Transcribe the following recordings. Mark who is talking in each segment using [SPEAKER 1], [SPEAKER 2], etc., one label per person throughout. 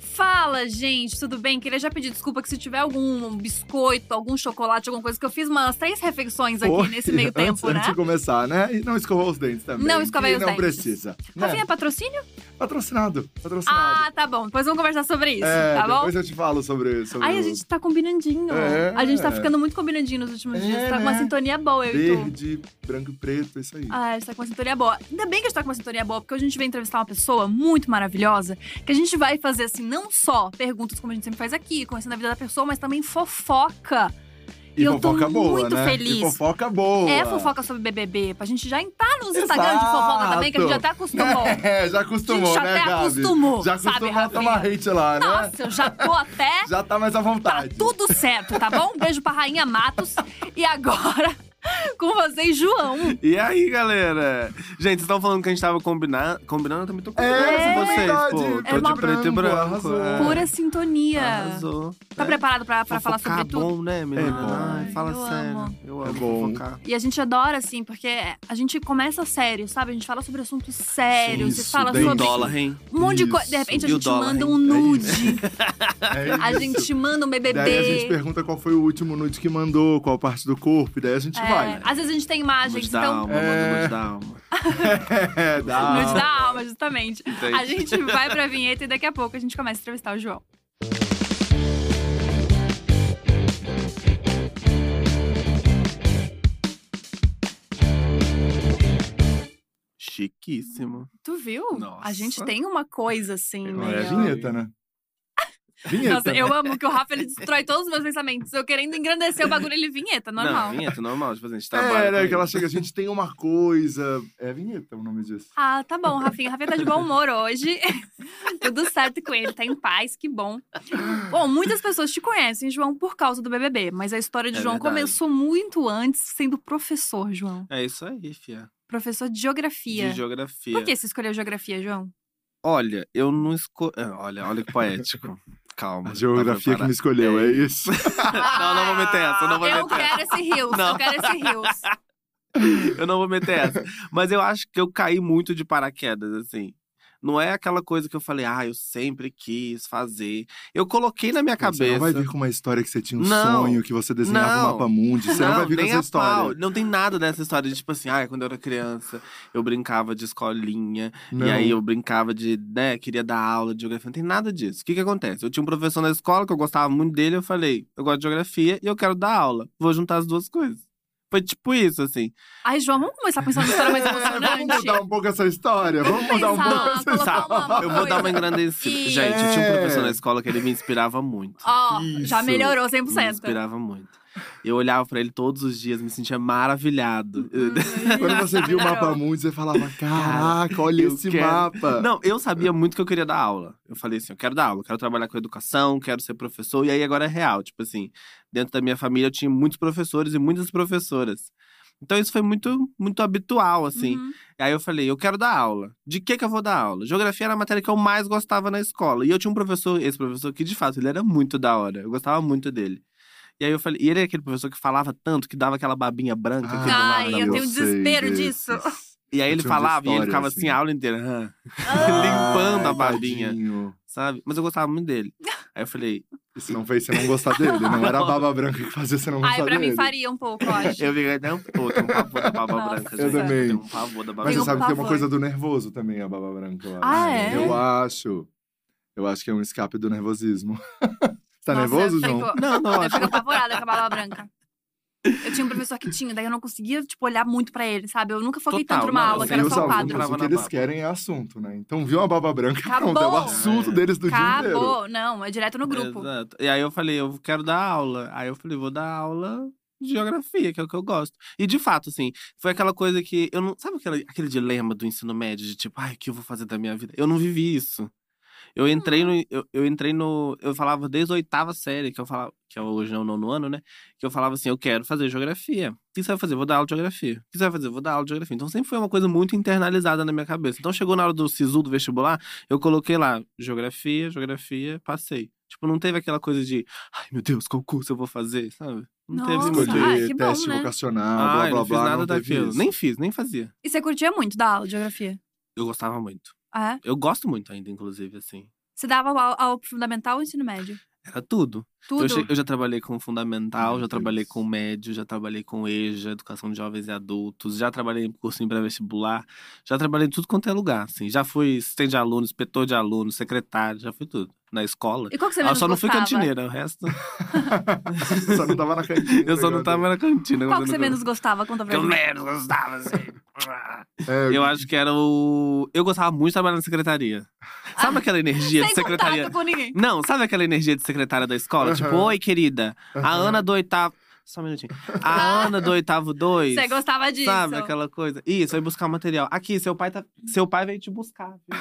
[SPEAKER 1] Fala, gente, tudo bem? Queria já pedir desculpa que se tiver algum biscoito, algum chocolate, alguma coisa, que eu fiz umas três refeições aqui
[SPEAKER 2] Oi,
[SPEAKER 1] nesse meio
[SPEAKER 2] antes,
[SPEAKER 1] tempo, né?
[SPEAKER 2] Antes de começar, né? E não escovar os dentes também.
[SPEAKER 1] Não escovar
[SPEAKER 2] E
[SPEAKER 1] os
[SPEAKER 2] não
[SPEAKER 1] dentes.
[SPEAKER 2] precisa. né?
[SPEAKER 1] Rafinha, patrocínio?
[SPEAKER 2] Patrocinado, patrocinado.
[SPEAKER 1] Ah, tá bom. Depois vamos conversar sobre isso,
[SPEAKER 2] é,
[SPEAKER 1] tá bom?
[SPEAKER 2] depois eu te falo sobre isso.
[SPEAKER 1] Ai, a gente tá combinandinho.
[SPEAKER 2] É.
[SPEAKER 1] A gente tá ficando muito combinandinho nos últimos
[SPEAKER 2] É,
[SPEAKER 1] dias. Tá com uma
[SPEAKER 2] né?
[SPEAKER 1] sintonia boa, eu e tu.
[SPEAKER 2] Verde, branco e preto, isso aí.
[SPEAKER 1] Ah, a gente tá com uma sintonia boa. Ainda bem que a gente tá com uma sintonia boa, porque hoje a gente vai entrevistar uma pessoa muito maravilhosa, que a gente vai fazer, assim, não só perguntas como a gente sempre faz aqui, conhecendo a vida da pessoa, mas também fofoca.
[SPEAKER 2] e
[SPEAKER 1] eu tô
[SPEAKER 2] fofoca boa,
[SPEAKER 1] muito
[SPEAKER 2] né?
[SPEAKER 1] feliz.
[SPEAKER 2] E fofoca boa.
[SPEAKER 1] É fofoca sobre BBB, pra gente já entrar nos Instagrams de
[SPEAKER 2] Exato.
[SPEAKER 1] fofoca também, que a gente já até acostumou.
[SPEAKER 2] É, já acostumou,
[SPEAKER 1] Gente, já
[SPEAKER 2] né,
[SPEAKER 1] até
[SPEAKER 2] Gabi?
[SPEAKER 1] acostumou,
[SPEAKER 2] Já
[SPEAKER 1] sabe,
[SPEAKER 2] acostumou a
[SPEAKER 1] Rafinha?
[SPEAKER 2] tomar hate lá, né?
[SPEAKER 1] Nossa, eu já tô até
[SPEAKER 2] Já tá mais à
[SPEAKER 1] Tá
[SPEAKER 2] vontade.
[SPEAKER 1] tudo certo, tá bom? Um beijo pra Rainha Matos. E agora, com vocês, João.
[SPEAKER 3] E aí, galera? Gente, vocês estão falando que a gente tava combinando, combinando, eu também tô combinando
[SPEAKER 2] É,
[SPEAKER 3] com vocês,
[SPEAKER 2] verdade.
[SPEAKER 3] pô.
[SPEAKER 1] É uma-
[SPEAKER 3] tô de preto e branco.
[SPEAKER 2] Arrasou.
[SPEAKER 3] é.
[SPEAKER 1] Pura sintonia.
[SPEAKER 3] Arrasou.
[SPEAKER 1] Tá preparado pra, pra falar sobre
[SPEAKER 3] Fofocar é
[SPEAKER 1] tudo?
[SPEAKER 3] bom, né, menina?
[SPEAKER 2] É bom.
[SPEAKER 3] Ai, fala
[SPEAKER 1] Eu
[SPEAKER 3] sério.
[SPEAKER 1] amo.
[SPEAKER 3] Eu
[SPEAKER 2] É
[SPEAKER 3] amo
[SPEAKER 2] bom.
[SPEAKER 3] fofocar.
[SPEAKER 1] E a gente adora, assim, porque a gente começa sério, sabe? A gente fala sobre assuntos sérios,
[SPEAKER 2] Isso,
[SPEAKER 1] você fala
[SPEAKER 2] bem
[SPEAKER 3] Deu
[SPEAKER 1] sobre
[SPEAKER 3] um dólar, hein?
[SPEAKER 1] um monte de
[SPEAKER 2] Isso.
[SPEAKER 1] coisa. De repente, a
[SPEAKER 3] E o
[SPEAKER 1] gente
[SPEAKER 3] dólar,
[SPEAKER 1] manda
[SPEAKER 3] hein?
[SPEAKER 1] um
[SPEAKER 2] É
[SPEAKER 1] nude,
[SPEAKER 2] É
[SPEAKER 1] a
[SPEAKER 2] isso.
[SPEAKER 1] gente manda um BBB.
[SPEAKER 2] Daí a gente pergunta qual foi o último nude que mandou, qual parte do corpo, e daí a gente
[SPEAKER 1] É,
[SPEAKER 2] vai. né?
[SPEAKER 1] Às vezes a gente tem imagens,
[SPEAKER 3] Nude da
[SPEAKER 1] então.
[SPEAKER 3] alma,
[SPEAKER 2] É.
[SPEAKER 3] manda nude da alma.
[SPEAKER 2] É, dá.
[SPEAKER 1] Nude da alma, justamente.
[SPEAKER 3] Entendi.
[SPEAKER 1] A gente vai pra vinheta e daqui a pouco a gente começa a entrevistar o João.
[SPEAKER 3] Chiquíssimo.
[SPEAKER 1] Tu viu? A
[SPEAKER 3] Nossa.
[SPEAKER 1] gente tem uma coisa, assim,
[SPEAKER 2] Agora
[SPEAKER 1] meio...
[SPEAKER 2] é a vinheta, né? Vinheta.
[SPEAKER 1] Nossa,
[SPEAKER 2] né?
[SPEAKER 1] eu amo que o Rafa ele destrói todos os meus pensamentos. Eu querendo engrandecer o bagulho, ele vinheta, normal. né?
[SPEAKER 3] Não, vinheta, normal. Tipo assim, a gente trabalha.
[SPEAKER 2] É,
[SPEAKER 3] com
[SPEAKER 2] né, que ela
[SPEAKER 3] isso.
[SPEAKER 2] chega, a gente tem uma coisa. É vinheta o nome disso.
[SPEAKER 1] Ah, tá bom, Rafinha. Rafinha tá de bom humor hoje. Tudo certo com ele, tá em paz, que bom. Bom, muitas pessoas te conhecem, João, por causa do BBB, mas a história de
[SPEAKER 3] É
[SPEAKER 1] João
[SPEAKER 3] verdade.
[SPEAKER 1] começou muito antes, sendo professor, João.
[SPEAKER 3] É isso aí, fia.
[SPEAKER 1] Professor de geografia.
[SPEAKER 3] De geografia.
[SPEAKER 1] Por que você escolheu geografia, João?
[SPEAKER 3] Olha, eu não escolhi. Olha, olha que poético. Calma.
[SPEAKER 2] A geografia que me escolheu, é,
[SPEAKER 3] É.
[SPEAKER 2] isso.
[SPEAKER 3] Não, não vou meter essa, não vou
[SPEAKER 1] eu
[SPEAKER 3] meter
[SPEAKER 1] quero esse rios, eu
[SPEAKER 3] Não.
[SPEAKER 1] quero esse rios.
[SPEAKER 3] Eu não vou meter essa. Mas eu acho que eu caí muito de paraquedas, assim. Não é aquela coisa que eu falei, ah, eu sempre quis fazer. Eu coloquei na minha
[SPEAKER 2] Você não vai
[SPEAKER 3] cabeça.
[SPEAKER 2] vir com uma história que você tinha um
[SPEAKER 3] Não.
[SPEAKER 2] sonho, que você desenhava um
[SPEAKER 3] Não.
[SPEAKER 2] mapa mundi. Você não, vai vir com
[SPEAKER 3] nem
[SPEAKER 2] essa
[SPEAKER 3] a pau.
[SPEAKER 2] história.
[SPEAKER 3] Não tem nada dessa história de tipo assim, ah, quando eu era criança, eu brincava de escolinha,
[SPEAKER 2] Não.
[SPEAKER 3] e aí eu brincava de, né, queria dar aula de geografia. Não tem nada disso. O que que acontece? Eu tinha um professor na escola que eu gostava muito dele, eu falei, eu gosto de geografia e eu quero dar aula. Vou juntar as duas coisas. Foi tipo isso, assim.
[SPEAKER 1] Ai, João, vamos começar a pensar numa história mais
[SPEAKER 2] É, vamos
[SPEAKER 1] emocionante?
[SPEAKER 2] mudar um pouco essa história. Vamos mudar um
[SPEAKER 1] pensar,
[SPEAKER 2] pouco essa
[SPEAKER 1] colocar
[SPEAKER 2] história.
[SPEAKER 1] uma- uma
[SPEAKER 3] Eu vou dar uma engrandecida.
[SPEAKER 1] Isso.
[SPEAKER 3] Gente, eu tinha um professor
[SPEAKER 2] É.
[SPEAKER 3] na escola que ele me inspirava muito.
[SPEAKER 1] Ó, já
[SPEAKER 2] Isso.
[SPEAKER 1] melhorou
[SPEAKER 3] Me
[SPEAKER 1] 100%.
[SPEAKER 3] inspirava muito. Eu olhava pra ele todos os dias, me sentia maravilhado.
[SPEAKER 1] Hum,
[SPEAKER 2] Quando você viu o mapa mundi, você falava: Caraca, olha
[SPEAKER 3] eu
[SPEAKER 2] esse
[SPEAKER 3] quero-
[SPEAKER 2] mapa.
[SPEAKER 3] Não, eu sabia muito que eu queria dar aula. Eu falei assim, eu quero dar aula, eu quero trabalhar com educação, quero ser professor. E aí agora é real, tipo assim, dentro da minha família eu tinha muitos professores e muitas professoras. Então isso foi muito, muito habitual, assim.
[SPEAKER 1] Uhum.
[SPEAKER 3] Aí eu falei, eu quero dar aula. De que que eu vou dar aula? Geografia era a matéria que eu mais gostava na escola. E eu tinha um professor, esse professor, que de fato, ele era muito da hora. Eu gostava muito dele. E aí eu falei, e ele era aquele professor que falava tanto, que dava aquela babinha branca aqui
[SPEAKER 1] Ai,
[SPEAKER 3] do lado da
[SPEAKER 1] Ah, eu
[SPEAKER 3] boca.
[SPEAKER 1] tenho
[SPEAKER 2] sei
[SPEAKER 1] desespero
[SPEAKER 2] desses.
[SPEAKER 3] E aí
[SPEAKER 2] eu
[SPEAKER 3] ele
[SPEAKER 2] tinha umas
[SPEAKER 3] falava e ele
[SPEAKER 2] histórias,
[SPEAKER 3] ficava assim,
[SPEAKER 2] assim.
[SPEAKER 3] a aula inteira, "Hã",
[SPEAKER 1] Ah.
[SPEAKER 3] limpando a
[SPEAKER 2] Ai,
[SPEAKER 3] babinha,
[SPEAKER 2] tadinho.
[SPEAKER 3] sabe? Mas eu gostava muito dele. Aí eu falei,
[SPEAKER 2] Isso não fez você não gostar dele. Não era a baba branca que fazia você não gostar
[SPEAKER 1] Ai, pra
[SPEAKER 2] dele.
[SPEAKER 1] mim faria um pouco, eu acho.
[SPEAKER 3] eu fiquei até um pouco, um pavor da baba
[SPEAKER 1] Nossa.
[SPEAKER 3] branca,
[SPEAKER 1] Eu
[SPEAKER 3] gente.
[SPEAKER 2] também.
[SPEAKER 3] tenho um pavor da baba
[SPEAKER 2] Mas
[SPEAKER 1] Tem
[SPEAKER 2] você
[SPEAKER 1] um
[SPEAKER 3] branca.
[SPEAKER 2] sabe que tem uma
[SPEAKER 1] pavor.
[SPEAKER 2] coisa do nervoso também, a baba branca. eu
[SPEAKER 1] Ah,
[SPEAKER 2] acho.
[SPEAKER 1] é?
[SPEAKER 2] Eu acho. Eu acho que é um escape do nervosismo. você tá
[SPEAKER 1] Nossa,
[SPEAKER 2] nervoso,
[SPEAKER 1] eu
[SPEAKER 2] João?
[SPEAKER 1] fico-
[SPEAKER 3] Não, não,
[SPEAKER 1] Eu
[SPEAKER 3] acho
[SPEAKER 1] fico apavorada com a barba branca. Eu tinha um professor que tinha, daí eu não conseguia, tipo, olhar muito pra ele, sabe? Eu nunca foquei
[SPEAKER 3] Total,
[SPEAKER 1] tanto numa
[SPEAKER 3] não,
[SPEAKER 1] aula,
[SPEAKER 3] eu
[SPEAKER 1] que
[SPEAKER 2] E
[SPEAKER 1] era
[SPEAKER 2] os
[SPEAKER 1] só o
[SPEAKER 2] alunos,
[SPEAKER 1] quadro.
[SPEAKER 3] Brava
[SPEAKER 2] o que
[SPEAKER 3] na
[SPEAKER 2] eles
[SPEAKER 3] baba.
[SPEAKER 2] querem é assunto, né? Então viu uma baba branca,
[SPEAKER 1] Acabou.
[SPEAKER 2] pronto, é o assunto
[SPEAKER 3] É.
[SPEAKER 2] deles do dia inteiro.
[SPEAKER 1] Acabou. Não, é direto no grupo.
[SPEAKER 3] Exato. E aí eu falei, eu quero dar aula. Aí eu falei, vou dar aula de geografia, que é o que eu gosto. E de fato, assim, foi aquela coisa que eu não. Sabe aquele, aquele dilema do ensino médio de tipo, ai, o que eu vou fazer da minha vida? Eu não vivi isso. Eu entrei
[SPEAKER 1] Uhum.
[SPEAKER 3] no. Eu, eu entrei no. Eu falava desde a oitava série, que eu falava, que é hoje é o nono ano, né? Que eu falava assim, eu quero fazer geografia. O que você vai fazer? Vou dar aula de geografia. O que você vai fazer? Vou dar aula de geografia. Então sempre foi uma coisa muito internalizada na minha cabeça. Então chegou na hora do SISU do vestibular, eu coloquei lá, geografia, geografia, passei. Tipo, não teve aquela coisa de, ai meu Deus, qual curso eu vou fazer, sabe? Não
[SPEAKER 1] Nossa,
[SPEAKER 3] teve muito.
[SPEAKER 1] ai,
[SPEAKER 2] Escolher
[SPEAKER 1] que bom,
[SPEAKER 2] teste
[SPEAKER 1] né?
[SPEAKER 2] vocacional,
[SPEAKER 3] Ah,
[SPEAKER 2] blá
[SPEAKER 3] eu
[SPEAKER 2] blá
[SPEAKER 3] não fiz
[SPEAKER 2] blá.
[SPEAKER 3] nada
[SPEAKER 2] não teve
[SPEAKER 3] daquilo.
[SPEAKER 2] isso.
[SPEAKER 3] Nem fiz, nem fazia.
[SPEAKER 1] E você curtia muito da aula de geografia?
[SPEAKER 3] Eu gostava muito.
[SPEAKER 1] Ah, é?
[SPEAKER 3] Eu gosto muito ainda, inclusive, assim.
[SPEAKER 1] Você dava ao, ao fundamental ou ensino médio?
[SPEAKER 3] Era tudo.
[SPEAKER 1] Tudo.
[SPEAKER 3] Eu, che- eu já trabalhei com fundamental,
[SPEAKER 2] Meu
[SPEAKER 3] já trabalhei
[SPEAKER 2] Deus.
[SPEAKER 3] com médio, já trabalhei com EJA, educação de jovens e adultos, já trabalhei em curso em pré-vestibular, já trabalhei em tudo quanto é lugar, assim. Já fui assistente de aluno, inspetor de aluno, secretário, já fui tudo. Na escola.
[SPEAKER 1] E qual que você
[SPEAKER 3] Ah, eu
[SPEAKER 1] menos
[SPEAKER 3] só não fui
[SPEAKER 1] gostava?
[SPEAKER 3] cantineira, o resto.
[SPEAKER 2] só não tava na cantina.
[SPEAKER 3] eu só não
[SPEAKER 2] entregando.
[SPEAKER 3] tava na cantina.
[SPEAKER 1] Qual que
[SPEAKER 3] quando
[SPEAKER 1] você
[SPEAKER 3] eu-
[SPEAKER 1] menos gostava? Conta
[SPEAKER 3] que
[SPEAKER 1] pra
[SPEAKER 3] eu
[SPEAKER 1] mim.
[SPEAKER 3] menos gostava, assim.
[SPEAKER 2] É,
[SPEAKER 3] Eu acho que era o. Eu gostava muito de trabalhar na secretaria. Sabe aquela energia de
[SPEAKER 1] Ah, Sem
[SPEAKER 3] secretaria?
[SPEAKER 1] contato com ninguém.
[SPEAKER 3] Não, sabe aquela energia de secretária da escola? Tipo,
[SPEAKER 2] Aham.
[SPEAKER 3] oi, querida. A Ana do oitavo. Só um minutinho. A Ana do oitavo dois.
[SPEAKER 1] Você gostava disso.
[SPEAKER 3] é Sabe aquela coisa? Isso, vai buscar o material. Aqui, seu pai tá. Seu pai veio te buscar. viu?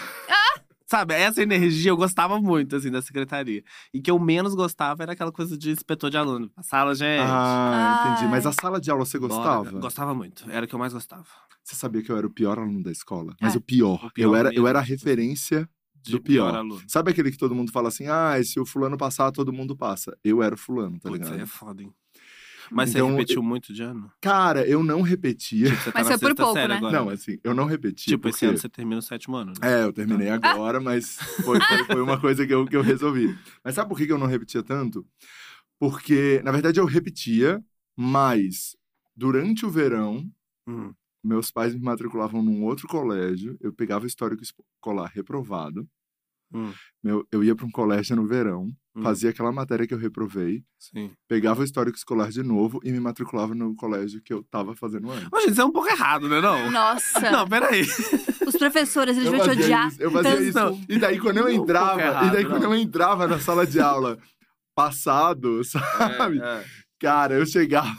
[SPEAKER 3] Sabe, essa energia eu gostava muito, assim, da secretaria. E que eu menos gostava era aquela coisa de inspetor de aluno. A sala, é, gente.
[SPEAKER 2] Ah, entendi.
[SPEAKER 1] Ai.
[SPEAKER 2] Mas a sala de aula você
[SPEAKER 3] bora.
[SPEAKER 2] gostava?
[SPEAKER 3] Gostava muito. Era o que eu mais gostava.
[SPEAKER 2] Você sabia que eu era o pior aluno da escola? Mas
[SPEAKER 1] É.
[SPEAKER 2] o, pior.
[SPEAKER 3] O pior
[SPEAKER 2] Eu era, eu
[SPEAKER 3] mesmo.
[SPEAKER 2] era a referência.
[SPEAKER 3] De
[SPEAKER 2] Do pior.
[SPEAKER 3] aluno.
[SPEAKER 2] Sabe aquele que todo mundo fala assim: ah, se o fulano passar, todo mundo passa? Eu era o fulano, tá
[SPEAKER 3] Putz,
[SPEAKER 2] ligado?
[SPEAKER 3] aí é foda, hein? Mas
[SPEAKER 2] Então,
[SPEAKER 3] você repetiu muito de ano? Tipo,
[SPEAKER 2] Cara, eu não repetia.
[SPEAKER 3] Você tá
[SPEAKER 1] Mas
[SPEAKER 3] na
[SPEAKER 1] foi por
[SPEAKER 3] sexta
[SPEAKER 1] pouco,
[SPEAKER 3] série
[SPEAKER 1] né?
[SPEAKER 3] agora,
[SPEAKER 2] Não, assim, eu não repetia.
[SPEAKER 3] Tipo, esse
[SPEAKER 2] porque-
[SPEAKER 3] ano você termina o sétimo ano, né?
[SPEAKER 2] É, eu terminei agora, mas foi, foi- foi uma coisa que eu, que eu resolvi. Mas sabe por que que eu não repetia tanto? Porque, na verdade, eu repetia, mas durante o verão,
[SPEAKER 3] Hum.
[SPEAKER 2] meus pais me matriculavam num outro colégio, eu pegava o histórico escolar reprovado,
[SPEAKER 3] Hum.
[SPEAKER 2] meu- eu ia para um colégio no verão,
[SPEAKER 3] Hum.
[SPEAKER 2] fazia aquela matéria que eu reprovei,
[SPEAKER 3] Sim.
[SPEAKER 2] pegava o histórico escolar de novo e me matriculava no colégio que eu tava fazendo antes.
[SPEAKER 3] Ô, gente, isso é um pouco errado, né? Não,
[SPEAKER 1] Nossa.
[SPEAKER 3] não peraí.
[SPEAKER 1] Os professores, eles
[SPEAKER 2] Eu
[SPEAKER 1] vão te
[SPEAKER 2] fazia
[SPEAKER 1] odiar.
[SPEAKER 2] isso, eu fazia isso.
[SPEAKER 3] Não.
[SPEAKER 2] E daí quando eu
[SPEAKER 3] Não,
[SPEAKER 2] entrava,
[SPEAKER 3] pouco errado,
[SPEAKER 2] e daí quando
[SPEAKER 3] não.
[SPEAKER 2] eu entrava na sala de aula, passado,
[SPEAKER 3] É,
[SPEAKER 2] sabe? Cara, eu chegava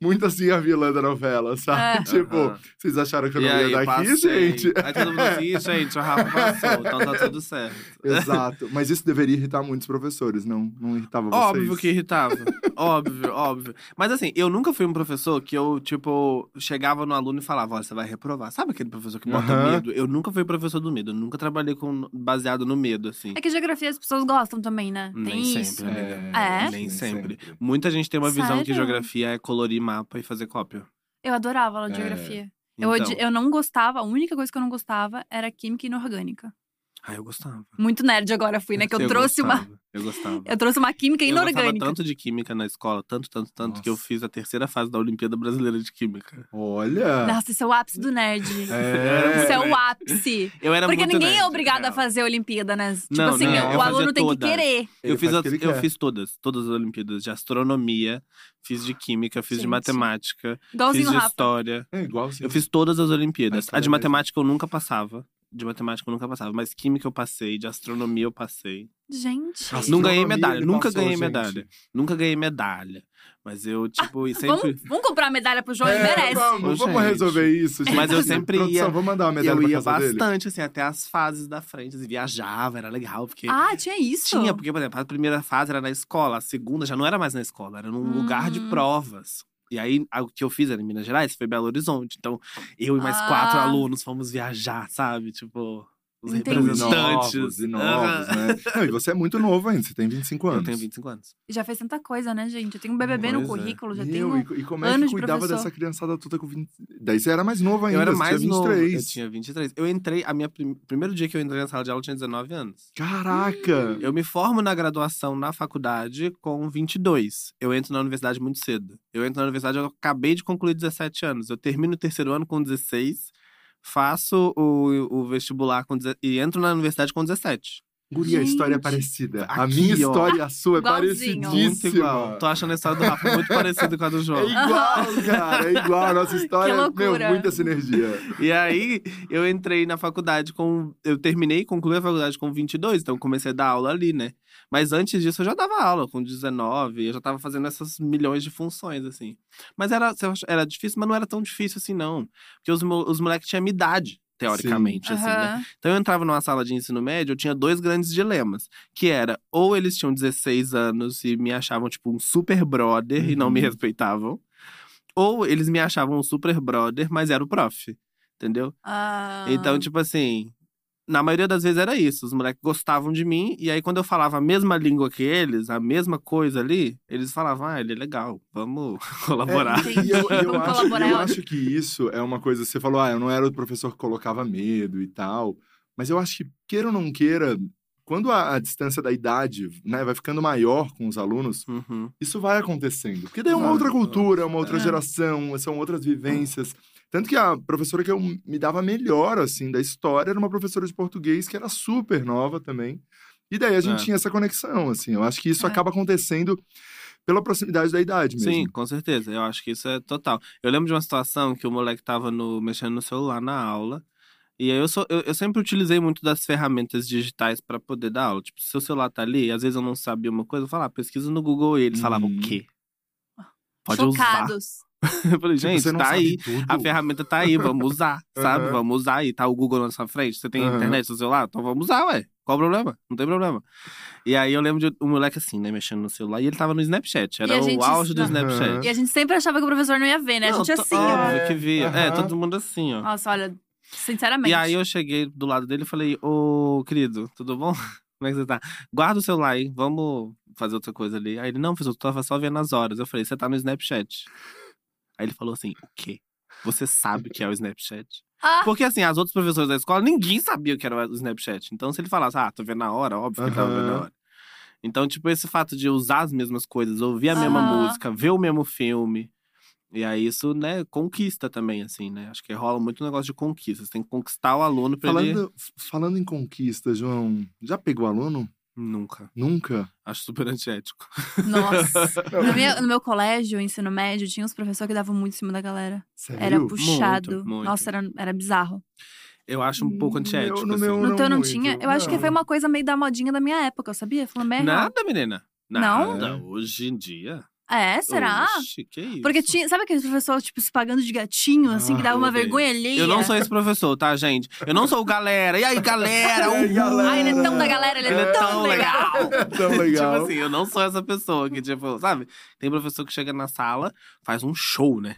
[SPEAKER 2] muito assim a vilã da novela, sabe?
[SPEAKER 1] É.
[SPEAKER 2] Tipo, vocês acharam que eu
[SPEAKER 3] e
[SPEAKER 2] não
[SPEAKER 3] aí,
[SPEAKER 2] ia daqui,
[SPEAKER 3] passei.
[SPEAKER 2] gente?
[SPEAKER 3] Aí todo mundo assim, "Ih, gente, o Rafa passou, então tá tudo certo.
[SPEAKER 2] Exato. Mas isso deveria irritar muitos professores, não, não irritava
[SPEAKER 3] Óbvio
[SPEAKER 2] vocês.
[SPEAKER 3] que irritava. óbvio, óbvio. Mas assim, eu nunca fui um professor que eu, tipo, chegava no aluno e falava, olha, você vai reprovar. Sabe aquele professor que bota
[SPEAKER 2] Aham.
[SPEAKER 3] medo? Eu nunca fui professor do medo. Eu nunca trabalhei com, baseado no medo, assim.
[SPEAKER 1] É que geografia as pessoas gostam também, né? Tem
[SPEAKER 3] Nem
[SPEAKER 1] isso.
[SPEAKER 3] sempre, amiga.
[SPEAKER 1] É?
[SPEAKER 3] Nem sempre. Muita gente tem uma visão que
[SPEAKER 1] Sério?
[SPEAKER 3] geografia é colorir mapa e fazer cópia.
[SPEAKER 1] Eu adorava aula de
[SPEAKER 2] É.
[SPEAKER 1] geografia. Eu,
[SPEAKER 3] Então,
[SPEAKER 1] odi- eu não gostava, a única coisa que eu não gostava era química inorgânica.
[SPEAKER 3] Ah, eu gostava.
[SPEAKER 1] Muito nerd agora fui, né? Que eu, trouxe uma.
[SPEAKER 3] gostava, Eu gostava.
[SPEAKER 1] Eu trouxe uma química
[SPEAKER 3] Eu gostava
[SPEAKER 1] inorgânica.
[SPEAKER 3] tanto de química na escola, tanto, tanto, tanto, que eu
[SPEAKER 2] Nossa.
[SPEAKER 3] fiz a terceira fase da Olimpíada Brasileira de Química.
[SPEAKER 2] Olha!
[SPEAKER 1] Nossa, isso é o ápice do nerd.
[SPEAKER 2] É.
[SPEAKER 1] Isso é o ápice.
[SPEAKER 3] Eu era
[SPEAKER 1] Porque
[SPEAKER 3] Tá muito
[SPEAKER 1] ninguém
[SPEAKER 3] nerd,
[SPEAKER 1] é obrigado
[SPEAKER 3] real.
[SPEAKER 1] a fazer a Olimpíada, né? Tipo
[SPEAKER 3] Não, é
[SPEAKER 1] assim,
[SPEAKER 2] não, eu
[SPEAKER 1] o
[SPEAKER 3] fazia
[SPEAKER 1] aluno tem que
[SPEAKER 3] todas.
[SPEAKER 1] querer.
[SPEAKER 2] Ele
[SPEAKER 3] Eu fiz,
[SPEAKER 2] faz o
[SPEAKER 3] as-
[SPEAKER 2] que ele
[SPEAKER 3] eu
[SPEAKER 2] quer.
[SPEAKER 3] fiz todas, todas as Olimpíadas, de astronomia, fiz de química, fiz de
[SPEAKER 1] Gente.
[SPEAKER 3] matemática,
[SPEAKER 1] Igualzinho
[SPEAKER 3] fiz
[SPEAKER 1] o
[SPEAKER 3] de
[SPEAKER 1] Rafa.
[SPEAKER 3] história.
[SPEAKER 2] É igual assim.
[SPEAKER 3] Eu fiz todas as Olimpíadas.
[SPEAKER 2] Mas
[SPEAKER 3] A de
[SPEAKER 2] também-
[SPEAKER 3] matemática eu nunca passava. De matemática eu nunca passava, mas química eu passei, de astronomia eu passei.
[SPEAKER 1] Gente.
[SPEAKER 3] Nossa, não ganhei
[SPEAKER 2] Astronomia
[SPEAKER 3] medalha,
[SPEAKER 2] ele
[SPEAKER 3] nunca
[SPEAKER 2] passou,
[SPEAKER 3] ganhei
[SPEAKER 2] gente.
[SPEAKER 3] medalha. Nunca ganhei medalha. Mas eu, tipo, e sempre.
[SPEAKER 1] Vamos, vamos comprar a medalha pro João, ele
[SPEAKER 2] É,
[SPEAKER 1] merece.
[SPEAKER 2] Vamos,
[SPEAKER 3] Ô,
[SPEAKER 2] vamos
[SPEAKER 3] gente.
[SPEAKER 2] resolver isso, gente.
[SPEAKER 3] Mas eu sempre
[SPEAKER 2] Produção,
[SPEAKER 3] ia-
[SPEAKER 2] vou mandar uma medalha
[SPEAKER 3] Eu
[SPEAKER 2] pra
[SPEAKER 3] ia
[SPEAKER 2] casa dele.
[SPEAKER 3] bastante, assim, até as fases da frente. Assim, viajava, era legal, porque.
[SPEAKER 1] Ah, tinha isso?
[SPEAKER 3] Tinha, porque, por exemplo, a primeira fase era na escola, a segunda já não era mais na escola, era num
[SPEAKER 1] Hum.
[SPEAKER 3] lugar de provas. E aí, a- o que eu fiz era em Minas Gerais, foi Belo Horizonte. Então, eu e mais quatro
[SPEAKER 1] Ah.
[SPEAKER 3] alunos fomos viajar, sabe? Tipo, os
[SPEAKER 1] Entendi.
[SPEAKER 2] Os
[SPEAKER 3] representantes.
[SPEAKER 2] novos, e
[SPEAKER 3] Aham.
[SPEAKER 2] novos, né? Não, e você é muito novo ainda, você tem 25 anos.
[SPEAKER 3] Eu tenho 25 anos.
[SPEAKER 1] Já fez tanta coisa, né, gente? Eu tenho um BBB no
[SPEAKER 3] Pois é.
[SPEAKER 1] currículo, já
[SPEAKER 2] Meu,
[SPEAKER 1] tenho.
[SPEAKER 2] e, co- e como é que
[SPEAKER 1] anos de
[SPEAKER 2] cuidava
[SPEAKER 1] professor.
[SPEAKER 2] dessa criançada toda com 20... Daí você era mais novo ainda,
[SPEAKER 3] eu era
[SPEAKER 2] você
[SPEAKER 3] mais
[SPEAKER 2] tinha
[SPEAKER 3] novo.
[SPEAKER 2] 23.
[SPEAKER 3] Eu tinha 23. Eu entrei, a minha prim- primeiro dia que eu entrei na sala de aula eu tinha 19 anos.
[SPEAKER 2] Caraca!
[SPEAKER 3] Eu me formo na graduação na faculdade com 22. Eu entro na universidade muito cedo. Eu entro na universidade, eu acabei de concluir 17 anos. Eu termino o terceiro ano com 16, faço o, o vestibular com 16, e entro na universidade com 17.
[SPEAKER 2] Guria, a história é
[SPEAKER 1] Gente.
[SPEAKER 2] parecida. a
[SPEAKER 3] Aqui,
[SPEAKER 2] minha
[SPEAKER 3] ó.
[SPEAKER 2] história e a sua é
[SPEAKER 1] Igualzinho.
[SPEAKER 2] parecidíssima.
[SPEAKER 3] Muito igual. Tô achando a história do Rafa muito parecida com a do
[SPEAKER 2] É
[SPEAKER 3] João.
[SPEAKER 2] igual, cara. É igual. A nossa história
[SPEAKER 1] Que
[SPEAKER 2] meu,
[SPEAKER 1] loucura.
[SPEAKER 2] muita sinergia.
[SPEAKER 3] E aí, eu entrei na faculdade com. Eu terminei e concluí a faculdade com 22, então eu comecei a dar aula ali, né? Mas antes disso, eu já dava aula com 19, eu já tava fazendo essas milhões de funções, assim. Mas era, eu acho- era difícil, mas não era tão difícil assim, não. Porque os, mo- os moleques tinham minha idade, teoricamente, assim, né?
[SPEAKER 1] Aham.
[SPEAKER 3] Então eu entrava numa sala de ensino médio, eu tinha dois grandes dilemas. Que era, ou eles tinham 16 anos e me achavam, tipo, um super brother e não me
[SPEAKER 2] Uhum.
[SPEAKER 3] respeitavam. Ou eles me achavam um super brother, mas era o prof. Entendeu?
[SPEAKER 1] Ah.
[SPEAKER 3] Então, tipo assim. Na maioria das vezes era isso. Os moleques gostavam de mim. E aí, quando eu falava a mesma língua que eles, a mesma coisa ali, eles falavam: ah, ele é legal, vamos colaborar.
[SPEAKER 2] É, e eu, e eu
[SPEAKER 1] Vamos
[SPEAKER 2] acho,
[SPEAKER 1] colaborar,
[SPEAKER 2] eu
[SPEAKER 1] é ótimo.
[SPEAKER 2] acho que isso é uma coisa. Você falou, ah, eu não era o professor que colocava medo e tal. Mas eu acho que, queira ou não queira, quando a, a distância da idade né, vai ficando maior com os alunos,
[SPEAKER 3] Uhum.
[SPEAKER 2] isso vai acontecendo. Porque daí é uma
[SPEAKER 3] Claro,
[SPEAKER 2] outra
[SPEAKER 3] claro.
[SPEAKER 2] cultura, é uma outra
[SPEAKER 1] É.
[SPEAKER 2] geração, são outras vivências. Tanto que a professora que eu me dava melhor, assim, da história era uma professora de português que era super nova também. E daí a gente
[SPEAKER 3] É.
[SPEAKER 2] tinha essa conexão, assim. Eu acho que isso
[SPEAKER 1] É.
[SPEAKER 2] acaba acontecendo pela proximidade da idade mesmo.
[SPEAKER 3] Sim, com certeza. Eu acho que isso é total. Eu lembro de uma situação que o moleque tava no, mexendo no celular na aula. E aí eu, sou, eu, eu sempre utilizei muito das ferramentas digitais pra poder dar aula. Tipo, se o celular tá ali, às vezes eu não sabia uma coisa, eu falava, "Ah, pesquisa no Google e eles falavam
[SPEAKER 2] Uhum.
[SPEAKER 3] o quê? Pode usar.
[SPEAKER 1] Chocados.
[SPEAKER 3] Eu
[SPEAKER 2] Tipo,
[SPEAKER 3] falei, gente,
[SPEAKER 2] você não
[SPEAKER 3] tá
[SPEAKER 2] sabe
[SPEAKER 3] aí.
[SPEAKER 2] tudo.
[SPEAKER 3] A ferramenta tá aí, vamos usar, sabe?
[SPEAKER 2] Aham.
[SPEAKER 3] Vamos usar aí, tá o Google na sua frente. Você tem
[SPEAKER 2] Aham.
[SPEAKER 3] internet no seu celular? Então vamos usar, ué. Qual o problema? Não tem problema. E aí eu lembro de um moleque assim, né, mexendo no celular, e ele tava no Snapchat.
[SPEAKER 1] E
[SPEAKER 3] Era
[SPEAKER 1] a gente-
[SPEAKER 3] o auge do
[SPEAKER 1] Aham.
[SPEAKER 3] Snapchat.
[SPEAKER 1] E a gente sempre achava que o professor não ia ver, né? A
[SPEAKER 3] Não,
[SPEAKER 1] gente
[SPEAKER 3] to-
[SPEAKER 1] assim, ó.
[SPEAKER 3] óbvio
[SPEAKER 2] ó.
[SPEAKER 3] que via. É,
[SPEAKER 2] Aham.
[SPEAKER 3] todo mundo assim, ó.
[SPEAKER 1] Nossa, olha, sinceramente.
[SPEAKER 3] E aí eu cheguei do lado dele e falei, ô, querido, tudo bom? Como é que você tá? Guarda o celular aí, vamos fazer outra coisa ali. Aí ele, não, professor, eu tava só vendo as horas. Eu falei, você tá no Snapchat. Aí ele falou assim, o quê? Você sabe o que é o Snapchat?
[SPEAKER 1] Ah,
[SPEAKER 3] Porque assim, as outras professoras da escola, ninguém sabia o que era o Snapchat. Então, se ele falasse, ah, tô vendo na hora, óbvio que ele tava vendo na
[SPEAKER 2] Aham.
[SPEAKER 3] hora. Então, tipo, esse fato de usar as mesmas coisas, ouvir a mesma
[SPEAKER 1] Aham.
[SPEAKER 3] música, ver o mesmo filme. E aí, isso, né, conquista também, assim, né? Acho que rola muito um negócio de conquista. Você tem que conquistar o aluno pra ele.
[SPEAKER 2] Falando, falando em conquista, João, já pegou aluno?
[SPEAKER 3] Nunca.
[SPEAKER 2] Nunca?
[SPEAKER 3] Acho super antiético.
[SPEAKER 1] nossa. No meu, no meu colégio, ensino médio, tinha uns professores que davam muito em cima da galera.
[SPEAKER 2] Sério?
[SPEAKER 1] Era puxado.
[SPEAKER 3] muito.
[SPEAKER 1] Nossa, era, era bizarro.
[SPEAKER 3] Eu acho um pouco
[SPEAKER 2] No meu-
[SPEAKER 3] antiético.
[SPEAKER 2] no
[SPEAKER 3] assim.
[SPEAKER 2] meu-
[SPEAKER 1] No
[SPEAKER 2] não é
[SPEAKER 1] teu não
[SPEAKER 2] muito,
[SPEAKER 1] tinha. Eu acho que
[SPEAKER 2] não.
[SPEAKER 1] foi uma coisa meio da modinha da minha época, eu sabia? Falando merda.
[SPEAKER 3] Nada, menina.
[SPEAKER 1] Não?
[SPEAKER 3] Nada. Hoje em dia.
[SPEAKER 1] É, será?
[SPEAKER 3] Oxe, que isso?
[SPEAKER 1] Porque tinha. Sabe aqueles professores, tipo, se pagando de gatinho, assim, que
[SPEAKER 2] Ah,
[SPEAKER 1] dava uma
[SPEAKER 3] eu odeio.
[SPEAKER 1] vergonha alheia?
[SPEAKER 3] Eu não sou esse professor, tá, gente? Eu não sou o galera. E aí, galera? Um
[SPEAKER 2] E aí,
[SPEAKER 3] Uhul!
[SPEAKER 2] galera?
[SPEAKER 1] um Ai, ele é tão da galera, ele é, tão legal.
[SPEAKER 2] Tão Então, legal.
[SPEAKER 3] tipo assim, eu não sou essa pessoa que, tipo, sabe? Tem professor que chega na sala, faz um show, né?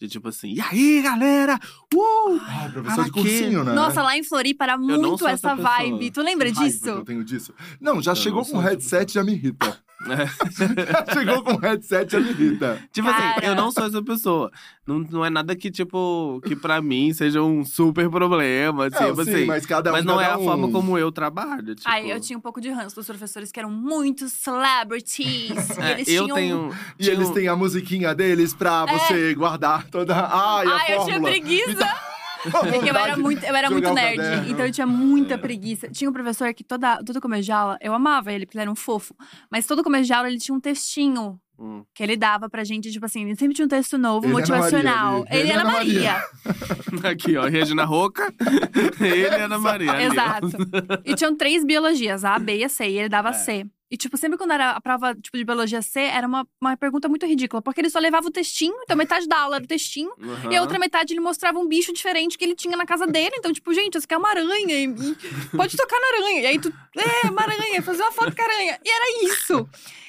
[SPEAKER 3] De tipo assim, e aí, galera? Uh!
[SPEAKER 2] Ah, professor de
[SPEAKER 3] Pra quê?
[SPEAKER 2] cursinho, né?
[SPEAKER 1] assim, Nossa, lá em Floripa era
[SPEAKER 3] não
[SPEAKER 1] muito
[SPEAKER 3] sou
[SPEAKER 1] essa,
[SPEAKER 3] essa pessoa. tipo-
[SPEAKER 1] vibe. Tu lembra
[SPEAKER 2] Que raiva que
[SPEAKER 1] disso?
[SPEAKER 2] Eu tenho disso. Não, já
[SPEAKER 3] Eu
[SPEAKER 2] chegou
[SPEAKER 3] não
[SPEAKER 2] com
[SPEAKER 3] sou tipo, É. essa
[SPEAKER 2] headset, já me irrita. já chegou com headset, já me irrita.
[SPEAKER 3] Tipo
[SPEAKER 1] Cara.
[SPEAKER 3] assim, eu não sou essa pessoa. Não, não é nada que, tipo, que pra mim seja um super problema. Assim,
[SPEAKER 2] É,
[SPEAKER 3] tipo
[SPEAKER 2] sim,
[SPEAKER 3] assim, mas,
[SPEAKER 2] mas cada um.
[SPEAKER 3] não é
[SPEAKER 2] cada
[SPEAKER 3] a
[SPEAKER 2] um.
[SPEAKER 3] forma como eu trabalho. Tipo,
[SPEAKER 1] Aí eu tinha um pouco de ranço dos professores que eram muito celebrities. e
[SPEAKER 3] é,
[SPEAKER 1] eles
[SPEAKER 3] eu
[SPEAKER 1] tinham.
[SPEAKER 3] tenho.
[SPEAKER 2] E
[SPEAKER 3] tinha
[SPEAKER 2] eles
[SPEAKER 3] um-
[SPEAKER 2] têm a musiquinha deles pra
[SPEAKER 1] É.
[SPEAKER 2] você guardar toda. Ai, a
[SPEAKER 1] Ai, eu tinha
[SPEAKER 2] fórmula.
[SPEAKER 3] Então,
[SPEAKER 1] preguiça.
[SPEAKER 2] Uma
[SPEAKER 1] Porque É eu era
[SPEAKER 2] vontade.
[SPEAKER 1] muito, eu era muito
[SPEAKER 2] jogar o
[SPEAKER 1] nerd,
[SPEAKER 2] caderno. É.
[SPEAKER 1] então eu tinha muita preguiça. Tinha um professor que toda, todo começo de aula, eu amava ele, porque ele era um fofo. Mas todo começo de aula ele tinha um textinho
[SPEAKER 3] Hum.
[SPEAKER 1] que ele dava pra gente, tipo assim, ele sempre tinha um texto novo,
[SPEAKER 2] Ele é Ana Maria
[SPEAKER 1] motivacional.
[SPEAKER 2] ali.
[SPEAKER 1] Ele
[SPEAKER 2] Ele é
[SPEAKER 1] era
[SPEAKER 2] Ana Maria.
[SPEAKER 1] Maria.
[SPEAKER 3] Aqui, ó, Regina Roca, ele e Ana Maria. ali, ó.
[SPEAKER 1] Exato. E tinham três biologias, a, B e a C, e ele
[SPEAKER 2] É.
[SPEAKER 1] dava C. E, tipo, sempre quando era a prova tipo, de biologia C, era uma, uma pergunta muito ridícula, porque ele só levava o textinho, então metade da aula era o textinho,
[SPEAKER 3] Uhum.
[SPEAKER 1] e a outra metade ele mostrava um bicho diferente que ele tinha na casa dele. Então, tipo, gente, isso aqui é uma aranha. E, e pode tocar na aranha. E aí tu. É, uma aranha, fazer uma foto com a aranha. E era isso.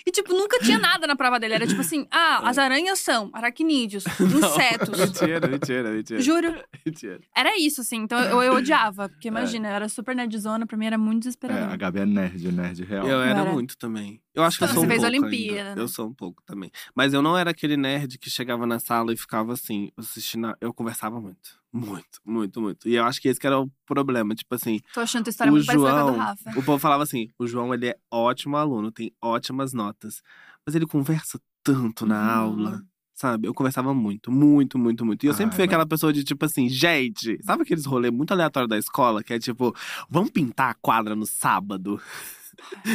[SPEAKER 1] E, tipo, nunca tinha nada na prova dele. Era tipo assim: ah, as aranhas são aracnídeos, insetos.
[SPEAKER 3] Mentira, mentira, mentira.
[SPEAKER 1] Juro,
[SPEAKER 3] mentira.
[SPEAKER 1] era isso, assim. Então eu, eu odiava,
[SPEAKER 3] É.
[SPEAKER 1] porque imagina, eu era super nerdzona, pra mim era muito
[SPEAKER 2] É, a
[SPEAKER 1] desesperador.
[SPEAKER 2] Gabi é nerd, nerd real.
[SPEAKER 3] Eu era
[SPEAKER 1] Cara.
[SPEAKER 3] muito também. Eu acho que eu
[SPEAKER 1] Então, Você
[SPEAKER 3] sou um
[SPEAKER 1] fez
[SPEAKER 3] pouco
[SPEAKER 1] Olimpíada,
[SPEAKER 3] ainda.
[SPEAKER 1] né?
[SPEAKER 3] Eu sou um pouco também. Mas eu não era aquele nerd que chegava na sala e ficava assim, assistindo. a- Eu conversava muito. Muito, muito, muito. E eu acho que esse que era o problema. Tipo assim,
[SPEAKER 1] Tô achando tua história
[SPEAKER 3] o
[SPEAKER 1] muito parecida com a
[SPEAKER 3] João.
[SPEAKER 1] do Rafa.
[SPEAKER 3] O povo falava assim: o João, ele é ótimo aluno, tem ótimas notas. Mas ele conversa tanto na
[SPEAKER 1] Uhum.
[SPEAKER 3] aula. Sabe? Eu conversava muito, muito, muito, muito. E eu sempre
[SPEAKER 2] Ai,
[SPEAKER 3] fui
[SPEAKER 2] Ah, mas-
[SPEAKER 3] aquela pessoa de tipo assim, gente, sabe aqueles rolê muito aleatório da escola que é tipo, vamos pintar a quadra no sábado?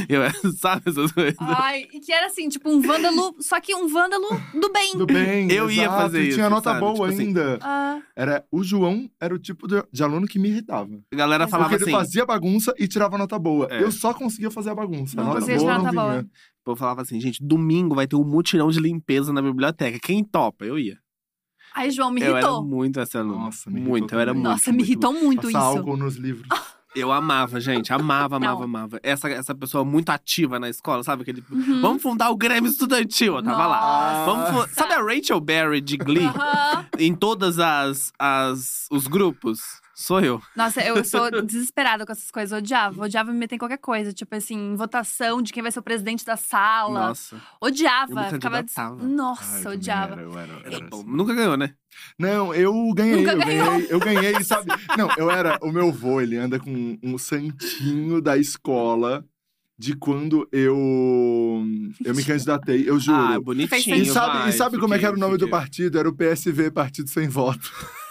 [SPEAKER 3] Eu era, sabe essas coisas?
[SPEAKER 1] Ai, e que era assim, tipo, um vândalo, só que um vândalo do bem.
[SPEAKER 2] Tudo bem,
[SPEAKER 3] Eu ia
[SPEAKER 2] exato,
[SPEAKER 3] fazer
[SPEAKER 2] Tinha
[SPEAKER 3] isso,
[SPEAKER 2] nota
[SPEAKER 3] sabe?
[SPEAKER 2] boa
[SPEAKER 3] Tipo assim,
[SPEAKER 2] ainda.
[SPEAKER 1] Ah,
[SPEAKER 2] Era, o João era o tipo de, de aluno que me irritava.
[SPEAKER 3] A galera
[SPEAKER 1] Mas
[SPEAKER 3] falava
[SPEAKER 2] Porque
[SPEAKER 3] assim,
[SPEAKER 2] ele fazia bagunça e tirava nota boa.
[SPEAKER 3] É.
[SPEAKER 2] Eu só conseguia fazer a bagunça.
[SPEAKER 3] Não
[SPEAKER 2] a nota
[SPEAKER 3] conseguia
[SPEAKER 2] boa
[SPEAKER 3] tirar
[SPEAKER 2] não
[SPEAKER 1] nota boa.
[SPEAKER 2] vinha.
[SPEAKER 3] o povo falava assim, gente, domingo vai ter um mutirão de limpeza na biblioteca. Quem topa? Eu ia.
[SPEAKER 1] ai, João, me
[SPEAKER 3] Eu era
[SPEAKER 1] irritou.
[SPEAKER 3] muito essa aluna.
[SPEAKER 2] Nossa, me irritou
[SPEAKER 3] muito, eu era
[SPEAKER 2] também.
[SPEAKER 3] muito.
[SPEAKER 1] Nossa, me
[SPEAKER 3] muito,
[SPEAKER 1] irritou muito
[SPEAKER 2] Passar
[SPEAKER 1] isso.
[SPEAKER 2] álcool nos livros.
[SPEAKER 3] Eu amava, gente. Amava, amava,
[SPEAKER 1] Não.
[SPEAKER 3] amava. Essa, essa pessoa muito ativa na escola, sabe? Aquele.
[SPEAKER 1] Uhum.
[SPEAKER 3] Vamos fundar o Grêmio Estudantil. Eu tava lá.
[SPEAKER 1] Nossa.
[SPEAKER 3] Vamos fu- Sabe a Rachel Berry de Glee?
[SPEAKER 1] Aham.
[SPEAKER 3] em todas as, as os grupos? Sou eu.
[SPEAKER 1] Nossa, eu sou desesperada com essas coisas. Eu odiava. Odiava me meter em qualquer coisa. Tipo assim, votação de quem vai ser o presidente da sala.
[SPEAKER 3] Nossa. Eu
[SPEAKER 1] Odiava.
[SPEAKER 3] me
[SPEAKER 1] Ficava.
[SPEAKER 3] candidatava.
[SPEAKER 2] Ah,
[SPEAKER 1] Nossa,
[SPEAKER 2] também
[SPEAKER 1] odiava.
[SPEAKER 2] era, eu era- eu era
[SPEAKER 3] Bom,
[SPEAKER 2] assim.
[SPEAKER 3] Nunca ganhou, né?
[SPEAKER 2] Não, eu ganhei,
[SPEAKER 1] Nunca
[SPEAKER 2] eu ganhei, eu ganhei, sabe? Não, eu era. O meu avô, ele anda com um santinho da escola de quando eu, eu me candidatei, eu juro.
[SPEAKER 3] Ah,
[SPEAKER 1] Fez
[SPEAKER 3] bonitinho.
[SPEAKER 2] E
[SPEAKER 1] sentido.
[SPEAKER 2] sabe,
[SPEAKER 3] vai,
[SPEAKER 2] e sabe como é que
[SPEAKER 3] fiquei-
[SPEAKER 2] era o nome do
[SPEAKER 3] fiquei.
[SPEAKER 2] partido? Era o PSV, Partido Sem Voto.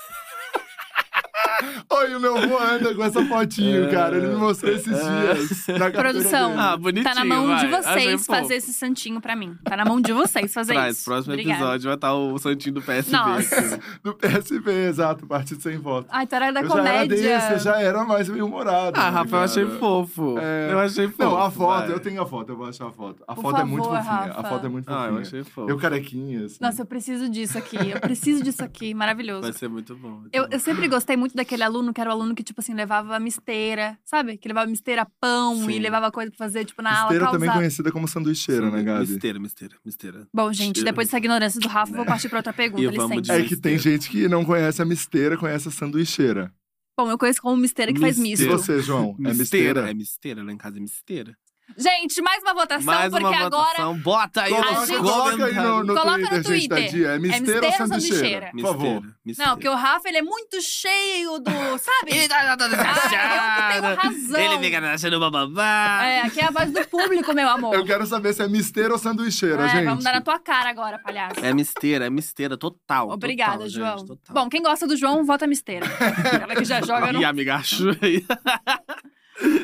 [SPEAKER 2] Oi, o meu avô anda com essa fotinho,
[SPEAKER 3] É.
[SPEAKER 2] cara. Ele me mostrou esses
[SPEAKER 3] É.
[SPEAKER 2] dias. na carteira
[SPEAKER 1] Produção.
[SPEAKER 2] dele.
[SPEAKER 3] Ah, bonitinho.
[SPEAKER 1] Tá na mão de
[SPEAKER 3] vai. Achei
[SPEAKER 1] vocês
[SPEAKER 3] fofo.
[SPEAKER 1] fazer esse santinho pra mim. Tá na mão de vocês fazer
[SPEAKER 3] Traz,
[SPEAKER 1] isso.
[SPEAKER 3] próximo
[SPEAKER 1] Obrigada.
[SPEAKER 3] episódio vai estar o Santinho do PSB.
[SPEAKER 1] Nossa.
[SPEAKER 3] assim.
[SPEAKER 2] Do PSV, exato, Partido Sem Voto.
[SPEAKER 1] Ai, então era da
[SPEAKER 2] eu
[SPEAKER 1] comédia.
[SPEAKER 2] já era desse, eu já era mais bem-humorado.
[SPEAKER 3] Ah,
[SPEAKER 2] né,
[SPEAKER 3] Rafa, eu achei
[SPEAKER 2] cara?
[SPEAKER 3] fofo.
[SPEAKER 2] É.
[SPEAKER 3] Eu achei fofo.
[SPEAKER 2] Não, a foto,
[SPEAKER 3] vai.
[SPEAKER 2] eu tenho a foto, eu vou achar a foto. A
[SPEAKER 1] Por
[SPEAKER 2] foto é muito
[SPEAKER 1] favor,
[SPEAKER 2] fofinha. A
[SPEAKER 1] Rafa.
[SPEAKER 2] foto é muito
[SPEAKER 3] Ah,
[SPEAKER 2] fofinha.
[SPEAKER 3] eu
[SPEAKER 2] eu,
[SPEAKER 3] achei fofo.
[SPEAKER 2] carequinha, assim.
[SPEAKER 1] Nossa, eu preciso disso aqui. Eu preciso disso aqui. Maravilhoso.
[SPEAKER 3] Vai ser muito bom. muito
[SPEAKER 1] Eu,
[SPEAKER 3] bom.
[SPEAKER 1] eu sempre gostei muito daquele aluno que era o aluno que, tipo assim, levava misteira, sabe? Que levava misteira pão
[SPEAKER 2] Sim.
[SPEAKER 1] e levava coisa pra fazer, tipo, na
[SPEAKER 2] Esteira
[SPEAKER 1] aula,
[SPEAKER 2] também
[SPEAKER 1] causava.
[SPEAKER 2] conhecida como sanduicheira, né, Gabi?
[SPEAKER 3] Misteira, misteira, misteira.
[SPEAKER 1] Bom, gente, depois dessa ignorância do Rafa, eu vou partir pra outra pergunta,
[SPEAKER 3] E vamos
[SPEAKER 1] licença.
[SPEAKER 3] de-
[SPEAKER 2] É que tem gente que não conhece a misteira, conhece a sanduicheira.
[SPEAKER 1] Bom, eu conheço como misteira que faz
[SPEAKER 2] E
[SPEAKER 1] misto.
[SPEAKER 3] Misteira.
[SPEAKER 2] você, João? É misteira?
[SPEAKER 3] É misteira, lá em casa é misteira.
[SPEAKER 1] Gente, mais uma votação,
[SPEAKER 3] Mais
[SPEAKER 1] porque
[SPEAKER 3] uma
[SPEAKER 1] agora.
[SPEAKER 3] votação. Bota aí
[SPEAKER 1] Coloca-
[SPEAKER 3] nos
[SPEAKER 1] gente-
[SPEAKER 2] coloca aí no, no
[SPEAKER 1] Coloca no
[SPEAKER 2] Twitter, gente, da
[SPEAKER 1] Twitter.
[SPEAKER 2] Dia. É misteira ou
[SPEAKER 1] misteira ou
[SPEAKER 2] sanduicheira?
[SPEAKER 1] sanduicheira?
[SPEAKER 2] Por favor.
[SPEAKER 3] Misteira, misteira.
[SPEAKER 1] Não, porque o Rafa, ele é muito cheio do. Sabe?
[SPEAKER 3] Ele tá todo
[SPEAKER 1] Ah, eu que tenho razão.
[SPEAKER 3] Ele é fica achando bababá.
[SPEAKER 1] É, aqui é a voz do público, meu amor.
[SPEAKER 2] Eu quero saber se é misteira ou sanduicheira,
[SPEAKER 1] É,
[SPEAKER 2] gente.
[SPEAKER 1] Vamos dar na tua cara agora, palhaço.
[SPEAKER 3] É misteira, é misteira, total.
[SPEAKER 1] Obrigada,
[SPEAKER 3] total, gente,
[SPEAKER 1] João.
[SPEAKER 3] total.
[SPEAKER 1] Bom, quem gosta do João, vota misteira. Ela que já joga no.
[SPEAKER 3] E amiga, acho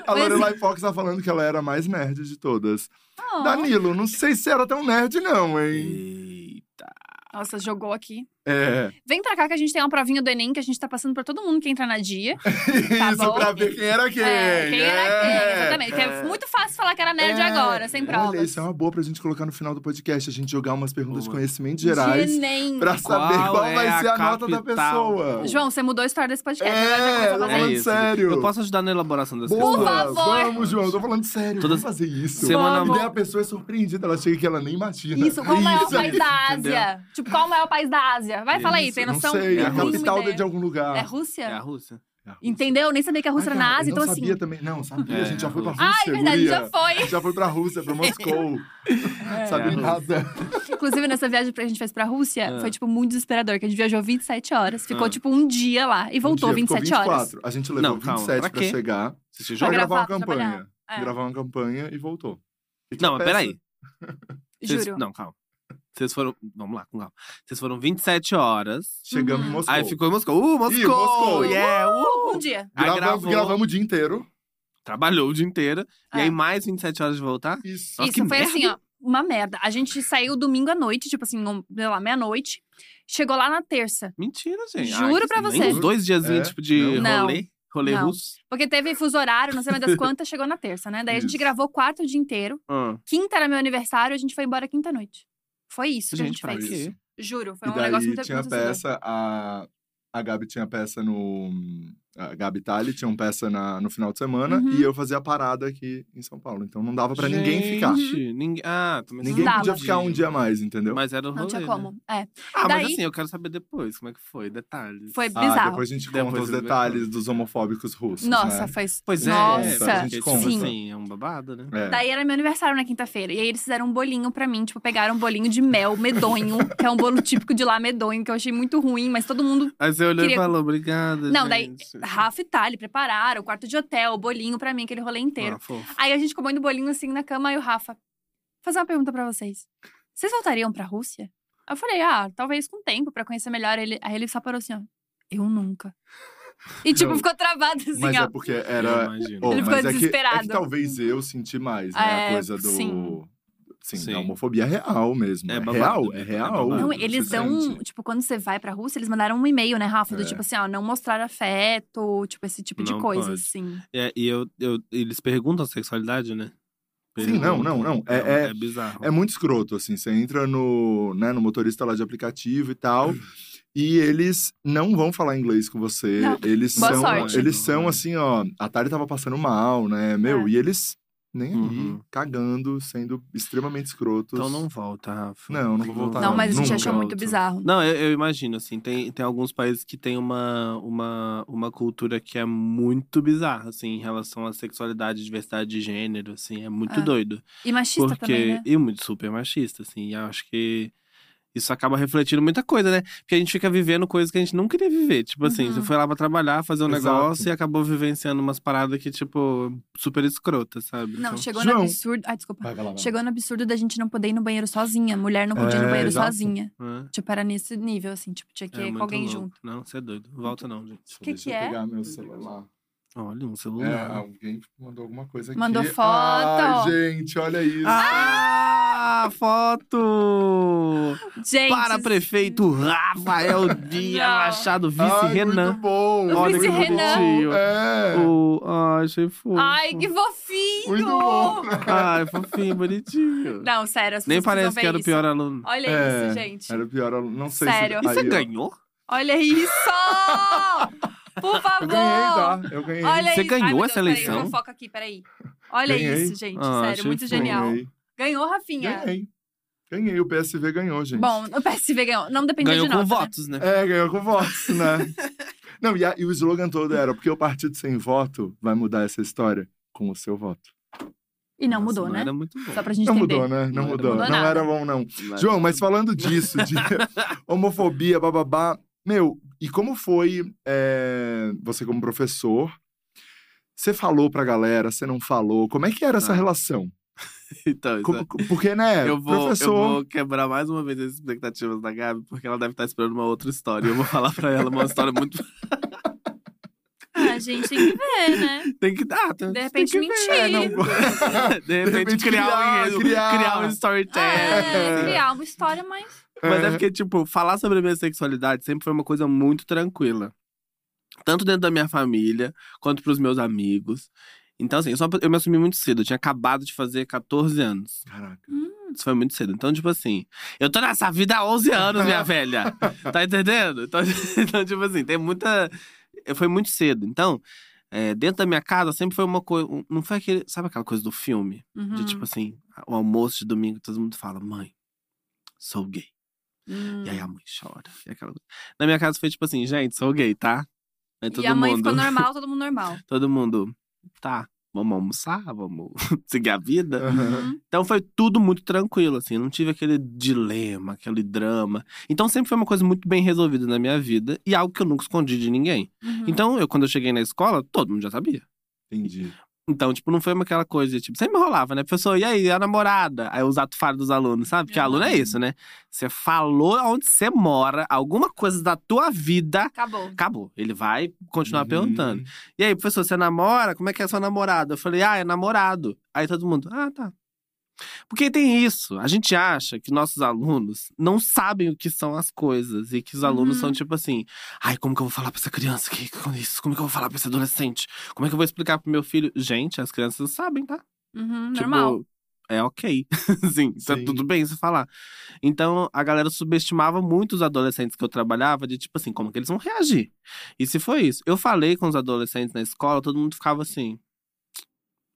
[SPEAKER 2] A Lorelai Fox tá falando que ela era a mais nerd de todas.
[SPEAKER 1] Ah,
[SPEAKER 2] Danilo, não sei se era tão nerd não, hein?
[SPEAKER 3] Eita.
[SPEAKER 1] Nossa, jogou aqui.
[SPEAKER 2] É.
[SPEAKER 1] Vem pra cá que a gente tem uma provinha do Enem que a gente tá passando pra todo mundo que entra na dia.
[SPEAKER 2] Isso,
[SPEAKER 1] Tá bom.
[SPEAKER 2] pra ver quem era quem.
[SPEAKER 1] É, quem era
[SPEAKER 2] É.
[SPEAKER 1] quem, exatamente. Que é muito fácil falar que era nerd
[SPEAKER 2] É.
[SPEAKER 1] agora, sem provas.
[SPEAKER 2] Olha, isso é uma boa pra gente colocar no final do podcast. A gente jogar umas perguntas de
[SPEAKER 3] Boa.
[SPEAKER 2] conhecimentos
[SPEAKER 1] De
[SPEAKER 2] gerais
[SPEAKER 1] Enem.
[SPEAKER 2] pra saber qual,
[SPEAKER 3] Qual é
[SPEAKER 2] vai
[SPEAKER 3] a
[SPEAKER 2] ser a, nota da
[SPEAKER 3] capital?
[SPEAKER 2] pessoa.
[SPEAKER 1] João, você mudou a história desse podcast. agora já
[SPEAKER 2] É,
[SPEAKER 1] começou
[SPEAKER 2] tô
[SPEAKER 1] a
[SPEAKER 3] fazer
[SPEAKER 2] falando
[SPEAKER 3] isso.
[SPEAKER 2] sério.
[SPEAKER 3] Eu posso ajudar na elaboração dessa
[SPEAKER 2] Boa,
[SPEAKER 1] Por
[SPEAKER 3] história?
[SPEAKER 1] favor.
[SPEAKER 2] Vamos, João, eu tô falando sério.
[SPEAKER 3] Toda
[SPEAKER 2] Vamos fazer isso.
[SPEAKER 3] semana-
[SPEAKER 2] E daí a pessoa é surpreendida, ela chega que ela nem imagina.
[SPEAKER 1] Tá Isso, qual o maior
[SPEAKER 2] Isso.
[SPEAKER 1] país da Ásia? Tipo, qual o maior país da Ásia? Vai, fala aí,
[SPEAKER 3] Isso,
[SPEAKER 1] tem
[SPEAKER 2] Não
[SPEAKER 1] noção?
[SPEAKER 2] sei, é
[SPEAKER 1] Eu
[SPEAKER 2] a
[SPEAKER 1] não tenho
[SPEAKER 2] capital
[SPEAKER 1] ideia.
[SPEAKER 2] de algum lugar.
[SPEAKER 1] É
[SPEAKER 3] É a
[SPEAKER 1] Rússia?
[SPEAKER 3] Rússia?
[SPEAKER 1] Entendeu? Nem sabia que a Rússia
[SPEAKER 2] Ai,
[SPEAKER 1] era na
[SPEAKER 2] cara,
[SPEAKER 1] Ásia,
[SPEAKER 2] Ah, eu
[SPEAKER 1] então
[SPEAKER 2] não
[SPEAKER 1] assim.
[SPEAKER 2] sabia também. Não, sabia,
[SPEAKER 3] É,
[SPEAKER 2] a gente já foi pra Rússia.
[SPEAKER 1] Ai, verdade,
[SPEAKER 2] guria.
[SPEAKER 1] já foi. É.
[SPEAKER 2] Já foi pra Rússia, pra Moscou. Sabe
[SPEAKER 3] É.
[SPEAKER 2] nada.
[SPEAKER 1] Inclusive, nessa viagem que a gente fez pra Rússia,
[SPEAKER 3] Ah.
[SPEAKER 1] foi, tipo, muito desesperador, que a gente viajou 27 horas, ficou,
[SPEAKER 3] Ah.
[SPEAKER 1] tipo, um dia lá e voltou
[SPEAKER 2] Um dia ficou
[SPEAKER 1] 27 horas.
[SPEAKER 2] 24. A gente levou
[SPEAKER 3] Não, calma,
[SPEAKER 2] 27
[SPEAKER 3] pra
[SPEAKER 2] pra
[SPEAKER 3] quê?
[SPEAKER 2] chegar.
[SPEAKER 3] Você
[SPEAKER 2] Pra
[SPEAKER 3] se
[SPEAKER 1] Pra
[SPEAKER 3] joga?
[SPEAKER 2] gravar
[SPEAKER 1] gravar,
[SPEAKER 2] uma
[SPEAKER 1] pra
[SPEAKER 2] campanha.
[SPEAKER 1] É,
[SPEAKER 2] Gravar uma campanha e voltou. E que
[SPEAKER 3] Não, mas
[SPEAKER 2] peça?
[SPEAKER 3] peraí. Vocês-
[SPEAKER 1] juro.
[SPEAKER 3] Não, calma. Vocês foram. Vamos lá, com calma. Vocês foram 27 horas.
[SPEAKER 2] Chegamos em
[SPEAKER 1] Uhum.
[SPEAKER 2] Moscou.
[SPEAKER 3] Hum. Aí ficou em Moscou. Uh, Moscou!
[SPEAKER 2] Ih, Moscou.
[SPEAKER 3] Yeah! Uh!
[SPEAKER 1] Um dia.
[SPEAKER 3] Aí
[SPEAKER 2] Gravamos,
[SPEAKER 3] gravou,
[SPEAKER 2] gravamos o dia inteiro.
[SPEAKER 3] Trabalhou o dia inteiro. E
[SPEAKER 1] É.
[SPEAKER 3] aí, mais 27 horas de voltar.
[SPEAKER 2] Isso.
[SPEAKER 3] Nossa,
[SPEAKER 1] Isso,
[SPEAKER 3] que
[SPEAKER 1] foi assim, ó, uma merda. A gente saiu domingo à noite, tipo assim, um, sei lá, meia-noite. Chegou lá na terça.
[SPEAKER 3] Mentira, gente.
[SPEAKER 1] Juro
[SPEAKER 3] que
[SPEAKER 1] pra
[SPEAKER 3] nem
[SPEAKER 1] você.
[SPEAKER 3] Uns dois diazinhos,
[SPEAKER 2] É?
[SPEAKER 3] tipo, de
[SPEAKER 1] Não.
[SPEAKER 3] rolê. Rolê
[SPEAKER 1] Não.
[SPEAKER 3] russo.
[SPEAKER 1] Porque teve fuso horário, não sei mais das quantas, chegou na terça, né? Daí a
[SPEAKER 2] Isso.
[SPEAKER 1] gente gravou quarto o dia inteiro.
[SPEAKER 3] Ah,
[SPEAKER 1] Quinta era meu aniversário, a gente foi embora quinta-noite. Foi isso que a
[SPEAKER 3] gente,
[SPEAKER 1] gente
[SPEAKER 3] pra
[SPEAKER 1] fez.
[SPEAKER 3] quê?
[SPEAKER 1] Juro, foi
[SPEAKER 2] E
[SPEAKER 1] um negócio
[SPEAKER 2] daí
[SPEAKER 1] muito
[SPEAKER 2] tinha
[SPEAKER 1] muito
[SPEAKER 2] peça, a, a Gabi tinha peça no. hum, A Gabi Tali tinha um peça na, no final de semana
[SPEAKER 1] Uhum.
[SPEAKER 2] e eu fazia a parada aqui em São Paulo. Então não dava pra ninguém ficar.
[SPEAKER 3] Gente, ninguém- Ah, também
[SPEAKER 2] Ninguém
[SPEAKER 1] dava.
[SPEAKER 2] podia ficar um dia a mais, entendeu?
[SPEAKER 3] Mas era o rolê.
[SPEAKER 1] Não tinha
[SPEAKER 3] né?
[SPEAKER 1] como. É,
[SPEAKER 3] Ah,
[SPEAKER 1] Daí-
[SPEAKER 3] mas assim, eu quero saber depois como é que foi, detalhes.
[SPEAKER 1] foi
[SPEAKER 2] ah,
[SPEAKER 1] bizarro.
[SPEAKER 2] depois a gente conta
[SPEAKER 3] Depois
[SPEAKER 2] os
[SPEAKER 3] a gente
[SPEAKER 2] detalhes dos homofóbicos russos.
[SPEAKER 1] Nossa,
[SPEAKER 2] né?
[SPEAKER 1] foi.
[SPEAKER 3] Pois é,
[SPEAKER 1] Nossa,
[SPEAKER 2] a
[SPEAKER 3] porque,
[SPEAKER 2] gente
[SPEAKER 3] tipo
[SPEAKER 2] conta.
[SPEAKER 3] assim, é um babado, né?
[SPEAKER 2] É.
[SPEAKER 1] Daí era meu aniversário na quinta-feira. E aí eles fizeram um bolinho pra mim. Tipo, pegaram um bolinho de mel, medonho. que é um bolo típico de lá, medonho. Que eu achei muito ruim. Mas todo mundo…
[SPEAKER 3] Aí você olhou
[SPEAKER 1] Queria-
[SPEAKER 3] e falou, obrigada,
[SPEAKER 1] Não, daí- é,
[SPEAKER 3] gente."
[SPEAKER 1] Rafa e Thali prepararam. Quarto de hotel, bolinho pra mim. Aquele rolê inteiro.
[SPEAKER 3] Ah, fofo.
[SPEAKER 1] Aí a gente comendo bolinho assim na cama. E o Rafa… Vou fazer uma pergunta pra vocês. Vocês voltariam pra Rússia? Eu falei, ah, talvez com tempo pra conhecer melhor. Ele, aí ele só parou assim, ó. Eu nunca. E tipo,
[SPEAKER 2] Não.
[SPEAKER 1] ficou travado assim,
[SPEAKER 2] Mas
[SPEAKER 1] ó.
[SPEAKER 2] é porque era.
[SPEAKER 3] Eu imagino.
[SPEAKER 2] Oh,
[SPEAKER 1] Ele
[SPEAKER 2] mas
[SPEAKER 1] ficou
[SPEAKER 2] é que- É que,
[SPEAKER 1] desesperado.
[SPEAKER 2] talvez eu senti mais, né? a
[SPEAKER 1] É,
[SPEAKER 2] coisa do.
[SPEAKER 1] sim.
[SPEAKER 2] Sim,
[SPEAKER 3] Sim.
[SPEAKER 2] da homofobia real mesmo.
[SPEAKER 3] É
[SPEAKER 2] É,
[SPEAKER 3] babado,
[SPEAKER 2] real,
[SPEAKER 3] né?
[SPEAKER 2] é
[SPEAKER 3] É
[SPEAKER 2] real.
[SPEAKER 3] babado.
[SPEAKER 1] Não,
[SPEAKER 2] Você
[SPEAKER 1] eles dão.
[SPEAKER 2] sente.
[SPEAKER 1] Tipo, quando você vai pra Rússia, eles mandaram um e-mail, né, Rafa? Do
[SPEAKER 2] É.
[SPEAKER 1] tipo assim, ó, não mostrar afeto, tipo, esse tipo de
[SPEAKER 3] Não
[SPEAKER 1] coisa,
[SPEAKER 3] pode.
[SPEAKER 1] assim.
[SPEAKER 3] É, e eu, eu- eles perguntam a sexualidade, né?
[SPEAKER 2] Sim, não, não, não. É-
[SPEAKER 3] Então,
[SPEAKER 2] é-
[SPEAKER 3] bizarro.
[SPEAKER 2] É muito escroto, assim. Você entra no, né, no motorista lá de aplicativo e tal. E eles não vão falar inglês com você.
[SPEAKER 1] Não.
[SPEAKER 2] Eles
[SPEAKER 1] Boa
[SPEAKER 2] são.
[SPEAKER 1] sorte.
[SPEAKER 2] Eles são assim, ó. A Tari tava passando mal, né? Meu,
[SPEAKER 1] É.
[SPEAKER 2] e eles nem aí,
[SPEAKER 3] Uhum.
[SPEAKER 2] cagando, sendo extremamente escrotos.
[SPEAKER 3] Então não volta, Rafa.
[SPEAKER 2] Não, não vou voltar,
[SPEAKER 1] Não, mas a gente
[SPEAKER 2] Tá, nunca
[SPEAKER 1] achou muito
[SPEAKER 3] volta.
[SPEAKER 1] bizarro.
[SPEAKER 3] Não, eu, eu imagino, assim, tem, tem alguns países que tem uma, uma, uma cultura que é muito bizarra, assim, em relação à sexualidade, diversidade de gênero, assim, é muito
[SPEAKER 1] É.
[SPEAKER 3] doido.
[SPEAKER 1] E machista
[SPEAKER 3] Porque.
[SPEAKER 1] também, né?
[SPEAKER 3] E muito super machista, assim, e eu acho que. Isso acaba refletindo muita coisa, né? Porque a gente fica vivendo coisas que a gente não queria viver. Tipo assim,
[SPEAKER 1] Uhum.
[SPEAKER 3] você foi lá pra trabalhar, fazer um
[SPEAKER 2] Exato.
[SPEAKER 3] negócio e acabou vivenciando umas paradas que, tipo, super escrota, sabe?
[SPEAKER 1] Não,
[SPEAKER 3] Então-
[SPEAKER 1] chegou no
[SPEAKER 2] João.
[SPEAKER 1] absurdo. Ai, desculpa.
[SPEAKER 2] Vai, vai lá, vai lá.
[SPEAKER 1] Chegou no absurdo da gente não poder ir no banheiro sozinha. Mulher não podia ir
[SPEAKER 2] É,
[SPEAKER 1] no banheiro
[SPEAKER 2] exato.
[SPEAKER 1] sozinha.
[SPEAKER 3] né?
[SPEAKER 1] Tipo, era nesse nível, assim. Tipo, tinha que
[SPEAKER 3] É
[SPEAKER 1] ir com
[SPEAKER 3] muito
[SPEAKER 1] alguém
[SPEAKER 3] louco.
[SPEAKER 1] junto.
[SPEAKER 3] Não, você é doido. Volta não, gente.
[SPEAKER 2] Deixa,
[SPEAKER 1] Que
[SPEAKER 2] deixa
[SPEAKER 1] que
[SPEAKER 2] eu
[SPEAKER 1] é?
[SPEAKER 2] pegar meu celular.
[SPEAKER 3] Olha, um
[SPEAKER 2] É,
[SPEAKER 3] celular.
[SPEAKER 2] alguém mandou alguma coisa aqui.
[SPEAKER 1] Mandou foto.
[SPEAKER 2] Ai, gente, olha isso.
[SPEAKER 3] Ah, foto!
[SPEAKER 1] Gente,
[SPEAKER 3] Para prefeito Rafael Dias
[SPEAKER 1] Não.
[SPEAKER 3] Machado, vice
[SPEAKER 2] Ai,
[SPEAKER 3] Renan.
[SPEAKER 2] Muito bom.
[SPEAKER 1] O
[SPEAKER 3] Olha
[SPEAKER 1] vice
[SPEAKER 3] que
[SPEAKER 1] Renan.
[SPEAKER 3] bonitinho.
[SPEAKER 2] É.
[SPEAKER 3] O... Ai, achei fofo.
[SPEAKER 1] Ai, que fofinho!
[SPEAKER 2] Muito bom.
[SPEAKER 3] Ai, fofinho, bonitinho.
[SPEAKER 1] Não, sério, as
[SPEAKER 3] Nem
[SPEAKER 1] pessoas precisam
[SPEAKER 3] parece que
[SPEAKER 1] ver
[SPEAKER 3] era o
[SPEAKER 1] isso.
[SPEAKER 3] pior aluno.
[SPEAKER 1] Olha
[SPEAKER 2] É,
[SPEAKER 1] isso, gente.
[SPEAKER 2] Era o pior aluno. Não sei
[SPEAKER 1] Sério.
[SPEAKER 2] se.
[SPEAKER 3] E você
[SPEAKER 2] Aí, ó.
[SPEAKER 3] ganhou?
[SPEAKER 1] Olha isso! Por favor!
[SPEAKER 2] Eu ganhei, tá? Eu ganhei.
[SPEAKER 1] Olha
[SPEAKER 3] Você
[SPEAKER 1] isso.
[SPEAKER 3] ganhou
[SPEAKER 1] Ai, meu
[SPEAKER 3] essa
[SPEAKER 1] Deus,
[SPEAKER 3] eleição?
[SPEAKER 1] Peraí, fofoca aqui, peraí. Olha
[SPEAKER 2] Ganhei.
[SPEAKER 1] isso, gente.
[SPEAKER 3] Ah, achei
[SPEAKER 1] sério, muito
[SPEAKER 3] fofo.
[SPEAKER 1] genial.
[SPEAKER 2] Ganhei.
[SPEAKER 1] Ganhou, Rafinha.
[SPEAKER 2] Ganhei. Ganhei. O PSV ganhou, gente.
[SPEAKER 1] Bom, o PSV ganhou. Não dependeu
[SPEAKER 3] Ganhou
[SPEAKER 1] de
[SPEAKER 3] com
[SPEAKER 1] nós.
[SPEAKER 3] votos, né?
[SPEAKER 2] É, ganhou com votos, né? Não, e, a- e o slogan todo era: porque o partido sem voto vai mudar essa história com o seu voto.
[SPEAKER 1] E não
[SPEAKER 3] Nossa,
[SPEAKER 1] mudou, né?
[SPEAKER 3] Era muito bom.
[SPEAKER 1] Só pra gente
[SPEAKER 2] Não
[SPEAKER 1] entender.
[SPEAKER 2] mudou, né? Não,
[SPEAKER 3] Não era-
[SPEAKER 2] mudou.
[SPEAKER 1] mudou
[SPEAKER 2] não
[SPEAKER 1] nada.
[SPEAKER 2] era bom, não.
[SPEAKER 3] Mas-
[SPEAKER 2] João, mas falando disso, de homofobia, bababá, meu, e como foi é, você como professor? Você falou pra galera, você não falou? Como é que era essa
[SPEAKER 3] Ah.
[SPEAKER 2] relação?
[SPEAKER 3] Então,
[SPEAKER 2] Como- porque, né,
[SPEAKER 3] Eu vou, eu
[SPEAKER 2] professor...
[SPEAKER 3] vou quebrar mais uma vez as expectativas da Gabi, porque ela deve estar esperando uma outra história. Eu vou falar pra ela uma história muito.
[SPEAKER 1] Ah, gente, tem que ver, né?
[SPEAKER 3] Tem que dar. Tem,
[SPEAKER 1] De
[SPEAKER 3] tem
[SPEAKER 1] repente,
[SPEAKER 3] que ver, né?
[SPEAKER 1] mentir.
[SPEAKER 3] não- De repente,
[SPEAKER 2] repente,
[SPEAKER 3] criar, um
[SPEAKER 2] criar,
[SPEAKER 3] enredo,
[SPEAKER 2] criar.
[SPEAKER 3] criar um
[SPEAKER 1] É,
[SPEAKER 3] storytelling.
[SPEAKER 1] criar uma história, mas.
[SPEAKER 3] Mas é porque, tipo, falar sobre a minha sexualidade sempre foi uma coisa muito tranquila. Tanto dentro da minha família, quanto pros meus amigos. Então, assim, eu, só, eu me assumi muito cedo. Eu tinha acabado de fazer 14 anos.
[SPEAKER 2] Caraca.
[SPEAKER 3] Isso foi muito cedo. Então, tipo assim, eu tô nessa vida há 11 anos, minha velha. Tá entendendo? Então, então, tipo assim, tem muita. eh, Foi muito cedo. Então, eh, dentro da minha casa sempre foi uma coisa. Não foi aquele. Sabe aquela coisa do filme?
[SPEAKER 1] Uhum.
[SPEAKER 3] De tipo assim, o almoço de domingo, todo mundo fala, mãe, sou gay.
[SPEAKER 1] Hum.
[SPEAKER 3] E aí a mãe chora. E aquela coisa. Na minha casa foi tipo assim, gente, sou gay, tá? Aí todo
[SPEAKER 1] E a mãe
[SPEAKER 3] mundo.
[SPEAKER 1] ficou normal, todo mundo normal.
[SPEAKER 3] Todo mundo, tá, vamos almoçar, vamos seguir a vida.
[SPEAKER 2] Aham.
[SPEAKER 1] Uhum.
[SPEAKER 3] Então foi tudo muito tranquilo, assim. eu Não tive aquele dilema, aquele drama. Então sempre foi uma coisa muito bem resolvida na minha vida e algo que eu nunca escondi de ninguém.
[SPEAKER 1] Uhum.
[SPEAKER 3] Então, eu, quando eu cheguei na escola, todo mundo já sabia.
[SPEAKER 2] Entendi.
[SPEAKER 3] Então, tipo, não foi uma aquela coisa, tipo, sempre rolava, né? Professor, e aí, a namorada? Aí os atos falhos dos alunos, sabe? Porque
[SPEAKER 1] Uhum.
[SPEAKER 3] aluno é isso, né? Você falou onde você mora, alguma coisa da tua vida,
[SPEAKER 1] Acabou.
[SPEAKER 3] acabou. Ele vai continuar
[SPEAKER 2] Uhum.
[SPEAKER 3] perguntando. E aí, professor, você namora? Como é que é sua namorada? Eu falei, ah, é namorado. Aí todo mundo, ah, tá. Porque tem isso. A gente acha que nossos alunos não sabem o que são as coisas. E que os alunos
[SPEAKER 1] Uhum.
[SPEAKER 3] são tipo assim: ai, como que eu vou falar pra essa criança que com isso? Como que eu vou falar pra esse adolescente? Como é que eu vou explicar pro meu filho? Gente, as crianças sabem, tá?
[SPEAKER 1] Uhum,
[SPEAKER 3] Tipo,
[SPEAKER 1] normal.
[SPEAKER 3] é ok. Sim, tá
[SPEAKER 2] Sim.
[SPEAKER 3] tudo bem se falar. Então, a galera subestimava muito os adolescentes que eu trabalhava, de tipo assim, como que eles vão reagir? E se foi isso? Eu falei com os adolescentes na escola, todo mundo ficava assim,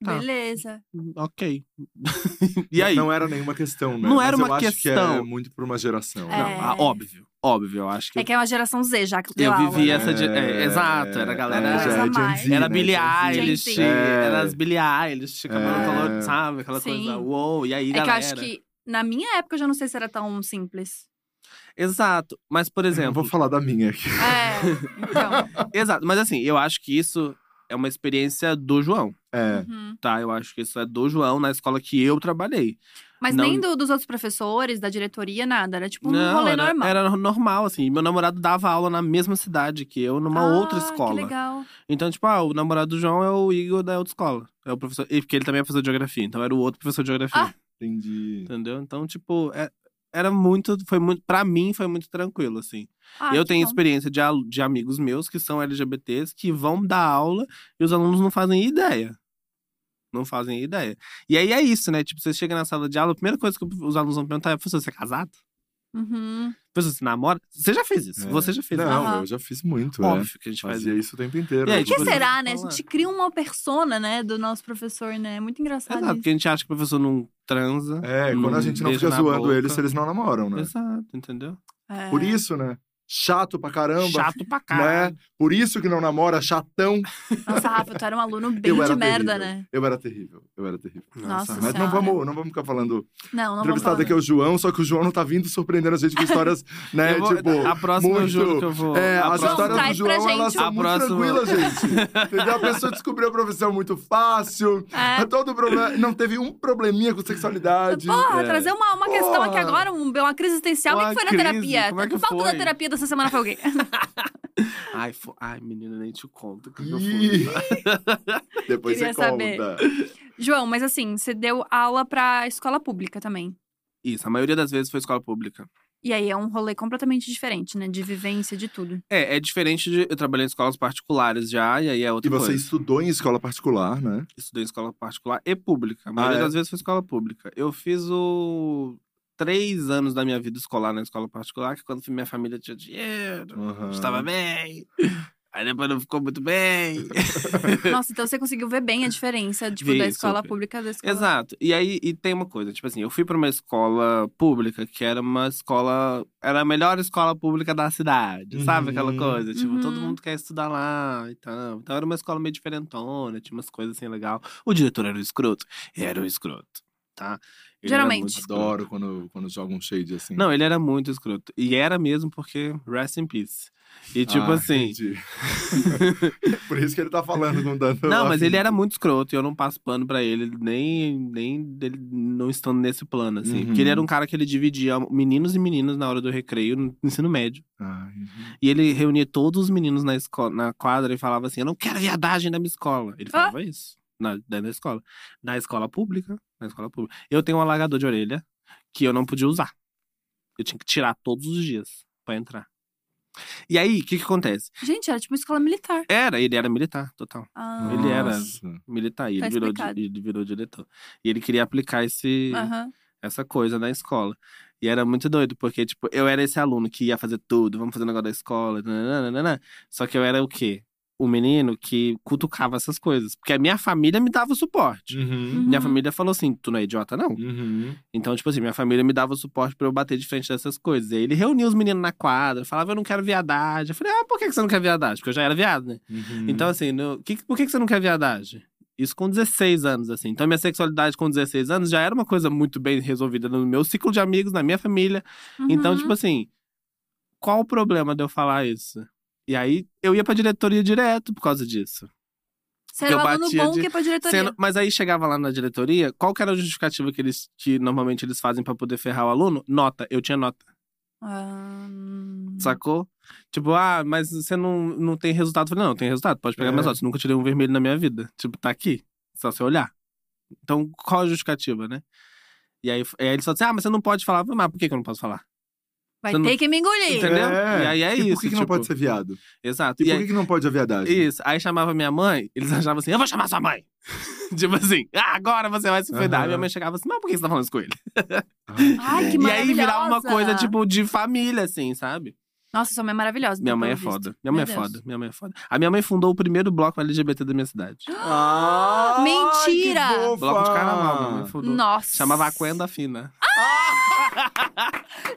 [SPEAKER 3] tá.
[SPEAKER 1] Beleza.
[SPEAKER 3] ok. e aí?
[SPEAKER 2] Não era nenhuma questão, né?
[SPEAKER 3] Não era
[SPEAKER 2] Mas
[SPEAKER 3] uma
[SPEAKER 2] eu Acho que é
[SPEAKER 3] questão.
[SPEAKER 2] muito pra uma geração. né?
[SPEAKER 1] É.
[SPEAKER 3] Não, ah, óbvio. Óbvio, eu acho que.
[SPEAKER 1] É que é uma geração Z, já que
[SPEAKER 3] Tipo, Eu
[SPEAKER 1] deu aula,
[SPEAKER 3] vivi
[SPEAKER 1] né?
[SPEAKER 3] essa. de- é, exato, era a galera.
[SPEAKER 1] é, já-
[SPEAKER 3] era
[SPEAKER 1] Coisa mais.
[SPEAKER 2] Gen Z,
[SPEAKER 3] era
[SPEAKER 2] né?
[SPEAKER 3] Billie
[SPEAKER 2] Gen Z.
[SPEAKER 3] Eilish, é.
[SPEAKER 1] Gen Z.
[SPEAKER 3] era as Billie Eilish, cabelo
[SPEAKER 1] É.
[SPEAKER 3] colorido, sabe? Aquela
[SPEAKER 1] Sim.
[SPEAKER 3] coisa, uou, e aí,
[SPEAKER 1] É que eu
[SPEAKER 3] galera.
[SPEAKER 1] acho que na minha época eu já não sei se era tão simples.
[SPEAKER 3] Exato. Mas, por
[SPEAKER 2] Eu
[SPEAKER 3] exemplo,
[SPEAKER 2] Vou falar da minha aqui.
[SPEAKER 1] É, então.
[SPEAKER 3] Exato, mas assim, eu acho que isso é uma experiência do João,
[SPEAKER 2] É.
[SPEAKER 1] uhum.
[SPEAKER 3] tá? Eu acho que isso é do João na escola que eu trabalhei.
[SPEAKER 1] Mas
[SPEAKER 3] Não-
[SPEAKER 1] nem do- dos outros professores, da diretoria, nada. Era tipo um
[SPEAKER 3] Não,
[SPEAKER 1] rolê
[SPEAKER 3] era,
[SPEAKER 1] normal.
[SPEAKER 3] era normal, assim. Meu namorado dava aula na mesma cidade que eu, numa
[SPEAKER 1] Ah,
[SPEAKER 3] outra
[SPEAKER 1] Que
[SPEAKER 3] escola.
[SPEAKER 1] legal.
[SPEAKER 3] Então, tipo, ah, o namorado do João é o Igor da outra escola. É o professor. E porque ele também é professor de geografia, então era o outro professor de geografia.
[SPEAKER 1] Ah.
[SPEAKER 2] Entendi.
[SPEAKER 3] Entendeu? Então, tipo, é- era muito. Foi muito. Pra mim, foi muito tranquilo, assim.
[SPEAKER 1] Ah,
[SPEAKER 3] eu
[SPEAKER 1] que
[SPEAKER 3] tenho
[SPEAKER 1] bom.
[SPEAKER 3] experiência de, alu- de amigos meus que são LGBTs que vão dar aula e os alunos não fazem ideia. Não fazem ideia. E aí é isso, né? Tipo, você chega na sala de aula, a primeira coisa que os alunos vão perguntar é: professor, você é casado?
[SPEAKER 1] Uhum.
[SPEAKER 3] Pessoas se namoram. Você já fez isso.
[SPEAKER 2] É.
[SPEAKER 3] Você já fez
[SPEAKER 2] Não,
[SPEAKER 1] Aham.
[SPEAKER 2] eu já fiz muito,
[SPEAKER 3] isso.
[SPEAKER 2] né?
[SPEAKER 3] Óbvio que a gente faz
[SPEAKER 2] Fazia
[SPEAKER 3] isso.
[SPEAKER 2] isso o tempo inteiro.
[SPEAKER 3] E aí,
[SPEAKER 2] Eu
[SPEAKER 1] Por que
[SPEAKER 3] Tipo,
[SPEAKER 2] fazia-
[SPEAKER 1] será, né? A
[SPEAKER 3] falar.
[SPEAKER 1] gente cria uma persona, né, do nosso professor, né? É muito engraçado
[SPEAKER 3] Exato,
[SPEAKER 1] isso.
[SPEAKER 3] porque a gente acha que o professor não transa.
[SPEAKER 2] É, quando a
[SPEAKER 3] Hum,
[SPEAKER 2] gente não
[SPEAKER 3] beijo
[SPEAKER 2] fica
[SPEAKER 3] na
[SPEAKER 2] zoando
[SPEAKER 3] boca.
[SPEAKER 2] eles, eles não namoram, né?
[SPEAKER 3] Exato, entendeu?
[SPEAKER 1] É.
[SPEAKER 2] Por isso, né? Chato pra caramba. é?
[SPEAKER 3] Chato pra caralho.
[SPEAKER 2] Por isso que não namora, chatão.
[SPEAKER 1] Nossa, Rafa, tu era um aluno bem
[SPEAKER 2] Eu era
[SPEAKER 1] de merda,
[SPEAKER 2] terrível.
[SPEAKER 1] né?
[SPEAKER 2] Eu era terrível, eu era terrível.
[SPEAKER 1] Nossa
[SPEAKER 2] Mas não
[SPEAKER 1] Senhora.
[SPEAKER 2] vamos, não vamos ficar falando.
[SPEAKER 1] Não, não vamos
[SPEAKER 2] Entrevistado
[SPEAKER 1] falar. né?
[SPEAKER 2] aqui é o João, só que o João não tá vindo surpreendendo a gente com histórias, né?
[SPEAKER 3] Eu vou-
[SPEAKER 2] tipo.
[SPEAKER 3] a próxima eu
[SPEAKER 2] muito-
[SPEAKER 3] juro que eu vou.
[SPEAKER 2] É,
[SPEAKER 3] a
[SPEAKER 2] as
[SPEAKER 1] próxima-
[SPEAKER 2] histórias do
[SPEAKER 1] Traz pra
[SPEAKER 2] João, elas
[SPEAKER 1] gente.
[SPEAKER 2] são
[SPEAKER 3] A
[SPEAKER 2] muito
[SPEAKER 3] próxima-
[SPEAKER 2] tranquilas, gente. Entendeu? A pessoa descobriu a profissão muito fácil.
[SPEAKER 1] É.
[SPEAKER 2] Todo problema, não teve um probleminha com sexualidade.
[SPEAKER 1] Porra,
[SPEAKER 3] É.
[SPEAKER 1] trazer uma, uma questão aqui
[SPEAKER 2] Porra.
[SPEAKER 1] agora, um- uma crise existencial. O que
[SPEAKER 3] Uma
[SPEAKER 1] que foi na
[SPEAKER 3] crise,
[SPEAKER 1] terapia?
[SPEAKER 3] como é que
[SPEAKER 1] Falta
[SPEAKER 3] foi?
[SPEAKER 1] da terapia dessa semana foi alguém.
[SPEAKER 3] Ai, fo... Ai, menina, nem te conto o que que eu fui.
[SPEAKER 2] Ih. Depois
[SPEAKER 1] Queria
[SPEAKER 2] você conta.
[SPEAKER 1] saber. João, mas assim, você deu aula pra escola pública também.
[SPEAKER 3] Isso, a maioria das vezes foi escola pública.
[SPEAKER 1] E aí é um rolê completamente diferente, né? De vivência, de tudo.
[SPEAKER 3] É, é diferente de. Eu trabalhei em escolas particulares já, e aí é
[SPEAKER 2] E
[SPEAKER 3] outra
[SPEAKER 2] você
[SPEAKER 3] coisa.
[SPEAKER 2] estudou em escola particular, né?
[SPEAKER 3] Estudei em escola particular e pública. A maioria
[SPEAKER 2] é?
[SPEAKER 3] das vezes foi escola pública. Eu fiz o. Três anos da minha vida escolar na escola particular, que quando minha família tinha dinheiro,
[SPEAKER 2] Aham.
[SPEAKER 3] Uhum. estava bem. Aí depois não ficou muito bem.
[SPEAKER 1] Nossa, então você conseguiu ver bem a diferença, tipo,
[SPEAKER 3] Vi,
[SPEAKER 1] da escola
[SPEAKER 3] super.
[SPEAKER 1] pública da escola.
[SPEAKER 3] Exato. E aí e tem uma coisa, tipo assim, eu fui pra uma escola pública que era uma escola, era a melhor escola pública da cidade, sabe aquela
[SPEAKER 2] Uhum.
[SPEAKER 3] coisa? Tipo, todo
[SPEAKER 1] Uhum.
[SPEAKER 3] mundo quer estudar lá e tal. Então era uma escola meio diferentona, tinha umas coisas assim legal. O diretor era um escroto, era um escroto, tá? Ele era muito
[SPEAKER 1] Geralmente.
[SPEAKER 3] escroto.
[SPEAKER 2] Adoro quando, quando joga um shade assim.
[SPEAKER 3] Não, ele era muito escroto. E era mesmo porque rest in peace. E tipo
[SPEAKER 2] Ah,
[SPEAKER 3] assim,
[SPEAKER 2] entendi. Por isso que ele tá falando com tanto.
[SPEAKER 3] Não, mas ele
[SPEAKER 2] afinco.
[SPEAKER 3] era muito escroto e eu não passo pano pra ele, nem, nem dele não estando nesse plano, assim.
[SPEAKER 2] Uhum.
[SPEAKER 3] Porque ele era um cara que ele dividia meninos e meninas na hora do recreio no ensino médio.
[SPEAKER 2] Ai,
[SPEAKER 3] E ele reunia todos os meninos na, escola, na quadra e falava assim: Eu não quero viadagem na minha escola. Ele falava isso. Na, dentro da escola. Na escola pública. Na escola pública. Eu tenho um alagador de orelha que eu não podia usar. Eu tinha que tirar todos os dias pra entrar. E aí, o que que acontece?
[SPEAKER 1] Gente, era tipo uma escola militar.
[SPEAKER 3] Era, ele era militar, total
[SPEAKER 1] Ah.
[SPEAKER 3] Ele era-
[SPEAKER 2] nossa.
[SPEAKER 3] militar. E
[SPEAKER 1] Tá
[SPEAKER 3] ele, virou, di-
[SPEAKER 1] explicado.
[SPEAKER 3] ele virou diretor. E ele queria aplicar esse,
[SPEAKER 1] Aham.
[SPEAKER 3] essa coisa na escola. E era muito doido, porque, tipo, eu era esse aluno que ia fazer tudo, vamos fazer o negócio da escola, nananana. Só que eu era o quê? O menino que cutucava essas coisas. Porque a minha família me dava suporte.
[SPEAKER 2] Uhum.
[SPEAKER 3] Minha
[SPEAKER 1] Uhum.
[SPEAKER 3] família falou assim: tu não é idiota, não.
[SPEAKER 2] Uhum.
[SPEAKER 3] Então, tipo assim, minha família me dava suporte pra eu bater de frente dessas coisas. E aí ele reunia os meninos na quadra, falava, eu não quero viadagem. Eu falei, ah, por que que você não quer viadagem? Porque eu já era viado, né?
[SPEAKER 2] Uhum.
[SPEAKER 3] Então, assim, no- que- por que, que você não quer viadagem? Isso com 16 anos, assim. Então, minha sexualidade com 16 anos já era uma coisa muito bem resolvida no meu ciclo de amigos, na minha família. Então,
[SPEAKER 1] Uhum.
[SPEAKER 3] tipo assim, qual o problema de eu falar isso? E aí, eu ia pra diretoria direto por causa disso.
[SPEAKER 1] Você era um
[SPEAKER 3] eu
[SPEAKER 1] aluno
[SPEAKER 3] batia
[SPEAKER 1] bom
[SPEAKER 3] de-
[SPEAKER 1] que ia pra diretoria.
[SPEAKER 3] Sendo- mas aí chegava lá na diretoria, qual que era a justificativa que eles que normalmente eles fazem pra poder ferrar o aluno? Nota, eu tinha nota,
[SPEAKER 1] Ah, hum.
[SPEAKER 3] sacou? Tipo, ah, mas você não, não tem resultado. Eu falei, não, tem resultado, pode pegar
[SPEAKER 2] É.
[SPEAKER 3] minhas notas. Nunca tirei um vermelho na minha vida. Tipo, tá aqui, só você olhar. Então, qual a justificativa, né? E aí, f- aí eles falam assim, ah, mas você não pode falar. Eu falei, Mas por que, que eu não posso falar?
[SPEAKER 1] Vai
[SPEAKER 3] Você não-
[SPEAKER 1] ter que me engolir.
[SPEAKER 3] Entendeu? E aí é
[SPEAKER 2] e
[SPEAKER 3] isso,
[SPEAKER 2] Por que, que não
[SPEAKER 3] tipo-
[SPEAKER 2] pode ser viado?
[SPEAKER 3] Exato.
[SPEAKER 2] E,
[SPEAKER 3] E,
[SPEAKER 2] por
[SPEAKER 3] aí,
[SPEAKER 2] que, que não pode a viadagem?
[SPEAKER 3] Isso. Aí chamava minha mãe, eles achavam assim: eu vou chamar sua mãe. tipo assim, ah, agora você vai se cuidar.
[SPEAKER 2] Aham.
[SPEAKER 3] Minha mãe chegava assim, mas por que você tá falando isso com ele?
[SPEAKER 1] Ai, que
[SPEAKER 3] e
[SPEAKER 1] maravilhosa.
[SPEAKER 3] aí virava uma coisa, tipo, de família, assim, sabe?
[SPEAKER 1] Nossa, sua mãe é maravilhosa.
[SPEAKER 3] Minha
[SPEAKER 1] pelo
[SPEAKER 3] mãe é
[SPEAKER 1] visto.
[SPEAKER 3] foda. Minha mãe é
[SPEAKER 1] Meu Deus.
[SPEAKER 3] foda. Minha mãe é foda. A minha mãe fundou o primeiro bloco LGBT da minha cidade.
[SPEAKER 2] Ah,
[SPEAKER 1] Mentira!
[SPEAKER 2] Que fofa!
[SPEAKER 3] Bloco de carnaval, né? minha mãe fundou.
[SPEAKER 1] Nossa.
[SPEAKER 3] Chamava a Quenda Fina.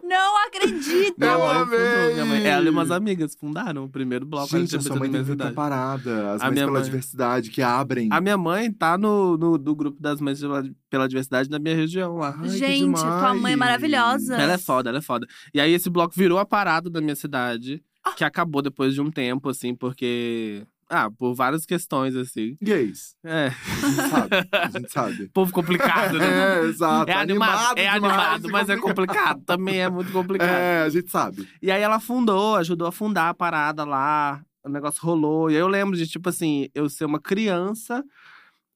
[SPEAKER 1] Não acredito.
[SPEAKER 3] Minha
[SPEAKER 2] Eu
[SPEAKER 3] mãe fundou.
[SPEAKER 2] amei!
[SPEAKER 3] Minha mãe, ela e umas amigas fundaram o primeiro bloco
[SPEAKER 2] Gente, a
[SPEAKER 3] LGBT
[SPEAKER 2] sua
[SPEAKER 3] da
[SPEAKER 2] mãe
[SPEAKER 3] minha
[SPEAKER 2] tem muita
[SPEAKER 3] cidade.
[SPEAKER 2] parada. As
[SPEAKER 3] A
[SPEAKER 2] mães
[SPEAKER 3] minha
[SPEAKER 2] pela
[SPEAKER 3] mãe-
[SPEAKER 2] diversidade que abrem.
[SPEAKER 3] A minha mãe tá no, no do grupo das mães pela, pela diversidade da minha região lá.
[SPEAKER 2] Ai, que
[SPEAKER 1] Gente, tua mãe é
[SPEAKER 2] demais.
[SPEAKER 1] maravilhosa.
[SPEAKER 3] Ela é foda, ela é foda. E aí esse bloco virou a parada da minha cidade,
[SPEAKER 1] Ah.
[SPEAKER 3] que acabou depois de um tempo, assim, porque. Ah, por várias questões, assim.
[SPEAKER 2] Gays.
[SPEAKER 3] É.
[SPEAKER 2] A gente sabe. A gente sabe.
[SPEAKER 3] Povo complicado, né?
[SPEAKER 2] É, exato.
[SPEAKER 3] É animado, é
[SPEAKER 2] demais
[SPEAKER 3] animado,
[SPEAKER 2] e
[SPEAKER 3] mas é complicado. Também é muito complicado.
[SPEAKER 2] É, a gente sabe.
[SPEAKER 3] E aí ela fundou, ajudou a fundar a parada lá. O negócio rolou. E aí eu lembro de, tipo assim, eu ser uma criança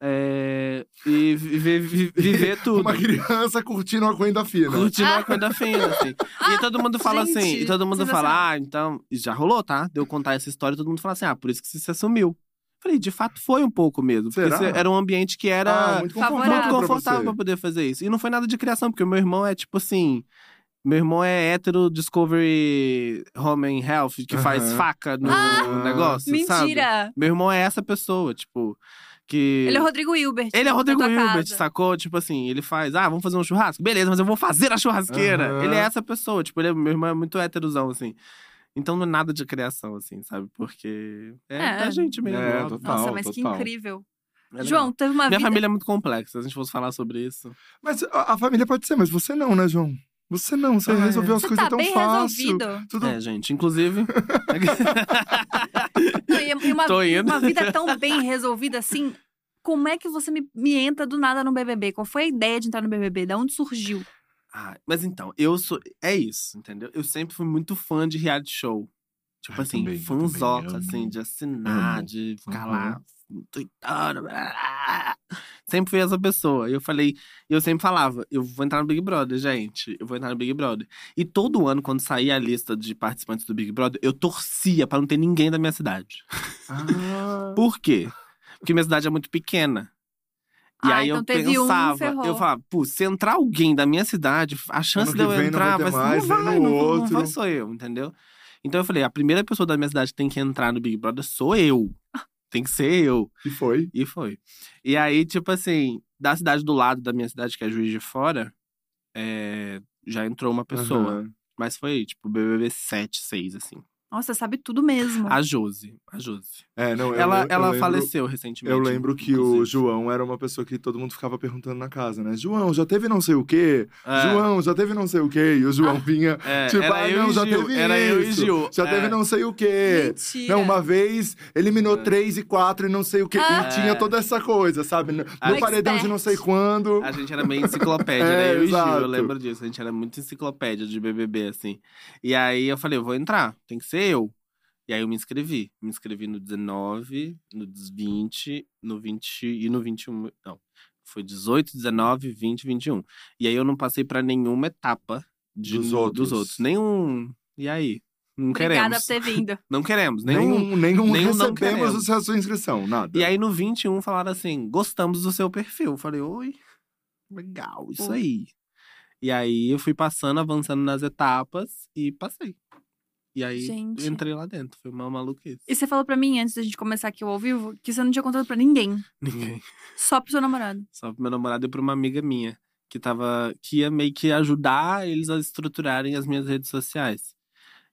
[SPEAKER 3] é, e viver, vi- viver tudo.
[SPEAKER 2] Uma criança curtindo a Quenda Fina.
[SPEAKER 3] Curtindo uma coisa fina, assim. E aí todo mundo fala assim,
[SPEAKER 1] Gente,
[SPEAKER 3] e todo mundo fala, ah, então. E já rolou, tá? De eu contar essa história, todo mundo fala assim, ah, por isso que você se assumiu. Falei, de fato foi um pouco mesmo. Porque
[SPEAKER 2] Será?
[SPEAKER 3] você- era um ambiente que era
[SPEAKER 2] Ah, muito
[SPEAKER 1] Favorável.
[SPEAKER 2] confortável,
[SPEAKER 3] muito
[SPEAKER 2] pra
[SPEAKER 3] confortável pra,
[SPEAKER 2] você.
[SPEAKER 3] poder fazer isso. E não foi nada de criação, porque o meu irmão é tipo assim. Meu irmão é hétero Discovery Home and Health, que faz
[SPEAKER 2] Aham.
[SPEAKER 3] faca no
[SPEAKER 2] Ah!
[SPEAKER 3] negócio, sabe?
[SPEAKER 1] Mentira!
[SPEAKER 3] Meu irmão é essa pessoa, tipo, que…
[SPEAKER 1] Ele é o Rodrigo Hilbert.
[SPEAKER 3] Ele é
[SPEAKER 1] da
[SPEAKER 3] Rodrigo
[SPEAKER 1] tua
[SPEAKER 3] Hilbert,
[SPEAKER 1] casa.
[SPEAKER 3] sacou? Tipo assim, ele faz, ah, vamos fazer um churrasco? Beleza, mas eu vou fazer a churrasqueira.
[SPEAKER 2] Aham.
[SPEAKER 3] Ele é essa pessoa, tipo, ele é, meu irmão é muito héterozão, assim. Então não é nada de criação, assim, sabe? Porque é,
[SPEAKER 1] É.
[SPEAKER 3] da gente mesmo.
[SPEAKER 2] É,
[SPEAKER 3] óbvio.
[SPEAKER 2] total.
[SPEAKER 1] Nossa, mas
[SPEAKER 2] total.
[SPEAKER 1] que incrível.
[SPEAKER 3] É legal.
[SPEAKER 1] João, teve uma
[SPEAKER 3] Minha
[SPEAKER 1] vida...
[SPEAKER 3] família é muito complexa, se a gente fosse falar sobre isso.
[SPEAKER 2] Mas a, a família pode ser, mas você não, né, João? Você não, você
[SPEAKER 3] Ah, é.
[SPEAKER 2] resolveu as
[SPEAKER 1] Você
[SPEAKER 2] coisas
[SPEAKER 1] tá
[SPEAKER 2] tão
[SPEAKER 1] bem
[SPEAKER 2] fácil.
[SPEAKER 1] resolvido.
[SPEAKER 2] Tudo
[SPEAKER 3] É, gente, inclusive.
[SPEAKER 1] Não, e- e uma,
[SPEAKER 3] Tô indo.
[SPEAKER 1] uma vida tão bem resolvida assim. Como é que você me, me entra do nada no BBB? Qual foi a ideia de entrar no BBB? Da onde surgiu?
[SPEAKER 3] Ah, mas então, eu sou. É isso, entendeu? Eu sempre fui muito fã de reality show. Tipo
[SPEAKER 2] Ah, eu
[SPEAKER 3] assim,
[SPEAKER 2] também, eu
[SPEAKER 3] fãzoca,
[SPEAKER 2] também amo.
[SPEAKER 3] assim, de assinar,
[SPEAKER 2] Amo.
[SPEAKER 3] de ficar
[SPEAKER 2] Uhum.
[SPEAKER 3] lá tweetando. blá, blá. Sempre fui essa pessoa. E eu falei, e eu sempre falava, eu vou entrar no Big Brother, gente. Eu vou entrar no Big Brother. E todo ano, quando saía a lista de participantes do Big Brother, eu torcia pra não ter ninguém da minha cidade.
[SPEAKER 2] Ah,
[SPEAKER 3] Por quê? Porque minha cidade é muito pequena. E
[SPEAKER 1] Ah,
[SPEAKER 3] aí
[SPEAKER 1] então
[SPEAKER 3] eu
[SPEAKER 1] teve um,
[SPEAKER 3] pensava,
[SPEAKER 1] ferrou.
[SPEAKER 3] eu falava, pô, se entrar alguém da minha cidade, a chance
[SPEAKER 2] que
[SPEAKER 3] de eu
[SPEAKER 2] vem não
[SPEAKER 3] entrar
[SPEAKER 2] vai ter
[SPEAKER 3] vai ser,
[SPEAKER 2] mais,
[SPEAKER 3] não
[SPEAKER 2] nem
[SPEAKER 3] vai,
[SPEAKER 2] no
[SPEAKER 3] não,
[SPEAKER 2] outro.
[SPEAKER 3] não vai, sou eu, entendeu? Então eu falei, a primeira pessoa da minha cidade que tem que entrar no Big Brother sou eu. Tem que ser eu.
[SPEAKER 2] e foi.
[SPEAKER 3] E foi. E aí, tipo assim, da cidade do lado da minha cidade, que é Juiz de Fora, é, já entrou uma pessoa.
[SPEAKER 2] Aham.
[SPEAKER 3] Mas foi, tipo, BBB 7, 6, assim.
[SPEAKER 1] Nossa, sabe tudo mesmo.
[SPEAKER 3] A Josi, a Josi.
[SPEAKER 2] É, não, eu,
[SPEAKER 3] ela
[SPEAKER 2] eu,
[SPEAKER 3] ela
[SPEAKER 2] eu lembro-
[SPEAKER 3] faleceu recentemente.
[SPEAKER 2] Eu lembro que o
[SPEAKER 3] inclusive.
[SPEAKER 2] João era uma pessoa que todo mundo ficava perguntando na casa, né? João, já teve não sei o quê?
[SPEAKER 3] É.
[SPEAKER 2] João, já teve não sei o quê? E o
[SPEAKER 1] Ah.
[SPEAKER 2] João vinha,
[SPEAKER 3] É,
[SPEAKER 2] tipo,
[SPEAKER 3] era
[SPEAKER 2] ah,
[SPEAKER 3] eu
[SPEAKER 2] não,
[SPEAKER 3] e
[SPEAKER 2] já
[SPEAKER 3] Gil,
[SPEAKER 2] teve
[SPEAKER 3] era eu e
[SPEAKER 2] isso,
[SPEAKER 3] Gil.
[SPEAKER 2] já
[SPEAKER 3] é.
[SPEAKER 2] teve não sei o quê.
[SPEAKER 1] Mentira.
[SPEAKER 2] Não, uma vez eliminou
[SPEAKER 3] É.
[SPEAKER 2] três e quatro e não sei o quê.
[SPEAKER 1] Ah.
[SPEAKER 2] E tinha toda essa coisa, sabe? No,
[SPEAKER 3] Ah.
[SPEAKER 2] no paredão de não sei quando.
[SPEAKER 3] A gente era meio enciclopédia,
[SPEAKER 2] É,
[SPEAKER 3] era eu e Gil,
[SPEAKER 2] exato.
[SPEAKER 3] eu lembro disso. A gente era muito enciclopédia de BBB, assim. E aí eu falei, eu vou entrar, tem que ser eu. E aí eu me inscrevi. Me inscrevi no 19, no 20, no 20 e no 21. Não, foi 18, 19, 20, 21. E aí eu não passei pra nenhuma etapa de-
[SPEAKER 2] Dos outros.
[SPEAKER 3] Nenhum. E aí? Não
[SPEAKER 1] Obrigada
[SPEAKER 3] queremos.
[SPEAKER 1] por ter vindo.
[SPEAKER 3] Não queremos. nenhum.
[SPEAKER 2] Nenhum, nenhum,
[SPEAKER 3] nenhum não
[SPEAKER 2] recebemos
[SPEAKER 3] queremos.
[SPEAKER 2] o seu- a sua inscrição, nada.
[SPEAKER 3] E aí no 21 falaram assim: gostamos do seu perfil. Eu falei, oi, legal, isso
[SPEAKER 1] Pô.
[SPEAKER 3] aí. E aí eu fui passando, avançando nas etapas e passei. E aí
[SPEAKER 1] Gente.
[SPEAKER 3] entrei lá dentro. Foi uma maluquice.
[SPEAKER 1] E você falou pra mim, antes da gente começar aqui o ao vivo, que você não tinha contado pra ninguém.
[SPEAKER 3] Ninguém.
[SPEAKER 1] Só pro seu namorado.
[SPEAKER 3] Só pro meu namorado e pra uma amiga minha. Que tava. Que ia meio que ajudar eles a estruturarem as minhas redes sociais.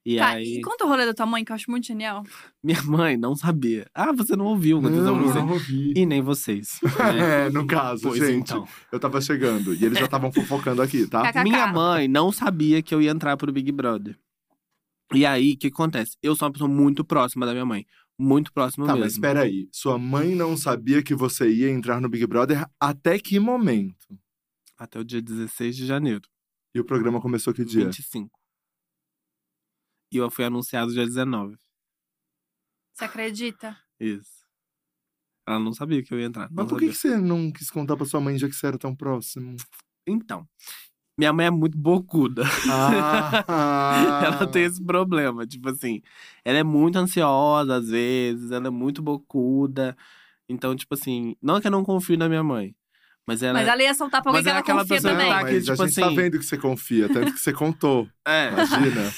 [SPEAKER 3] E
[SPEAKER 1] tá,
[SPEAKER 3] aí,
[SPEAKER 1] e conta o rolê da tua mãe, que eu acho muito genial.
[SPEAKER 3] minha mãe não sabia. Ah, você não ouviu,
[SPEAKER 2] não,
[SPEAKER 3] Matheus, eu não sei.
[SPEAKER 2] não ouvi.
[SPEAKER 3] E nem vocês. Né?
[SPEAKER 2] É, no caso,
[SPEAKER 3] pois
[SPEAKER 2] gente.
[SPEAKER 3] Então.
[SPEAKER 2] Eu tava chegando e eles já estavam fofocando aqui, tá?
[SPEAKER 1] Cacá.
[SPEAKER 3] Minha mãe não sabia que eu ia entrar pro Big Brother. E aí, o que acontece? Eu sou uma pessoa muito próxima da minha mãe. Muito próxima
[SPEAKER 2] Tá, mas
[SPEAKER 3] mesmo.
[SPEAKER 2] espera aí. Sua mãe não sabia que você ia entrar no Big Brother até que momento?
[SPEAKER 3] Até o dia 16 de janeiro.
[SPEAKER 2] E o programa começou que dia?
[SPEAKER 3] 25. E eu fui anunciado dia 19.
[SPEAKER 1] Você acredita?
[SPEAKER 3] Isso. Ela não sabia que eu ia entrar.
[SPEAKER 2] Mas
[SPEAKER 3] não
[SPEAKER 2] por que, que você
[SPEAKER 3] sabia.
[SPEAKER 2] não quis contar pra sua mãe já que você era tão próximo?
[SPEAKER 3] Então, minha mãe é muito bocuda.
[SPEAKER 2] Ah,
[SPEAKER 3] ela tem esse problema. Tipo assim, ela é muito ansiosa às vezes, ela é muito bocuda. Então, tipo assim, não é que eu não confio na minha mãe, mas ela.
[SPEAKER 1] Mas ela ia soltar pra alguém
[SPEAKER 3] Mas
[SPEAKER 1] que
[SPEAKER 3] é
[SPEAKER 1] ela
[SPEAKER 3] aquela
[SPEAKER 1] confia
[SPEAKER 3] pessoa que
[SPEAKER 1] também.
[SPEAKER 3] tá
[SPEAKER 2] Não,
[SPEAKER 3] aqui,
[SPEAKER 2] mas a
[SPEAKER 3] tipo
[SPEAKER 2] gente tá
[SPEAKER 3] assim-
[SPEAKER 2] vendo que você confia, tanto que você contou.
[SPEAKER 3] É.
[SPEAKER 2] Imagina.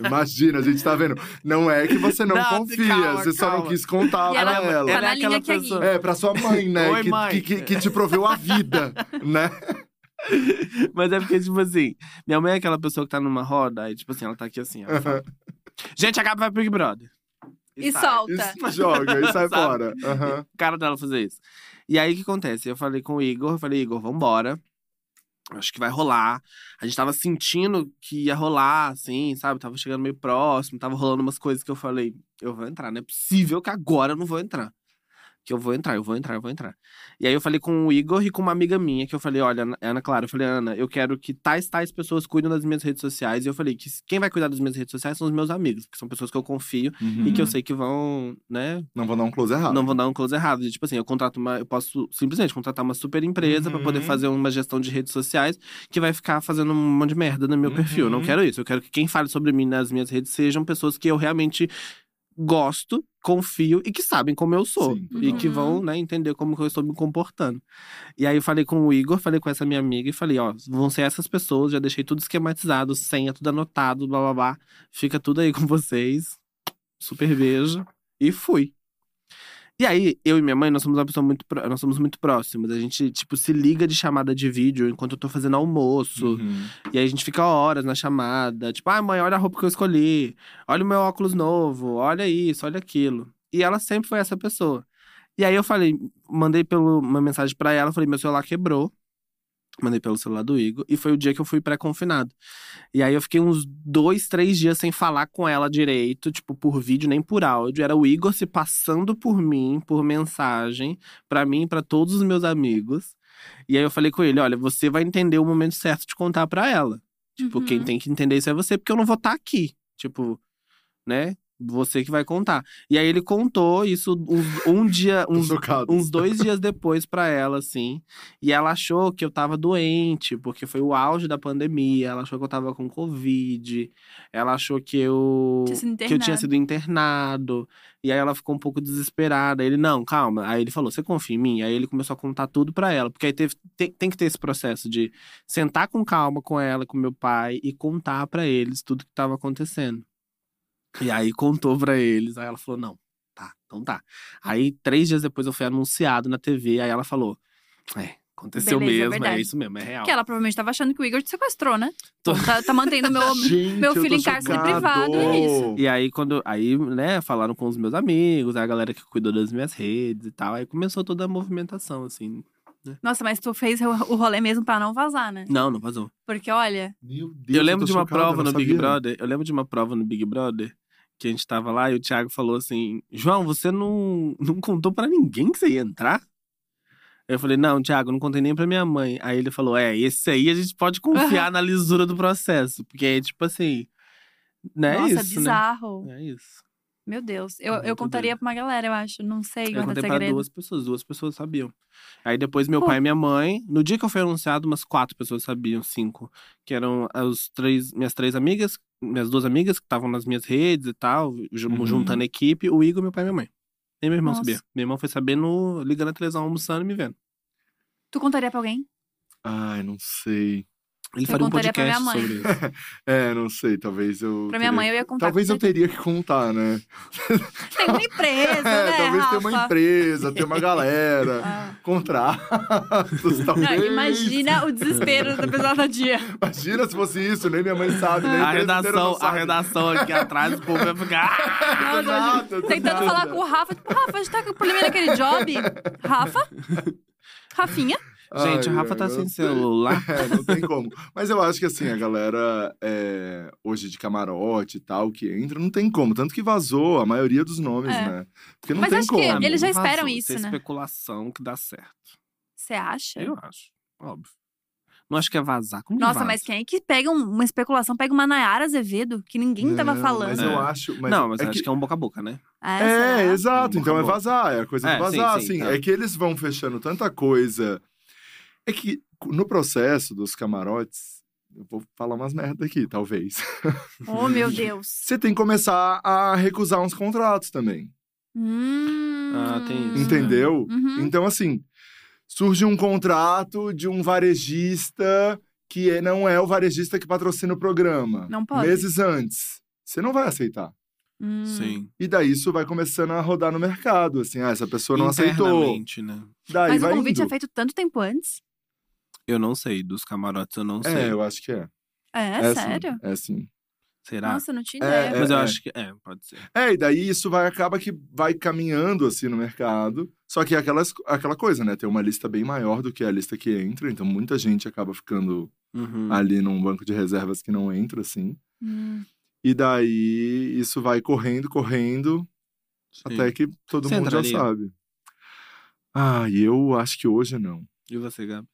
[SPEAKER 2] Imagina, a gente tá vendo. Não é que você não,
[SPEAKER 3] Não,
[SPEAKER 2] confia,
[SPEAKER 3] calma,
[SPEAKER 2] você só não
[SPEAKER 3] calma.
[SPEAKER 2] quis contar
[SPEAKER 1] E
[SPEAKER 2] pra
[SPEAKER 1] ela-
[SPEAKER 2] ela.
[SPEAKER 1] ela- na
[SPEAKER 3] aquela
[SPEAKER 1] linha que é
[SPEAKER 3] pessoa-
[SPEAKER 2] É, pra sua mãe, né?
[SPEAKER 3] Oi,
[SPEAKER 2] que,
[SPEAKER 3] mãe.
[SPEAKER 2] Que, que- que te proveu a vida, né?
[SPEAKER 3] Mas é porque, tipo assim, minha mãe é aquela pessoa que tá numa roda, aí, tipo assim, ela tá aqui assim,
[SPEAKER 2] É.
[SPEAKER 3] ó. Gente, a Gabi vai pro Big Brother.
[SPEAKER 1] E
[SPEAKER 3] sai.
[SPEAKER 1] solta.
[SPEAKER 2] Isso joga e sai
[SPEAKER 3] Sabe?
[SPEAKER 2] fora. Aham.
[SPEAKER 3] Cara dela fazer isso. E aí, o que acontece? Eu falei com o Igor, eu falei, Igor, vambora. Acho que vai rolar. A gente tava sentindo que ia rolar, assim, sabe? Tava chegando meio próximo, tava rolando umas coisas que eu falei, eu vou entrar, não é possível que agora eu não vou entrar. Que eu vou entrar, eu vou entrar, eu vou entrar. E aí eu falei com o Igor e com uma amiga minha, que eu falei, olha, Ana- Ana Clara, eu falei, Ana, eu quero que tais, tais pessoas cuidem das minhas redes sociais. E eu falei que quem vai cuidar das minhas redes sociais são os meus amigos, que são pessoas que eu confio e que eu
[SPEAKER 1] Uhum.
[SPEAKER 3] sei que vão, né,
[SPEAKER 2] Não vou dar um close errado.
[SPEAKER 3] não vão dar um close errado. E, tipo assim, eu contrato uma. Eu posso simplesmente contratar uma super empresa pra poder
[SPEAKER 2] Uhum.
[SPEAKER 3] fazer uma gestão de redes sociais que vai ficar fazendo um monte de merda no meu perfil. Eu não
[SPEAKER 2] Uhum.
[SPEAKER 3] quero isso. Eu quero que quem fale sobre mim nas minhas redes sejam pessoas que eu realmente gosto, confio e que sabem como eu sou.
[SPEAKER 2] Sim,
[SPEAKER 3] e que
[SPEAKER 1] Uhum.
[SPEAKER 3] vão, né, entender como que eu estou me comportando. E aí eu falei com o Igor, falei com essa minha amiga e falei, ó, vão ser essas pessoas, já deixei tudo esquematizado, senha, tudo anotado, blá blá blá. Fica tudo aí com vocês. Super beijo. E fui. E aí, eu e minha mãe, nós somos uma pessoa muito, pró- nós somos muito próximos. A gente, tipo, se liga de chamada de vídeo enquanto eu tô fazendo almoço.
[SPEAKER 2] Uhum.
[SPEAKER 3] E aí a gente fica horas na chamada. Tipo, ah, mãe, olha a roupa que eu escolhi. Olha o meu óculos novo. Olha isso, olha aquilo. E ela sempre foi essa pessoa. E aí eu falei, mandei pelo, uma mensagem pra ela, falei, meu celular quebrou. Mandei pelo celular do Igor. E foi o dia que eu fui pré-confinado. E aí eu fiquei uns dois, três dias sem falar com ela direito, tipo, por vídeo nem por áudio. Era o Igor se passando por mim, por mensagem, pra mim e pra todos os meus amigos. E aí eu falei com ele: olha, você vai entender o momento certo de contar pra ela. Tipo, quem tem que entender isso é você, porque eu não vou estar aqui. Tipo, né? Você que vai contar. E aí ele contou isso uns- um, dia,
[SPEAKER 2] Tô
[SPEAKER 3] uns
[SPEAKER 2] chocado.
[SPEAKER 1] um
[SPEAKER 3] uns dois dias depois pra ela, assim. E ela achou que eu tava doente, porque foi o auge da pandemia. Ela achou que eu tava com Covid. Ela achou que eu.
[SPEAKER 1] Tinha sido
[SPEAKER 3] Que eu tinha sido internado. E aí ela ficou um pouco desesperada. Ele, não, calma. Aí ele falou, você confia em mim? Aí ele começou a contar tudo pra ela. Porque aí teve, tem, tem que ter esse processo de sentar com calma com ela, com meu pai, e contar pra eles tudo que tava acontecendo. E aí contou pra eles. Aí ela falou, não, tá, então tá. Aí, três dias depois, eu fui anunciado na TV. Aí ela falou: É, aconteceu
[SPEAKER 1] Beleza, é
[SPEAKER 3] mesmo, é,
[SPEAKER 1] verdade."
[SPEAKER 3] isso mesmo, é real.
[SPEAKER 1] Que ela provavelmente tava achando que o Igor te sequestrou, né?
[SPEAKER 3] Tô-
[SPEAKER 1] Então Tá, tá mantendo meu.
[SPEAKER 2] Gente,
[SPEAKER 1] Meu
[SPEAKER 2] eu tô
[SPEAKER 1] filho em cárcere
[SPEAKER 2] chocado.
[SPEAKER 1] privado, é isso.
[SPEAKER 3] E aí, quando. Aí, né, falaram com os meus amigos, a galera que cuidou das minhas redes e tal. Aí começou toda a movimentação, assim.
[SPEAKER 1] Nossa, mas tu fez o o rolê mesmo pra não vazar, né?
[SPEAKER 3] Não, não vazou.
[SPEAKER 1] Porque olha.
[SPEAKER 2] Meu Deus,
[SPEAKER 3] eu lembro
[SPEAKER 2] tô
[SPEAKER 3] de uma
[SPEAKER 2] chocado,
[SPEAKER 3] prova
[SPEAKER 2] eu
[SPEAKER 3] no
[SPEAKER 2] não
[SPEAKER 3] Big
[SPEAKER 2] sabia.
[SPEAKER 3] Brother. Eu lembro de uma prova no Big Brother que a gente tava lá e o Thiago falou assim: João, você não, não contou pra ninguém que você ia entrar? Eu falei, não, Thiago, não contei nem pra minha mãe. Aí ele falou: é, esse aí a gente pode confiar na lisura do processo. Porque é tipo assim. Não é
[SPEAKER 1] nossa,
[SPEAKER 3] isso,
[SPEAKER 1] bizarro.
[SPEAKER 3] né? É isso.
[SPEAKER 1] Meu Deus. Eu, eu
[SPEAKER 3] Muito
[SPEAKER 1] contaria pra uma galera, eu acho. Não sei,
[SPEAKER 3] Eu
[SPEAKER 1] guarda
[SPEAKER 3] contei pra
[SPEAKER 1] segredo.
[SPEAKER 3] duas pessoas, duas pessoas sabiam. Aí depois meu
[SPEAKER 1] Pô.
[SPEAKER 3] pai e minha mãe, no dia que eu fui anunciado, umas quatro pessoas sabiam, cinco. Que eram as três, minhas três amigas, minhas duas amigas que estavam nas minhas redes e tal, ju-
[SPEAKER 2] Uhum.
[SPEAKER 3] juntando equipe, o Igor, meu pai e minha mãe. Nem meu irmão
[SPEAKER 1] Nossa.
[SPEAKER 3] sabia. Meu irmão foi sabendo, ligando a televisão, almoçando e me vendo.
[SPEAKER 1] Tu contaria pra alguém?
[SPEAKER 2] Ai, não sei.
[SPEAKER 3] Ele
[SPEAKER 1] Eu
[SPEAKER 3] faria um
[SPEAKER 1] contaria pra minha mãe.
[SPEAKER 3] podcast sobre isso.
[SPEAKER 2] É, não sei, talvez eu.
[SPEAKER 1] Pra minha
[SPEAKER 2] teria-
[SPEAKER 1] mãe eu ia contar.
[SPEAKER 2] Talvez
[SPEAKER 1] com
[SPEAKER 2] eu teria que contar, né? É,
[SPEAKER 1] certeza. Tem uma empresa, né,
[SPEAKER 2] talvez
[SPEAKER 1] Rafa?
[SPEAKER 2] tenha uma empresa, tenha uma galera,
[SPEAKER 1] Ah.
[SPEAKER 2] contratos, talvez.
[SPEAKER 1] Não, imagina o desespero da pessoa da dia.
[SPEAKER 2] Imagina se fosse isso, nem minha mãe sabe, nem
[SPEAKER 3] A
[SPEAKER 2] empresa inteira
[SPEAKER 3] redação,
[SPEAKER 2] não
[SPEAKER 3] a
[SPEAKER 2] sabe.
[SPEAKER 3] redação aqui atrás, o povo vai ficar. "Ah!"
[SPEAKER 1] Não,
[SPEAKER 2] Exato, exato.
[SPEAKER 1] Tentando falar com o Rafa, tipo, Rafa, a gente tá com problema naquele job? Rafa? Rafinha?
[SPEAKER 3] Gente, o
[SPEAKER 2] Ai,
[SPEAKER 3] Rafa
[SPEAKER 2] ai,
[SPEAKER 3] tá
[SPEAKER 2] eu
[SPEAKER 3] sem
[SPEAKER 2] não sei.
[SPEAKER 3] celular.
[SPEAKER 2] É, não tem como. Mas eu acho que assim, a galera é, hoje de camarote e tal, que entra, não tem como. Tanto que vazou a maioria dos nomes,
[SPEAKER 1] É.
[SPEAKER 2] né? Porque não
[SPEAKER 1] Mas
[SPEAKER 2] tem
[SPEAKER 1] acho que
[SPEAKER 2] como.
[SPEAKER 1] ele- Eles já
[SPEAKER 3] Razão,
[SPEAKER 1] esperam
[SPEAKER 3] é
[SPEAKER 1] isso, né?
[SPEAKER 3] especulação que dá certo.
[SPEAKER 1] Você acha?
[SPEAKER 3] Eu acho, óbvio. Não acho que é vazar. Como que
[SPEAKER 1] É. Nossa,
[SPEAKER 3] vaza?
[SPEAKER 1] mas quem é que pega um- uma especulação? Pega uma Nayara Azevedo, que ninguém tava
[SPEAKER 2] Não,
[SPEAKER 1] falando.
[SPEAKER 2] Mas
[SPEAKER 3] É.
[SPEAKER 2] eu acho. Mas
[SPEAKER 3] não, mas
[SPEAKER 2] é
[SPEAKER 3] acho que... é um boca a boca, né?
[SPEAKER 1] Ah,
[SPEAKER 2] É,
[SPEAKER 1] será?
[SPEAKER 2] exato.
[SPEAKER 3] Não,
[SPEAKER 2] Então é
[SPEAKER 3] acabou.
[SPEAKER 2] vazar, é a coisa
[SPEAKER 3] É,
[SPEAKER 2] de vazar,
[SPEAKER 3] sim, sim,
[SPEAKER 2] assim.
[SPEAKER 3] tá.
[SPEAKER 2] É que eles vão fechando tanta coisa. É que no processo dos camarotes, eu vou falar umas merda aqui, talvez.
[SPEAKER 1] Oh, meu Deus.
[SPEAKER 2] Você tem que começar a recusar uns contratos também,
[SPEAKER 1] Hum.
[SPEAKER 3] Ah, tem isso.
[SPEAKER 2] entendeu?
[SPEAKER 1] Uhum.
[SPEAKER 2] Então, assim, surge um contrato de um varejista que é- não é o varejista que patrocina o programa.
[SPEAKER 1] Não pode.
[SPEAKER 2] Meses antes. Você não vai aceitar.
[SPEAKER 1] Hum.
[SPEAKER 2] E daí isso vai começando a rodar no mercado, assim, ah, essa pessoa não aceitou.
[SPEAKER 3] Internamente, né?
[SPEAKER 2] Daí
[SPEAKER 1] Mas
[SPEAKER 2] vai
[SPEAKER 1] o convite
[SPEAKER 2] indo.
[SPEAKER 1] é feito tanto tempo antes?
[SPEAKER 3] Eu não sei, dos camarotes eu não
[SPEAKER 2] É,
[SPEAKER 3] sei.
[SPEAKER 2] eu acho que é.
[SPEAKER 1] É,
[SPEAKER 2] É, sim,
[SPEAKER 1] sério?
[SPEAKER 2] É sim.
[SPEAKER 3] Será?
[SPEAKER 1] Nossa, eu não tinha
[SPEAKER 2] É,
[SPEAKER 1] ideia.
[SPEAKER 3] mas eu
[SPEAKER 2] é.
[SPEAKER 3] acho que. É, pode ser.
[SPEAKER 2] É, e daí isso vai acaba que vai caminhando assim no mercado. Só que é aquelas, aquela coisa, né? Tem uma lista bem maior do que a lista que entra, então muita gente acaba ficando
[SPEAKER 3] Uhum.
[SPEAKER 2] ali num banco de reservas que não entra, assim.
[SPEAKER 1] Hum.
[SPEAKER 2] E daí isso vai correndo, correndo,
[SPEAKER 3] Sim.
[SPEAKER 2] até que todo
[SPEAKER 3] Você
[SPEAKER 2] mundo já
[SPEAKER 3] entraria?
[SPEAKER 2] sabe. Ah, e eu acho que hoje não.
[SPEAKER 3] E você, Gabi?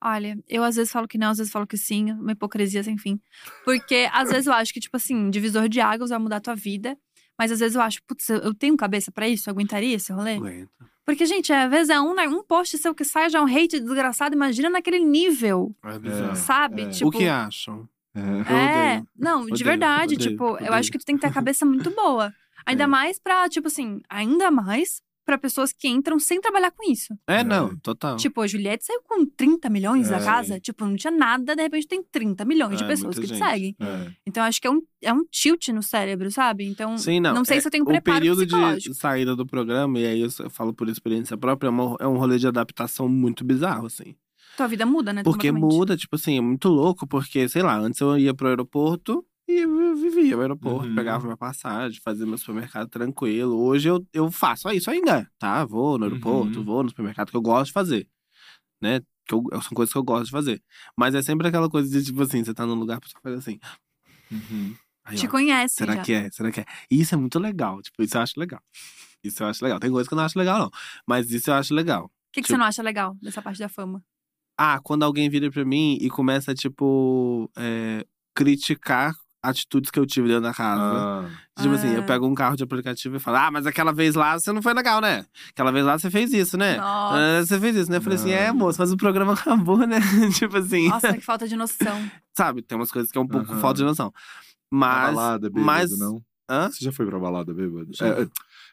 [SPEAKER 1] Olha, eu às vezes falo que não, às vezes falo que sim, uma hipocrisia sem fim. Porque às vezes eu acho que, tipo assim, divisor de águas vai mudar a tua vida. Mas às vezes eu acho, putz, eu- eu tenho cabeça pra isso? Eu aguentaria esse rolê?
[SPEAKER 3] Aguenta.
[SPEAKER 1] Porque, gente, às vezes é um, né, um post seu que sai já é um hate desgraçado, imagina naquele nível,
[SPEAKER 3] É bizarro.
[SPEAKER 1] sabe?
[SPEAKER 2] é.
[SPEAKER 1] Tipo,
[SPEAKER 3] O que acham?
[SPEAKER 2] É.
[SPEAKER 3] Eu
[SPEAKER 1] é,
[SPEAKER 3] odeio.
[SPEAKER 1] não, de
[SPEAKER 3] Odeio,
[SPEAKER 1] verdade,
[SPEAKER 3] odeio,
[SPEAKER 1] tipo, eu
[SPEAKER 3] odeio.
[SPEAKER 1] acho que tu tem que ter a cabeça muito boa. Ainda
[SPEAKER 2] É.
[SPEAKER 1] mais pra, tipo assim, ainda mais pra pessoas que entram sem trabalhar com isso.
[SPEAKER 3] É,
[SPEAKER 2] É.
[SPEAKER 3] não, total.
[SPEAKER 1] Tipo, a Juliette saiu com 30 milhões da
[SPEAKER 2] É.
[SPEAKER 1] casa. Tipo, não tinha nada, de repente tem 30 milhões de
[SPEAKER 3] É,
[SPEAKER 1] pessoas que
[SPEAKER 3] muita
[SPEAKER 1] te
[SPEAKER 3] gente.
[SPEAKER 1] seguem.
[SPEAKER 2] É.
[SPEAKER 1] Então, acho que é um, é um tilt no cérebro, sabe? Então,
[SPEAKER 3] Sim, não.
[SPEAKER 1] não sei
[SPEAKER 3] é-
[SPEAKER 1] se eu tenho
[SPEAKER 3] O
[SPEAKER 1] preparo
[SPEAKER 3] período
[SPEAKER 1] psicológico.
[SPEAKER 3] de saída do programa, e aí eu só falo por experiência própria, é um, é um rolê de adaptação muito bizarro, assim.
[SPEAKER 1] Tua vida muda, né?
[SPEAKER 3] Porque
[SPEAKER 1] completamente.
[SPEAKER 3] muda, tipo assim, é muito louco, porque, sei lá, antes eu ia pro aeroporto e eu vivia o aeroporto,
[SPEAKER 2] Uhum.
[SPEAKER 3] pegava minha passagem, fazia meu supermercado tranquilo. Hoje eu, eu faço isso ainda, tá? Vou no aeroporto,
[SPEAKER 2] Uhum.
[SPEAKER 3] vou no supermercado, que eu gosto de fazer, né? Que eu- são coisas que eu gosto de fazer. Mas é sempre aquela coisa de, tipo assim, você tá num lugar, você faz assim.
[SPEAKER 2] Uhum.
[SPEAKER 3] Aí,
[SPEAKER 1] Te
[SPEAKER 3] ó,
[SPEAKER 1] conhece.
[SPEAKER 3] Será
[SPEAKER 1] já.
[SPEAKER 3] que é? Será que é? E Isso é muito legal. Tipo, isso eu acho legal. Isso eu acho legal. Tem coisa que eu não acho legal, não. Mas isso eu acho legal.
[SPEAKER 1] O que, que
[SPEAKER 3] Tipo-
[SPEAKER 1] você não acha legal dessa parte da fama?
[SPEAKER 3] Ah, quando alguém vira pra mim e começa, tipo, é, criticar atitudes que eu tive dentro da casa.
[SPEAKER 2] Ah,
[SPEAKER 3] Tipo assim, eu
[SPEAKER 1] Ah.
[SPEAKER 3] pego um carro de aplicativo e falo, ah, mas aquela vez lá você não foi legal, né? Aquela vez lá você fez isso, né?
[SPEAKER 1] Nossa,
[SPEAKER 3] Ah, Você fez isso, né? Eu falei assim, é,
[SPEAKER 2] Não.
[SPEAKER 3] moço, mas o programa acabou, né? tipo assim,
[SPEAKER 1] nossa, que falta de noção.
[SPEAKER 3] sabe? Tem umas coisas que é um pouco
[SPEAKER 2] Aham.
[SPEAKER 3] falta de noção.
[SPEAKER 2] pra
[SPEAKER 3] Mas.
[SPEAKER 2] balada, bêbado,
[SPEAKER 3] mas-
[SPEAKER 2] não?
[SPEAKER 3] Hã?
[SPEAKER 2] Você já foi pra balada, bêbado?
[SPEAKER 3] Já.
[SPEAKER 2] É, é,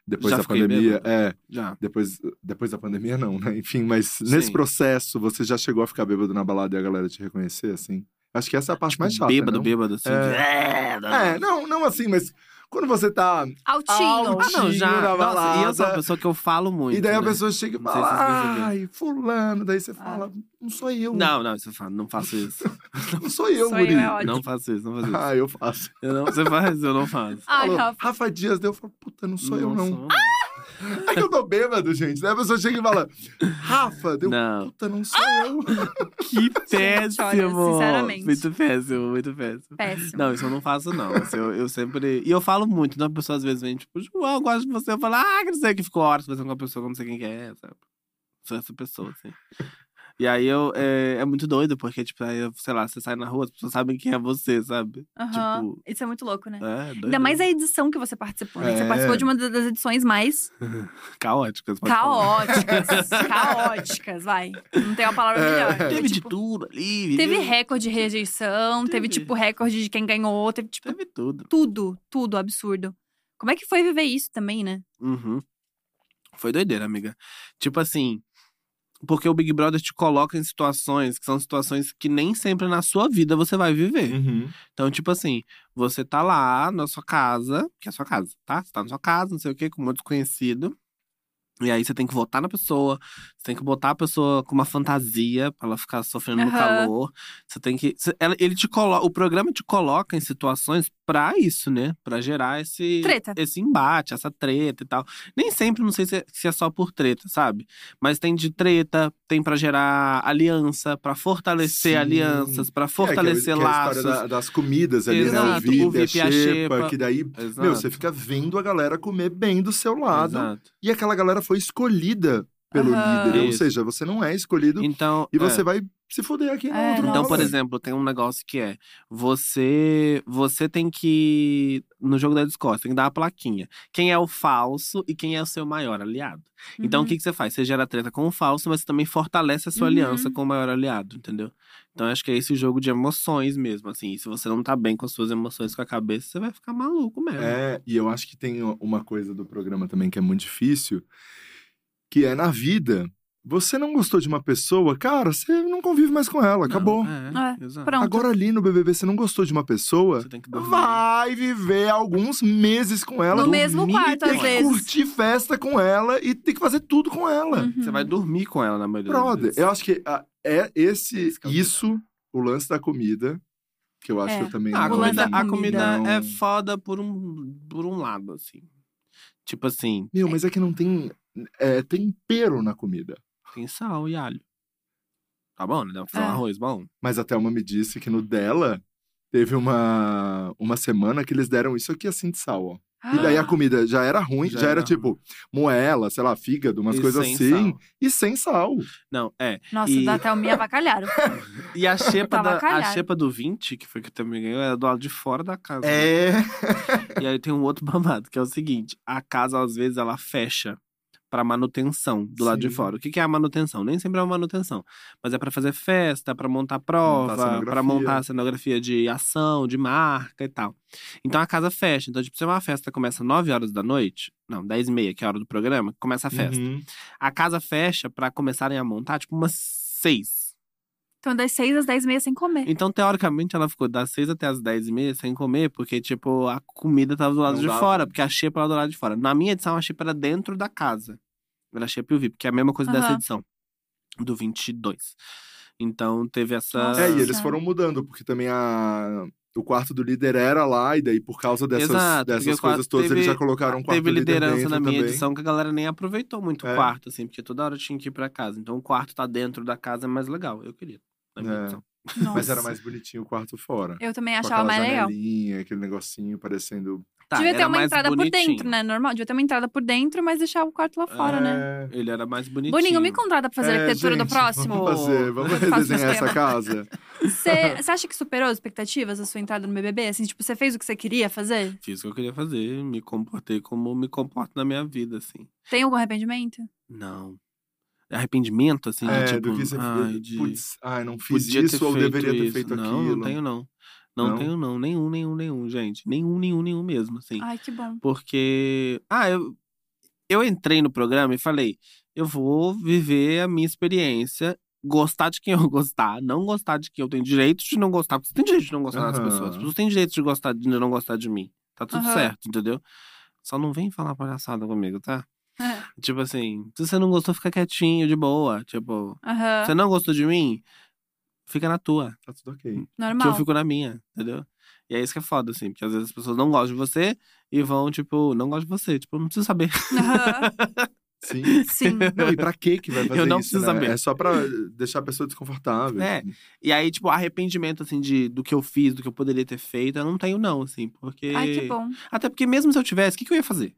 [SPEAKER 2] depois
[SPEAKER 3] Já
[SPEAKER 2] da
[SPEAKER 3] fiquei
[SPEAKER 2] pandemia,
[SPEAKER 3] bêbado.
[SPEAKER 2] é.
[SPEAKER 3] Já.
[SPEAKER 2] Depois, depois da pandemia, não, né? Enfim, mas nesse
[SPEAKER 3] Sim.
[SPEAKER 2] processo, você já chegou a ficar bêbado na balada e a galera te reconhecer, assim? Acho que essa é a parte mais chata.
[SPEAKER 3] bêbado,
[SPEAKER 2] não?
[SPEAKER 3] bêbado, assim. É,
[SPEAKER 2] É, não, não assim, mas quando você tá.
[SPEAKER 1] Altinho.
[SPEAKER 3] Ah, não, já.
[SPEAKER 2] Tinho da
[SPEAKER 3] Nossa, e eu sou uma
[SPEAKER 2] balada.
[SPEAKER 3] pessoa que eu falo muito.
[SPEAKER 2] e daí a
[SPEAKER 3] né?
[SPEAKER 2] pessoa chega e
[SPEAKER 3] Não sei se vocês
[SPEAKER 2] fala,
[SPEAKER 3] perceberam.
[SPEAKER 2] ai, fulano. Daí
[SPEAKER 1] Ah.
[SPEAKER 2] você fala, não sou eu.
[SPEAKER 3] Não, não, isso eu falo, não faço isso.
[SPEAKER 2] Não sou eu,
[SPEAKER 1] Sou eu,
[SPEAKER 2] Guri.
[SPEAKER 1] é ótimo.
[SPEAKER 3] não faço isso, não faço isso.
[SPEAKER 2] Ah, eu faço.
[SPEAKER 3] Eu não, você faz, eu não faço.
[SPEAKER 1] Ai,
[SPEAKER 2] Falou,
[SPEAKER 1] Rafa.
[SPEAKER 2] Rafa Dias, daí eu falo, puta, não sou eu, não.
[SPEAKER 3] sou,
[SPEAKER 2] É que eu tô bêbado, gente. Daí a pessoa chega e fala, Rafa, deu.
[SPEAKER 3] Não. Uhum.
[SPEAKER 2] Puta, não sou eu.
[SPEAKER 3] Que péssimo.
[SPEAKER 1] sinceramente.
[SPEAKER 3] Muito péssimo, muito péssimo.
[SPEAKER 1] Péssimo.
[SPEAKER 3] Não, isso eu não faço, não. Isso eu, eu sempre. E eu falo muito, então a pessoa às vezes vem, tipo, João, eu gosto de você. Eu falo, ah, que não sei o que ficou horas conversando com uma pessoa que eu não sei quem que é, sabe? Sou essa pessoa, assim. E aí eu. É, é muito doido, porque, tipo, aí, eu- sei lá, você sai na rua, as pessoas sabem quem é você, sabe?
[SPEAKER 1] Aham.
[SPEAKER 3] Tipo.
[SPEAKER 1] Isso é muito louco, né?
[SPEAKER 3] É, doido.
[SPEAKER 1] Ainda mais a edição que você participou, né? Você
[SPEAKER 2] É.
[SPEAKER 1] participou de uma das edições mais
[SPEAKER 3] Caóticas, pode falar.
[SPEAKER 1] caóticas. caóticas, vai. Não tem uma palavra
[SPEAKER 2] É.
[SPEAKER 1] melhor. Foi,
[SPEAKER 3] Teve de
[SPEAKER 1] tipo,
[SPEAKER 3] tudo ali.
[SPEAKER 1] Teve
[SPEAKER 3] viu?
[SPEAKER 1] recorde de rejeição, teve,
[SPEAKER 3] Teve.
[SPEAKER 1] tipo, recorde de quem ganhou, teve, tipo,
[SPEAKER 3] Teve tudo.
[SPEAKER 1] tudo, tudo absurdo. Como é que foi viver isso também, né?
[SPEAKER 3] Uhum. Foi doideira, amiga. Tipo assim. Porque o Big Brother te coloca em situações que são situações que nem sempre na sua vida você vai viver.
[SPEAKER 2] Uhum.
[SPEAKER 3] Então, tipo assim, você tá lá na sua casa, que é a sua casa, tá? Você tá na sua casa, não sei o quê, com um monte de conhecido. E aí você tem que votar na pessoa, você tem que botar a pessoa com uma fantasia pra ela ficar sofrendo no
[SPEAKER 1] Aham.
[SPEAKER 3] calor. Você tem que. cê- ela- Ele te coloca. O programa te coloca em situações pra isso, né? Pra gerar esse
[SPEAKER 2] é
[SPEAKER 1] Treta.
[SPEAKER 3] esse embate, essa treta e tal. Nem sempre, não sei se é, se é só por treta, sabe? Mas tem de treta, tem pra gerar aliança, pra fortalecer
[SPEAKER 2] Sim.
[SPEAKER 3] alianças, pra fortalecer
[SPEAKER 2] é, que é a
[SPEAKER 3] laços.
[SPEAKER 2] história da- das comidas ali, né? O
[SPEAKER 3] Exato. O
[SPEAKER 2] VIP, a
[SPEAKER 3] VIP, a xepa.
[SPEAKER 2] xepa, que daí
[SPEAKER 3] Exato.
[SPEAKER 2] Meu, você fica vendo a galera comer bem do seu lado.
[SPEAKER 3] Exato.
[SPEAKER 2] E aquela galera foi escolhida pelo
[SPEAKER 1] Aham.
[SPEAKER 2] líder. Ou
[SPEAKER 3] Isso.
[SPEAKER 2] seja, você não é escolhido
[SPEAKER 3] Então,
[SPEAKER 2] e
[SPEAKER 3] é.
[SPEAKER 2] você vai se fuder aqui no
[SPEAKER 1] É,
[SPEAKER 2] outro.
[SPEAKER 3] Então,
[SPEAKER 1] Nossa.
[SPEAKER 3] por exemplo, tem um negócio que é: você você tem que. No jogo da Discord, tem que dar a plaquinha. Quem é o falso e quem é o seu maior aliado. Então, o
[SPEAKER 1] Uhum.
[SPEAKER 3] que, que você faz? Você gera treta com o falso, mas você também fortalece a sua
[SPEAKER 1] Uhum.
[SPEAKER 3] aliança com o maior aliado, entendeu? Então, eu acho que é esse jogo de emoções mesmo, assim. E se você não tá bem com as suas emoções, com a cabeça, você vai ficar maluco mesmo.
[SPEAKER 2] É, e eu acho que tem uma coisa do programa também que é muito difícil, que é na vida. Você não gostou de uma pessoa, cara, você não convive mais com ela,
[SPEAKER 3] Não,
[SPEAKER 2] acabou.
[SPEAKER 3] É,
[SPEAKER 1] É,
[SPEAKER 3] exato.
[SPEAKER 1] Pronto.
[SPEAKER 2] Agora ali no BBB, você não gostou de uma pessoa,
[SPEAKER 3] Você tem que dormir.
[SPEAKER 2] vai viver alguns meses com ela,
[SPEAKER 1] no
[SPEAKER 3] dormir,
[SPEAKER 1] mesmo quarto,
[SPEAKER 2] tem
[SPEAKER 1] às
[SPEAKER 2] que
[SPEAKER 1] vezes.
[SPEAKER 2] curtir festa com ela e tem que fazer tudo com ela.
[SPEAKER 1] Uhum.
[SPEAKER 3] Você vai dormir com ela na maioria
[SPEAKER 2] Brother,
[SPEAKER 3] das vezes.
[SPEAKER 2] eu acho que ah, é esse,
[SPEAKER 3] Esse que é o
[SPEAKER 2] isso, o lance da comida, que eu acho
[SPEAKER 1] É.
[SPEAKER 2] que eu também
[SPEAKER 3] Ah, a
[SPEAKER 2] não...
[SPEAKER 1] O lance
[SPEAKER 3] comida,
[SPEAKER 1] da
[SPEAKER 3] a comida
[SPEAKER 2] comida.
[SPEAKER 3] é foda por um, por um lado, assim. Tipo assim,
[SPEAKER 2] Meu, mas é que não tem é, tempero na comida.
[SPEAKER 3] tem sal e alho. Tá bom, né? Dá pra fazer
[SPEAKER 1] É.
[SPEAKER 3] um arroz bom.
[SPEAKER 2] Mas a Thelma me disse que no dela teve uma, uma semana que eles deram isso aqui assim de sal, ó.
[SPEAKER 1] Ah,
[SPEAKER 2] E daí a comida já era ruim,
[SPEAKER 3] Ah. Já
[SPEAKER 2] já,
[SPEAKER 3] era
[SPEAKER 2] era, tipo moela, sei lá, fígado, umas
[SPEAKER 3] E
[SPEAKER 2] coisas
[SPEAKER 3] sem
[SPEAKER 2] assim,
[SPEAKER 3] sal.
[SPEAKER 2] e sem sal.
[SPEAKER 3] Não, é.
[SPEAKER 1] Nossa,
[SPEAKER 3] E-
[SPEAKER 1] dá até o me avacalharam.
[SPEAKER 3] E a xepa,
[SPEAKER 1] Tava
[SPEAKER 3] da, a
[SPEAKER 1] calhado.
[SPEAKER 3] xepa do 20, que foi que eu também ganhei, era do lado de fora da casa. né?
[SPEAKER 2] É.
[SPEAKER 3] E aí tem um outro babado, que é o seguinte: a casa, às vezes, ela fecha pra para manutenção do lado de
[SPEAKER 2] Sim.
[SPEAKER 3] fora. O que que é a manutenção? Nem sempre é uma manutenção, mas é para fazer festa, para montar prova,
[SPEAKER 2] cenografia.
[SPEAKER 3] para montar a cenografia de ação, de marca e tal. Então a casa fecha. Então, tipo, se uma festa começa 9 horas da noite, não, 10 e meia, que é a hora do programa, começa a festa.
[SPEAKER 2] Uhum.
[SPEAKER 3] A casa fecha para começarem a montar, tipo, umas 6.
[SPEAKER 1] Então, das seis às dez e meia sem comer.
[SPEAKER 3] Então, teoricamente, ela ficou das 6 até as 10 e meia sem comer, porque, tipo, a comida tava do lado
[SPEAKER 2] Não
[SPEAKER 3] de
[SPEAKER 2] dava.
[SPEAKER 3] fora, porque a xepa era do lado de fora. Na minha edição, a xepa era dentro da casa. Era xepa e o VIP, que é a mesma coisa dessa
[SPEAKER 1] Aham.
[SPEAKER 3] edição, do 22. Então, teve essa.
[SPEAKER 1] Nossa.
[SPEAKER 2] É, e eles
[SPEAKER 1] Nossa.
[SPEAKER 2] foram mudando, porque também a... o quarto do líder era lá, e daí por causa dessas,
[SPEAKER 3] Exato, porque
[SPEAKER 2] dessas
[SPEAKER 3] o quarto
[SPEAKER 2] coisas todas, eles
[SPEAKER 3] teve-
[SPEAKER 2] já colocaram o um quarto
[SPEAKER 3] Teve
[SPEAKER 2] do líder
[SPEAKER 3] liderança
[SPEAKER 2] dentro
[SPEAKER 3] na minha
[SPEAKER 2] também.
[SPEAKER 3] edição que a galera nem aproveitou muito
[SPEAKER 2] É.
[SPEAKER 3] o quarto, assim, porque toda hora tinha que ir pra casa. Então, o quarto tá dentro da casa é mais legal. Eu queria. Na minha
[SPEAKER 2] É.
[SPEAKER 3] edição.
[SPEAKER 2] Mas
[SPEAKER 1] Nossa.
[SPEAKER 2] era mais bonitinho o quarto fora.
[SPEAKER 1] Eu também
[SPEAKER 2] Com
[SPEAKER 1] achava
[SPEAKER 2] aquela
[SPEAKER 1] mais legal.
[SPEAKER 2] janelinha, aquele negocinho parecendo.
[SPEAKER 3] Tá,
[SPEAKER 1] devia ter
[SPEAKER 3] era
[SPEAKER 1] uma
[SPEAKER 3] mais
[SPEAKER 1] entrada por
[SPEAKER 3] bonitinho.
[SPEAKER 1] dentro, né? Normal, devia ter uma entrada por dentro, mas deixar o quarto lá fora, né?
[SPEAKER 2] É.
[SPEAKER 3] Ele era mais bonitinho.
[SPEAKER 1] Boninho, me contrata pra fazer
[SPEAKER 2] É,
[SPEAKER 1] a arquitetura
[SPEAKER 2] gente,
[SPEAKER 1] do próximo. um
[SPEAKER 2] Vamos fazer, vamos
[SPEAKER 1] Eu faço meus
[SPEAKER 2] redesenhar essa
[SPEAKER 1] temas.
[SPEAKER 2] casa.
[SPEAKER 1] Você você acha que superou as expectativas a sua entrada no BBB? Assim, tipo, você fez o que você queria fazer?
[SPEAKER 3] Fiz o que eu queria fazer, me comportei como me comporto na minha vida, assim.
[SPEAKER 1] Tem algum arrependimento?
[SPEAKER 3] Não. Arrependimento, assim,
[SPEAKER 2] é,
[SPEAKER 3] de tipo.
[SPEAKER 2] do que você
[SPEAKER 3] ai,
[SPEAKER 2] fez.
[SPEAKER 3] de...
[SPEAKER 2] Putz, ai, não fiz
[SPEAKER 3] podia ter
[SPEAKER 2] isso ou
[SPEAKER 3] feito
[SPEAKER 2] deveria ter
[SPEAKER 3] isso.
[SPEAKER 2] feito
[SPEAKER 3] não,
[SPEAKER 2] aquilo.
[SPEAKER 3] Não, tenho, não. Não,
[SPEAKER 2] Não?
[SPEAKER 3] tenho, não. Nenhum, nenhum, nenhum, gente. Nenhum, nenhum, nenhum mesmo, assim.
[SPEAKER 1] Ai, que bom.
[SPEAKER 3] Porque. Ah, eu, eu entrei no programa e falei: eu vou viver a minha experiência, gostar de quem eu gostar, não gostar de quem eu tenho direito de não gostar, porque você tem direito de não gostar das
[SPEAKER 2] Aham.
[SPEAKER 3] pessoas, as pessoas têm direito de, gostar, de não gostar de mim. Tá tudo
[SPEAKER 1] Aham.
[SPEAKER 3] certo, entendeu? Só não vem falar palhaçada comigo, tá?
[SPEAKER 1] É.
[SPEAKER 3] Tipo assim, se você não gostou, fica quietinho, de boa. Tipo,
[SPEAKER 1] Aham,
[SPEAKER 3] você não gostou de mim? Fica na tua
[SPEAKER 2] Tá tudo ok.
[SPEAKER 3] que eu
[SPEAKER 1] normal.
[SPEAKER 3] fico na minha, entendeu? E é isso que é foda, assim, porque às vezes as pessoas não gostam de você e vão, tipo, não gosto de você. Tipo, eu não preciso saber.
[SPEAKER 1] Aham,
[SPEAKER 2] Sim.
[SPEAKER 1] Sim.
[SPEAKER 2] Não, e pra que que vai fazer
[SPEAKER 3] Eu não
[SPEAKER 2] isso,
[SPEAKER 3] preciso
[SPEAKER 2] né?
[SPEAKER 3] saber.
[SPEAKER 2] É só pra deixar a pessoa desconfortável.
[SPEAKER 3] É. E aí, tipo, arrependimento, assim, de, do que eu fiz, do que eu poderia ter feito, eu não tenho, não, assim, porque.
[SPEAKER 1] Ai, que bom.
[SPEAKER 3] Até porque mesmo se eu tivesse, o que, que eu ia fazer?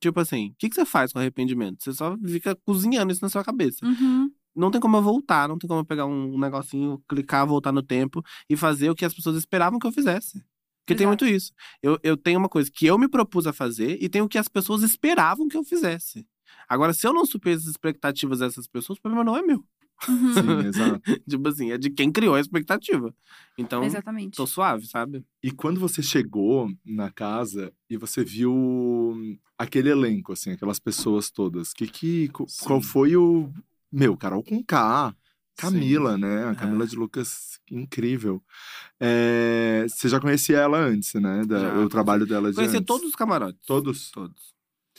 [SPEAKER 3] Tipo assim, o que, que você faz com arrependimento? Você só fica cozinhando isso na sua cabeça.
[SPEAKER 1] Uhum.
[SPEAKER 3] Não tem como eu voltar, não tem como eu pegar um negocinho, clicar, voltar no tempo e fazer o que as pessoas esperavam que eu fizesse. Porque tem
[SPEAKER 1] Exato.
[SPEAKER 3] muito isso. Eu, eu tenho uma coisa que eu me propus a fazer e tem o que as pessoas esperavam que eu fizesse. Agora, se eu não supero as expectativas dessas pessoas, o problema não é meu.
[SPEAKER 1] Uhum.
[SPEAKER 2] Sim, exato.
[SPEAKER 3] tipo assim, é de quem criou a expectativa. Então,
[SPEAKER 1] Exatamente.
[SPEAKER 3] tô suave, sabe?
[SPEAKER 2] E quando você chegou na casa e você viu hum, aquele elenco, assim, aquelas pessoas todas, que que co-
[SPEAKER 3] Sim.
[SPEAKER 2] qual foi o meu Carol com K, Camila, né? A
[SPEAKER 3] É.
[SPEAKER 2] Camila de Lucas, incrível. É, você já conhecia ela antes, né? Da-
[SPEAKER 3] Já,
[SPEAKER 2] o trabalho dela de
[SPEAKER 3] Conhecer
[SPEAKER 2] antes.
[SPEAKER 3] todos os camarotes.
[SPEAKER 2] é. Todos?
[SPEAKER 3] Todos.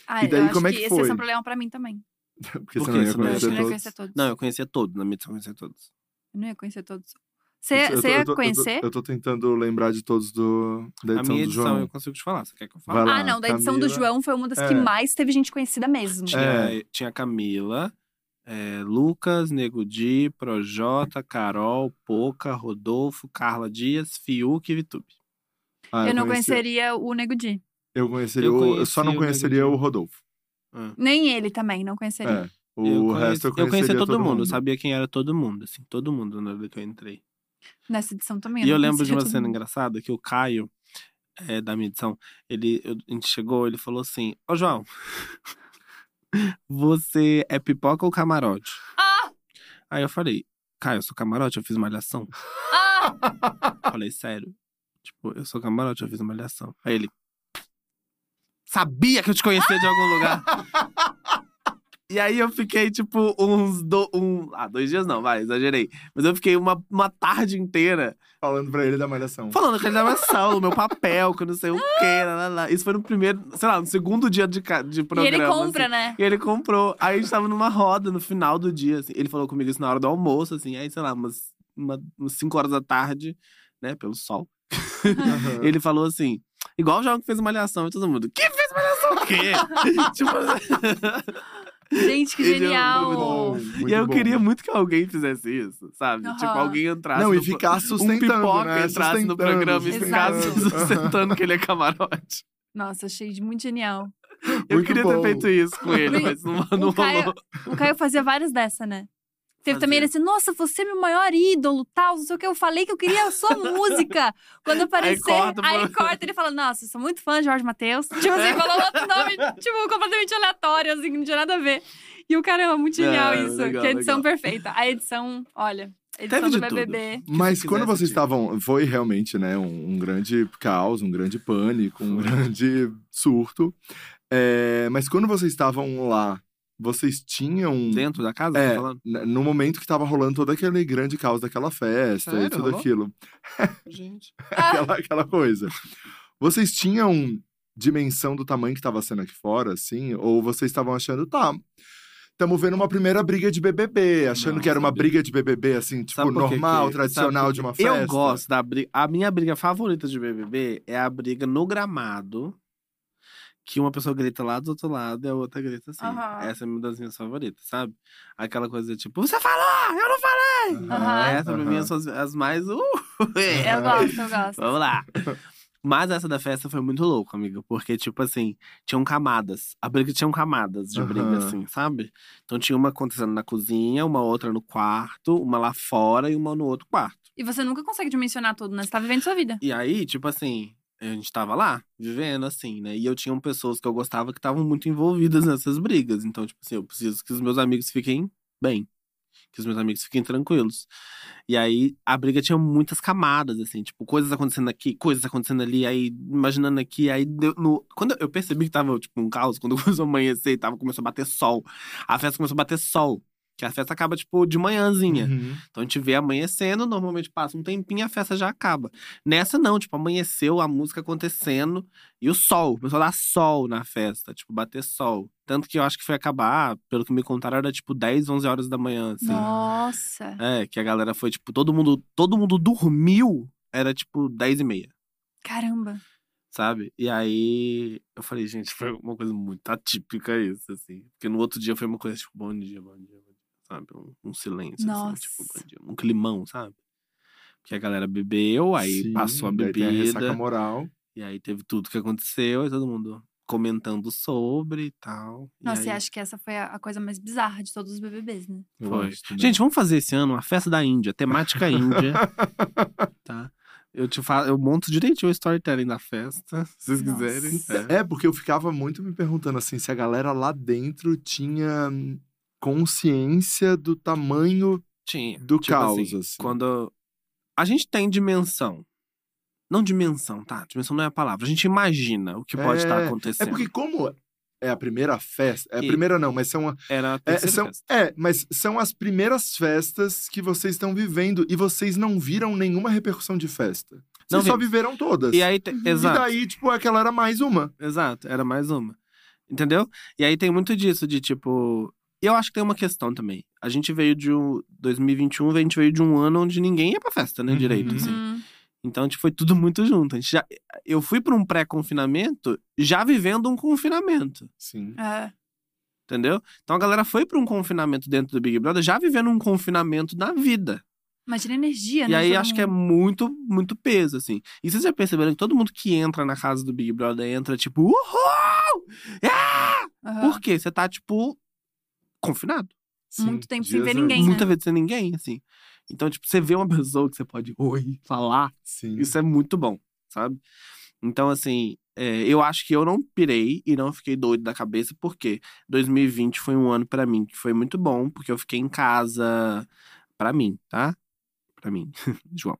[SPEAKER 1] Ai,
[SPEAKER 2] E daí,
[SPEAKER 1] eu acho
[SPEAKER 2] como é que
[SPEAKER 1] esse
[SPEAKER 2] foi?
[SPEAKER 1] é um problema pra mim também.
[SPEAKER 2] Porque você
[SPEAKER 3] Por quê?
[SPEAKER 2] não ia
[SPEAKER 3] Você não ia
[SPEAKER 1] eu
[SPEAKER 2] conhecer
[SPEAKER 1] acho que eu não ia conhecer
[SPEAKER 2] todos.
[SPEAKER 1] todos.
[SPEAKER 3] Não, eu conhecia todos. Na minha edição, eu conhecia todos.
[SPEAKER 1] Eu não ia conhecer todos.
[SPEAKER 2] Eu
[SPEAKER 1] Você
[SPEAKER 2] tô- eu tô-
[SPEAKER 1] você
[SPEAKER 2] eu
[SPEAKER 1] ia
[SPEAKER 2] tô- eu tô-
[SPEAKER 1] conhecer?
[SPEAKER 2] Eu tô tentando lembrar de todos do, da
[SPEAKER 3] A
[SPEAKER 2] edição
[SPEAKER 3] minha
[SPEAKER 2] do
[SPEAKER 3] edição, eu
[SPEAKER 2] João.
[SPEAKER 3] consigo te falar. Você quer que eu
[SPEAKER 2] Vai
[SPEAKER 3] fale?
[SPEAKER 2] lá.
[SPEAKER 1] Ah, não. Da edição do
[SPEAKER 2] Camila.
[SPEAKER 1] João foi uma das que
[SPEAKER 2] É.
[SPEAKER 1] mais teve gente conhecida mesmo.
[SPEAKER 3] Tinha, tinha Camila, eh, Lucas, Nego Di, Projota, Carol, Poca, Rodolfo, Carla Dias, Fiuk e Vitube.
[SPEAKER 2] Ah,
[SPEAKER 1] eu não
[SPEAKER 2] conheci-
[SPEAKER 1] conheceria o Nego Di.
[SPEAKER 2] Eu conheceria,
[SPEAKER 3] Eu
[SPEAKER 2] o- eu só
[SPEAKER 3] conheci
[SPEAKER 2] não
[SPEAKER 3] o
[SPEAKER 2] conheceria o
[SPEAKER 3] Negro
[SPEAKER 2] Rodolfo.
[SPEAKER 1] Nem ele também, não conheceria.
[SPEAKER 2] É. O
[SPEAKER 3] Ah. eu
[SPEAKER 2] resto eu
[SPEAKER 3] conheci- eu
[SPEAKER 2] conheceria
[SPEAKER 3] conhecia todo, mundo, sabia quem era todo mundo, assim, todo mundo na hora que eu entrei.
[SPEAKER 2] É.
[SPEAKER 1] Nessa edição também.
[SPEAKER 3] E
[SPEAKER 1] não
[SPEAKER 3] eu lembro de
[SPEAKER 1] conheceria
[SPEAKER 3] uma
[SPEAKER 1] todo
[SPEAKER 3] cena
[SPEAKER 1] mundo.
[SPEAKER 3] engraçada que o Caio, eh, da minha edição, ele, eu- a gente chegou, ele falou assim: Ô João, você é pipoca ou camarote?
[SPEAKER 1] Ah!
[SPEAKER 3] Aí eu falei: Caio, eu sou camarote, eu fiz malhação.
[SPEAKER 1] Ah!
[SPEAKER 3] Falei, sério. Tipo, eu sou camarote, eu fiz uma malhação. Aí ele. Sabia que eu te conhecia de algum lugar. E aí eu fiquei, tipo, uns. Do, um, ah, dois dias não, vai, exagerei. Mas eu fiquei uma, uma tarde inteira
[SPEAKER 2] Falando pra ele da malhação.
[SPEAKER 3] falando que ele dava sal, o meu papel, que eu não sei o quê. Lá, lá, lá. Isso foi no primeiro, sei lá, no segundo dia de, ca- de
[SPEAKER 1] E
[SPEAKER 3] programa.
[SPEAKER 1] ele compra,
[SPEAKER 3] assim.
[SPEAKER 1] né?
[SPEAKER 3] E ele comprou. Aí a gente tava numa roda no final do dia, assim. Ele falou comigo isso na hora do almoço, assim. Aí, sei lá, umas, uma, umas 5 horas da tarde, né, pelo sol.
[SPEAKER 2] Aham.
[SPEAKER 3] Ele falou assim, igual o João que fez malhação, e todo mundo, que fez malhação o quê? tipo,
[SPEAKER 1] Gente, que
[SPEAKER 3] Ele é um
[SPEAKER 2] Muito bom,
[SPEAKER 1] genial!
[SPEAKER 2] muito
[SPEAKER 3] e
[SPEAKER 2] bom.
[SPEAKER 3] eu
[SPEAKER 2] né?
[SPEAKER 3] queria muito que alguém fizesse isso, sabe? Tipo,
[SPEAKER 1] Aham.
[SPEAKER 3] alguém entrasse.
[SPEAKER 2] Não,
[SPEAKER 3] no
[SPEAKER 2] e ficar
[SPEAKER 3] Um
[SPEAKER 2] sustentando,
[SPEAKER 3] pipoca
[SPEAKER 2] né?
[SPEAKER 3] entrasse no
[SPEAKER 2] Sustentando,
[SPEAKER 3] programa e
[SPEAKER 1] sustentando.
[SPEAKER 3] ficasse
[SPEAKER 1] Exato.
[SPEAKER 3] sustentando que ele é camarote.
[SPEAKER 1] Nossa, achei de muito genial.
[SPEAKER 3] Eu
[SPEAKER 2] Muito
[SPEAKER 3] queria
[SPEAKER 2] bom.
[SPEAKER 3] ter feito isso com ele, mas não, não
[SPEAKER 1] O Caio,
[SPEAKER 3] rolou.
[SPEAKER 1] o Caio fazia várias dessa, né? Teve também ele
[SPEAKER 3] fazer.
[SPEAKER 1] assim, nossa, você é meu maior ídolo, tal, não sei o que. Eu falei que eu queria a sua música. Quando aparecer, aí
[SPEAKER 3] corta,
[SPEAKER 1] corta,
[SPEAKER 3] mano.
[SPEAKER 1] ele fala, nossa, eu sou muito fã de Jorge Matheus. Tipo assim, falou outro nome, tipo, completamente aleatório, assim, que não tinha nada a ver. E o cara é muito genial
[SPEAKER 3] É,
[SPEAKER 1] isso,
[SPEAKER 3] legal,
[SPEAKER 1] que é a edição
[SPEAKER 3] legal.
[SPEAKER 1] perfeita. A edição, olha, a edição
[SPEAKER 3] Teve
[SPEAKER 1] do
[SPEAKER 3] de tudo.
[SPEAKER 1] BBB.
[SPEAKER 2] Mas
[SPEAKER 3] você
[SPEAKER 2] quando
[SPEAKER 3] quiser
[SPEAKER 2] vocês
[SPEAKER 3] sentir.
[SPEAKER 2] estavam. Foi realmente, né? Um, um grande caos, um grande pânico, um grande surto. É, mas quando vocês estavam lá, vocês tinham.
[SPEAKER 3] Dentro da casa,
[SPEAKER 2] É.
[SPEAKER 3] tá falando?
[SPEAKER 2] n- No momento que tava rolando todo aquele grande caos daquela festa e
[SPEAKER 3] Sério?
[SPEAKER 2] tudo
[SPEAKER 3] Rolou?
[SPEAKER 2] aquilo.
[SPEAKER 3] Gente.
[SPEAKER 2] Aquela, aquela coisa. Vocês tinham dimensão do tamanho que tava sendo aqui fora, assim? Ou vocês estavam achando, tá. Estamos vendo uma primeira briga de BBB, achando
[SPEAKER 3] Não,
[SPEAKER 2] que era uma
[SPEAKER 3] sabia.
[SPEAKER 2] briga de BBB, assim, tipo,
[SPEAKER 3] Sabe por quê
[SPEAKER 2] normal,
[SPEAKER 3] que- sabe
[SPEAKER 2] tradicional
[SPEAKER 3] por
[SPEAKER 2] de
[SPEAKER 3] quê?
[SPEAKER 2] uma festa.
[SPEAKER 3] Eu gosto da briga. A minha briga favorita de BBB é a briga no gramado. Que uma pessoa grita lá do outro lado e a outra grita assim.
[SPEAKER 1] Aham.
[SPEAKER 3] Essa é uma das minhas favoritas, sabe? Aquela coisa tipo, você falou, eu não falei!
[SPEAKER 1] Aham.
[SPEAKER 3] Essa pra mim é
[SPEAKER 2] aham.
[SPEAKER 3] são as, as mais. Uh,
[SPEAKER 1] Eu gosto, eu gosto.
[SPEAKER 3] Vamos lá. Mas essa da festa foi muito louca, amiga. Porque, tipo assim, tinham camadas. A briga tinha camadas de briga,
[SPEAKER 2] Aham.
[SPEAKER 3] assim, sabe? Então tinha uma acontecendo na cozinha, uma outra no quarto, uma lá fora e uma no outro quarto.
[SPEAKER 1] E você nunca consegue dimensionar tudo, né? Você tá vivendo sua vida.
[SPEAKER 3] E aí, tipo assim, a gente tava lá, vivendo, assim, né? E eu tinha pessoas que eu gostava que estavam muito envolvidas nessas brigas. Então, tipo assim, eu preciso que os meus amigos fiquem bem. Que os meus amigos fiquem tranquilos. E aí, a briga tinha muitas camadas, assim, tipo, coisas acontecendo aqui, coisas acontecendo ali, aí, imaginando aqui, aí deu no... Quando eu percebi que tava, tipo, um caos, quando começou a amanhecer e tava, começou a bater sol. A festa começou a bater sol. Que a festa acaba, tipo, de manhãzinha.
[SPEAKER 2] Uhum.
[SPEAKER 3] Então a gente vê amanhecendo, normalmente passa um tempinho e a festa já acaba. Nessa não, tipo, amanheceu, a música acontecendo e o sol. O pessoal dá sol na festa, tipo, bater sol. Tanto que eu acho que foi acabar, pelo que me contaram, era tipo 10, 11 horas da manhã, assim.
[SPEAKER 1] Nossa.
[SPEAKER 3] É, que a galera foi, tipo, todo mundo, todo mundo dormiu, era tipo 10 e meia,
[SPEAKER 1] Caramba.
[SPEAKER 3] sabe? E aí eu falei, gente, foi uma coisa muito atípica isso, assim. Porque no outro dia foi uma coisa, tipo, bom dia, bom dia, bom dia. Sabe? Um, um silêncio, assim, tipo,
[SPEAKER 1] Nossa.
[SPEAKER 3] bom dia. Um climão, sabe? Porque a galera bebeu, aí
[SPEAKER 2] Sim,
[SPEAKER 3] passou a
[SPEAKER 2] daí tem a ressaca
[SPEAKER 3] bebida,
[SPEAKER 2] moral.
[SPEAKER 3] e aí teve tudo que aconteceu, e todo mundo comentando sobre e tal. e
[SPEAKER 1] Nossa, e
[SPEAKER 3] aí-
[SPEAKER 1] acho que essa foi a a coisa mais bizarra de todos os BBBs, né?
[SPEAKER 2] Eu
[SPEAKER 3] Foi.
[SPEAKER 2] gosto, né?
[SPEAKER 3] Gente, vamos fazer esse ano uma festa da Índia, temática Índia, tá? Eu te falo, eu monto direitinho o storytelling da festa, se vocês
[SPEAKER 1] Nossa.
[SPEAKER 3] quiserem.
[SPEAKER 2] É, porque eu ficava muito me perguntando assim, se a galera lá dentro tinha hum, consciência do tamanho
[SPEAKER 3] Tinha.
[SPEAKER 2] do
[SPEAKER 3] Tipo
[SPEAKER 2] caos,
[SPEAKER 3] assim,
[SPEAKER 2] assim.
[SPEAKER 3] Quando a gente tem dimensão, não dimensão, tá? Dimensão não é a palavra. A gente imagina o que pode estar
[SPEAKER 2] É, É
[SPEAKER 3] acontecendo.
[SPEAKER 2] porque como é a primeira festa, é a
[SPEAKER 3] E-
[SPEAKER 2] primeira não, mas são, a-
[SPEAKER 3] Era a
[SPEAKER 2] é,
[SPEAKER 3] terceira
[SPEAKER 2] são
[SPEAKER 3] festa.
[SPEAKER 2] é, mas são as primeiras festas que vocês estão vivendo e vocês não viram nenhuma repercussão de festa.
[SPEAKER 3] Não
[SPEAKER 2] Vocês só
[SPEAKER 3] vimos.
[SPEAKER 2] viveram todas.
[SPEAKER 3] E aí, te-
[SPEAKER 1] E
[SPEAKER 2] E
[SPEAKER 3] exato.
[SPEAKER 2] daí, tipo, aquela era mais uma.
[SPEAKER 3] Exato, era mais uma. Entendeu? E aí tem muito disso, de tipo. e Eu acho que tem uma questão também. A gente veio de um. 2021, a gente veio de um ano onde ninguém ia pra festa, né?
[SPEAKER 2] Uhum.
[SPEAKER 3] Direito, assim.
[SPEAKER 1] Hum.
[SPEAKER 3] Então, tipo, foi tudo muito junto. A gente já, eu fui pra um pré-confinamento já vivendo um confinamento.
[SPEAKER 2] Sim.
[SPEAKER 1] É.
[SPEAKER 3] Entendeu? Então a galera foi pra um confinamento dentro do Big Brother já vivendo um confinamento na vida.
[SPEAKER 1] Imagina a energia, né?
[SPEAKER 3] E
[SPEAKER 1] de
[SPEAKER 3] aí
[SPEAKER 1] todo
[SPEAKER 3] acho que é
[SPEAKER 1] mundo.
[SPEAKER 3] muito, muito peso, assim. E vocês já perceberam que todo mundo que entra na casa do Big Brother entra tipo, uhul!
[SPEAKER 1] Aham.
[SPEAKER 3] Por quê? Você tá, tipo, confinado.
[SPEAKER 2] sim.
[SPEAKER 1] Muito tempo sem ver
[SPEAKER 2] Jesus.
[SPEAKER 1] ninguém, Sim, né?
[SPEAKER 3] Muita vez É, sem ninguém, assim. Então, tipo, você vê uma pessoa que você pode oi, falar,
[SPEAKER 2] Sim.
[SPEAKER 3] isso é muito bom, sabe? Então, assim, é, eu acho que eu não pirei e não fiquei doido da cabeça, porque 2020 foi um ano pra mim que foi muito bom, porque eu fiquei em casa. Pra mim, tá? Pra mim, João.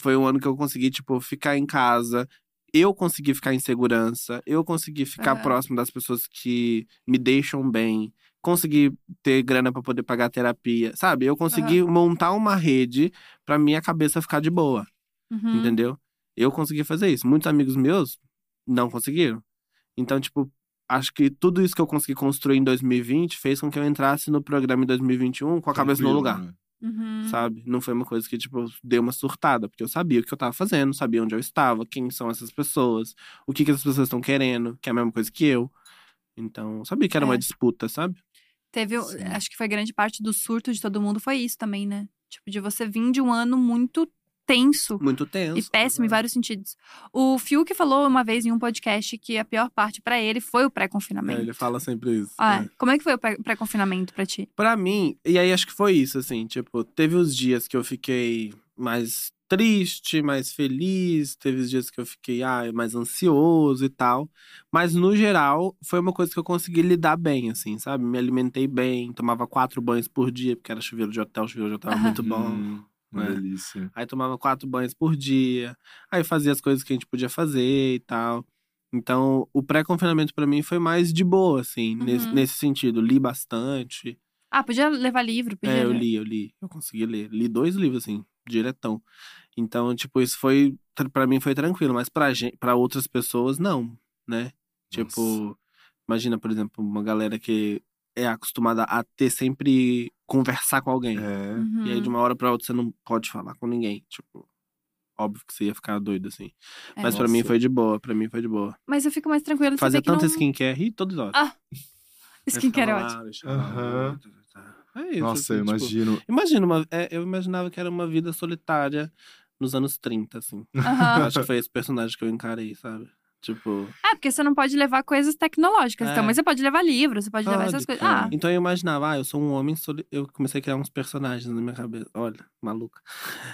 [SPEAKER 3] Foi um ano que eu consegui, tipo, ficar em casa. Eu consegui ficar em segurança, eu consegui ficar
[SPEAKER 1] Aham.
[SPEAKER 3] próximo das pessoas que me deixam bem, consegui ter grana pra poder pagar terapia, sabe? Eu consegui montar uma rede pra minha cabeça ficar de boa
[SPEAKER 1] Uhum.
[SPEAKER 3] entendeu? Eu consegui fazer isso. Muitos amigos meus não conseguiram. Então, tipo, acho que tudo isso que eu consegui construir em 2020 fez com que eu entrasse no programa em 2021 com a cabeça no
[SPEAKER 2] Tranquilo,
[SPEAKER 3] lugar,
[SPEAKER 2] né?
[SPEAKER 1] Uhum.
[SPEAKER 3] sabe? Não foi uma coisa que, tipo, deu uma surtada, porque eu sabia o que eu tava fazendo, sabia onde eu estava, quem são essas pessoas, o que, que essas pessoas estão querendo, que é a mesma coisa que eu. Então, eu sabia que era
[SPEAKER 1] É.
[SPEAKER 3] uma disputa, sabe?
[SPEAKER 1] Teve, o-
[SPEAKER 2] Sim.
[SPEAKER 1] acho que foi grande parte do surto de todo mundo foi isso também, né? Tipo, de você vir de um ano muito tenso
[SPEAKER 3] Muito
[SPEAKER 1] e
[SPEAKER 3] tenso.
[SPEAKER 1] péssimo em vários sentidos. O Fiuk falou uma vez em um podcast que a pior parte pra ele foi o
[SPEAKER 3] É,
[SPEAKER 1] pré-confinamento.
[SPEAKER 3] ele fala sempre isso.
[SPEAKER 1] Ah,
[SPEAKER 3] né?
[SPEAKER 1] Como é que foi o pré- pré-confinamento pra ti?
[SPEAKER 3] Pra mim, e aí acho que foi isso, assim, tipo, teve os dias que eu fiquei mais triste, mais feliz, teve os dias que eu fiquei ai, mais ansioso e tal. Mas no geral, foi uma coisa que eu consegui lidar bem, assim, sabe? Me alimentei bem, tomava quatro banhos por dia, porque era chuveiro de hotel, chuveiro de hotel era
[SPEAKER 1] Aham.
[SPEAKER 3] muito bom.
[SPEAKER 2] Hum, uma
[SPEAKER 3] né?
[SPEAKER 2] delícia.
[SPEAKER 3] Aí tomava quatro banhos por dia. Aí fazia as coisas que a gente podia fazer e tal. Então, o pré-confinamento pra mim foi mais de boa, assim, nesse,
[SPEAKER 1] Uhum.
[SPEAKER 3] nesse sentido. Li bastante.
[SPEAKER 1] Ah, podia levar livro, podia.
[SPEAKER 3] É, eu li, eu li. Eu consegui ler. Li dois livros, assim, diretão. Então, tipo, isso foi. tra- Pra mim foi tranquilo, mas pra, gente, pra outras pessoas, não, né? Tipo, imagina, por exemplo, uma galera que é acostumada a ter sempre conversar com alguém.
[SPEAKER 2] É.
[SPEAKER 1] Uhum.
[SPEAKER 3] né? E aí, de uma hora pra outra, você não pode falar com ninguém. Tipo, óbvio que você ia ficar doido, assim.
[SPEAKER 1] É.
[SPEAKER 3] Mas pra mim
[SPEAKER 2] Nossa.
[SPEAKER 3] foi de boa, pra mim foi de boa.
[SPEAKER 1] Mas eu fico mais tranquila de
[SPEAKER 3] Fazia
[SPEAKER 1] saber que não...
[SPEAKER 3] tanta skincare e todas horas.
[SPEAKER 1] Ah, Skincare é ótimo.
[SPEAKER 2] Aham.
[SPEAKER 3] É isso.
[SPEAKER 2] Nossa, eu
[SPEAKER 3] assim, tipo,
[SPEAKER 2] imagino.
[SPEAKER 3] Imagina, uma, é, eu imaginava que era uma vida solitária nos anos 30, assim. Eu
[SPEAKER 1] Aham.
[SPEAKER 3] Acho que foi esse personagem que eu encarei, sabe? Tipo.
[SPEAKER 1] É, porque você não pode levar coisas tecnológicas,
[SPEAKER 3] É.
[SPEAKER 1] então. Mas você pode levar livro, você pode, levar
[SPEAKER 3] Pode,
[SPEAKER 1] essas coisas.
[SPEAKER 2] cara.
[SPEAKER 1] Ah,
[SPEAKER 3] Então eu imaginava, ah, eu sou um homem soli... Eu comecei a criar uns personagens na minha cabeça. Olha, maluca.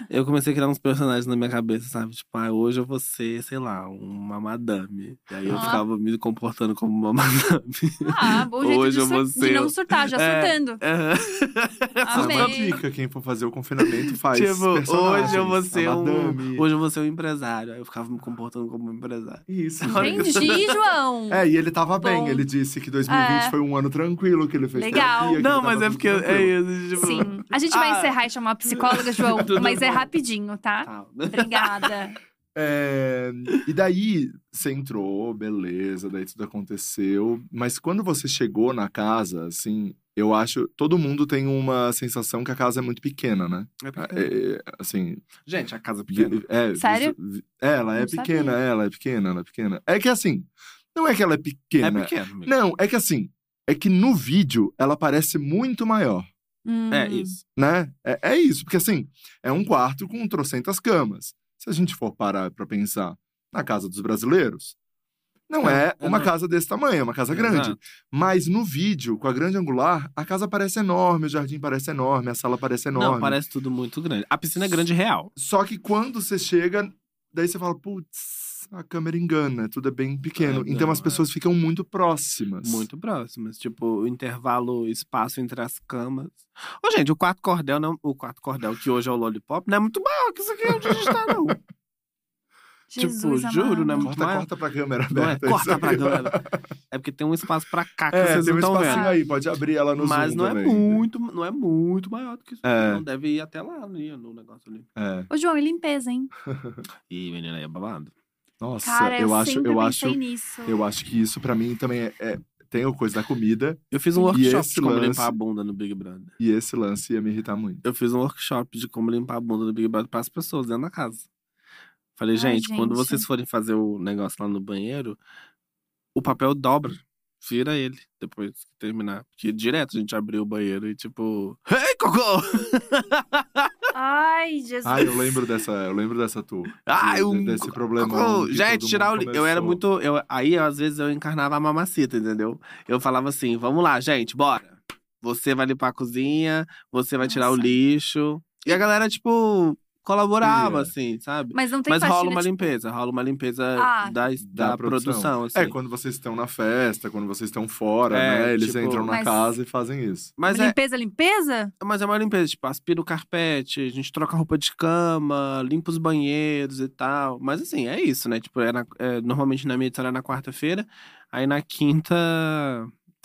[SPEAKER 3] Eu comecei a criar uns personagens na minha cabeça, sabe? Tipo, ah, hoje eu vou ser, sei lá, uma madame. E aí eu
[SPEAKER 1] Ó.
[SPEAKER 3] ficava me comportando como uma madame.
[SPEAKER 1] ah bom jeito
[SPEAKER 3] Hoje
[SPEAKER 1] de,
[SPEAKER 3] eu vou
[SPEAKER 1] sur- de
[SPEAKER 3] ser-
[SPEAKER 1] não surtar, já
[SPEAKER 3] É.
[SPEAKER 1] surtando.
[SPEAKER 3] Ah,
[SPEAKER 2] Essa é uma
[SPEAKER 1] Amei.
[SPEAKER 2] dica. Quem for fazer o confinamento faz.
[SPEAKER 3] Tipo, hoje eu vou
[SPEAKER 2] personagens,
[SPEAKER 3] ser
[SPEAKER 2] a
[SPEAKER 3] um.
[SPEAKER 2] madame.
[SPEAKER 3] Hoje eu vou ser um empresário. Aí eu ficava me comportando como um empresário.
[SPEAKER 2] Isso.
[SPEAKER 3] Olha que
[SPEAKER 1] Entendi, João.
[SPEAKER 2] É, e ele tava
[SPEAKER 1] Bom.
[SPEAKER 2] bem. Ele disse que 2020
[SPEAKER 1] É.
[SPEAKER 2] foi um ano tranquilo, que ele fez
[SPEAKER 1] Legal.
[SPEAKER 2] terapia, que ele
[SPEAKER 3] Não,
[SPEAKER 2] tava
[SPEAKER 3] mas é
[SPEAKER 2] tudo
[SPEAKER 3] porque eu-
[SPEAKER 2] tranquilo.
[SPEAKER 3] é isso. Tipo,
[SPEAKER 1] Sim. A gente vai
[SPEAKER 3] Ah.
[SPEAKER 1] encerrar e chamar a psicóloga, João,
[SPEAKER 3] Tudo
[SPEAKER 1] mas é
[SPEAKER 3] bom.
[SPEAKER 1] rapidinho, tá?
[SPEAKER 3] Tal.
[SPEAKER 1] Obrigada.
[SPEAKER 2] É, E daí, você entrou, beleza, daí tudo aconteceu. Mas quando você chegou na casa, assim, eu acho... Todo mundo tem uma sensação que a casa é muito pequena, né?
[SPEAKER 3] É porque-
[SPEAKER 2] É, é, assim,
[SPEAKER 3] Gente, a casa
[SPEAKER 2] Vi-
[SPEAKER 3] pequena.
[SPEAKER 2] É, visu-
[SPEAKER 1] Sério?
[SPEAKER 2] vi- é, ela é
[SPEAKER 1] Não
[SPEAKER 2] pequena,
[SPEAKER 1] sabia.
[SPEAKER 2] é, ela é pequena, ela é pequena. É que assim, não é que ela é pequena.
[SPEAKER 3] É pequena. amigo.
[SPEAKER 2] Não, é que assim, é que no vídeo ela parece muito maior,
[SPEAKER 1] Hum.
[SPEAKER 3] É isso.
[SPEAKER 2] né? É, é isso, porque assim, é um quarto com trocentas camas. Se a gente for parar pra pensar na casa dos brasileiros, não
[SPEAKER 3] É,
[SPEAKER 2] é,
[SPEAKER 3] é
[SPEAKER 2] uma
[SPEAKER 3] não.
[SPEAKER 2] casa desse tamanho, é uma casa grande.
[SPEAKER 3] Exato.
[SPEAKER 2] Mas no vídeo, com a grande angular, a casa parece enorme, o jardim parece enorme, a sala parece enorme.
[SPEAKER 3] Não, parece tudo muito grande. A piscina é grande real.
[SPEAKER 2] Só que quando você chega, daí você fala, putz, a câmera engana, tudo é bem pequeno.
[SPEAKER 3] É,
[SPEAKER 2] então
[SPEAKER 3] não,
[SPEAKER 2] as
[SPEAKER 3] é.
[SPEAKER 2] pessoas ficam muito próximas.
[SPEAKER 3] Muito próximas. Tipo, o intervalo, o espaço entre as camas. Ô, gente, o quarto cordel, não, o quarto cordel que hoje é o Lollipop, não é muito maior que isso aqui onde a gente tá, não.
[SPEAKER 1] Jesus
[SPEAKER 3] Tipo, juro,
[SPEAKER 1] amado.
[SPEAKER 3] né,
[SPEAKER 2] Corta,
[SPEAKER 3] Mas-
[SPEAKER 2] corta pra câmera
[SPEAKER 3] não é,
[SPEAKER 2] aberta. isso
[SPEAKER 3] corta pra
[SPEAKER 2] aí.
[SPEAKER 3] galera. É porque tem um espaço pra cá que
[SPEAKER 2] É,
[SPEAKER 3] vocês
[SPEAKER 2] tem um
[SPEAKER 3] não estão
[SPEAKER 2] espacinho
[SPEAKER 3] vendo.
[SPEAKER 2] aí, pode abrir ela no
[SPEAKER 3] Mas
[SPEAKER 2] Zoom
[SPEAKER 3] não é
[SPEAKER 2] também.
[SPEAKER 3] muito, não é muito maior do que isso.
[SPEAKER 2] É.
[SPEAKER 3] Não deve ir até lá ali, no negócio ali.
[SPEAKER 2] É.
[SPEAKER 1] Ô, João, e limpeza, hein?
[SPEAKER 3] Ih, menina, aí é babado.
[SPEAKER 2] Nossa,
[SPEAKER 1] Cara, eu,
[SPEAKER 2] eu acho,
[SPEAKER 1] sempre
[SPEAKER 2] eu
[SPEAKER 1] pensei
[SPEAKER 2] acho,
[SPEAKER 1] nisso.
[SPEAKER 2] eu acho que isso pra mim também é, é- tem a coisa da comida
[SPEAKER 3] Eu fiz um
[SPEAKER 2] E
[SPEAKER 3] workshop
[SPEAKER 2] esse
[SPEAKER 3] de como
[SPEAKER 2] lance-
[SPEAKER 3] limpar a bunda no Big Brother.
[SPEAKER 2] e esse lance ia me irritar muito.
[SPEAKER 3] eu fiz um workshop de como limpar a bunda do Big Brother para as pessoas dentro da casa. Falei,
[SPEAKER 1] Ai,
[SPEAKER 3] gente, quando
[SPEAKER 1] gente.
[SPEAKER 3] vocês forem fazer o negócio lá no banheiro, o papel dobra. Vira ele depois que terminar. Porque direto a gente abriu o banheiro e tipo. Ei, cocô!
[SPEAKER 1] Ai, Jesus.
[SPEAKER 2] Ah, eu lembro dessa, eu lembro dessa tour.
[SPEAKER 3] Ai,
[SPEAKER 2] de-
[SPEAKER 3] um.
[SPEAKER 2] desse
[SPEAKER 3] co-
[SPEAKER 2] problema.
[SPEAKER 3] cocô!
[SPEAKER 2] que todo
[SPEAKER 3] Gente,
[SPEAKER 2] mundo
[SPEAKER 3] é tirar o. li- Eu era
[SPEAKER 2] começou.
[SPEAKER 3] muito. Eu... Aí, às vezes, eu encarnava a mamacita, entendeu? Eu falava assim: vamos lá, gente, bora. Você vai limpar a cozinha, você vai tirar o
[SPEAKER 1] Nossa.
[SPEAKER 3] lixo. E a galera, tipo, colaborava,
[SPEAKER 2] Ia.
[SPEAKER 3] assim, sabe?
[SPEAKER 1] Mas não tem
[SPEAKER 3] Mas rola
[SPEAKER 1] faxina
[SPEAKER 3] uma
[SPEAKER 1] de-
[SPEAKER 3] limpeza, rola uma limpeza
[SPEAKER 1] Ah.
[SPEAKER 3] da,
[SPEAKER 2] Da
[SPEAKER 3] da produção. assim.
[SPEAKER 2] É, quando vocês estão na festa, quando vocês estão fora,
[SPEAKER 3] É,
[SPEAKER 2] né? Eles
[SPEAKER 3] tipo-
[SPEAKER 2] entram na
[SPEAKER 1] Mas-
[SPEAKER 2] casa e fazem isso.
[SPEAKER 3] mas, é,
[SPEAKER 1] Limpeza, limpeza?
[SPEAKER 3] mas é uma limpeza, tipo, aspira o carpete, a gente troca a roupa de cama, limpa os banheiros e tal. Mas assim, é isso, né? Tipo, é na- é, normalmente na minha edição era na quarta-feira, aí na quinta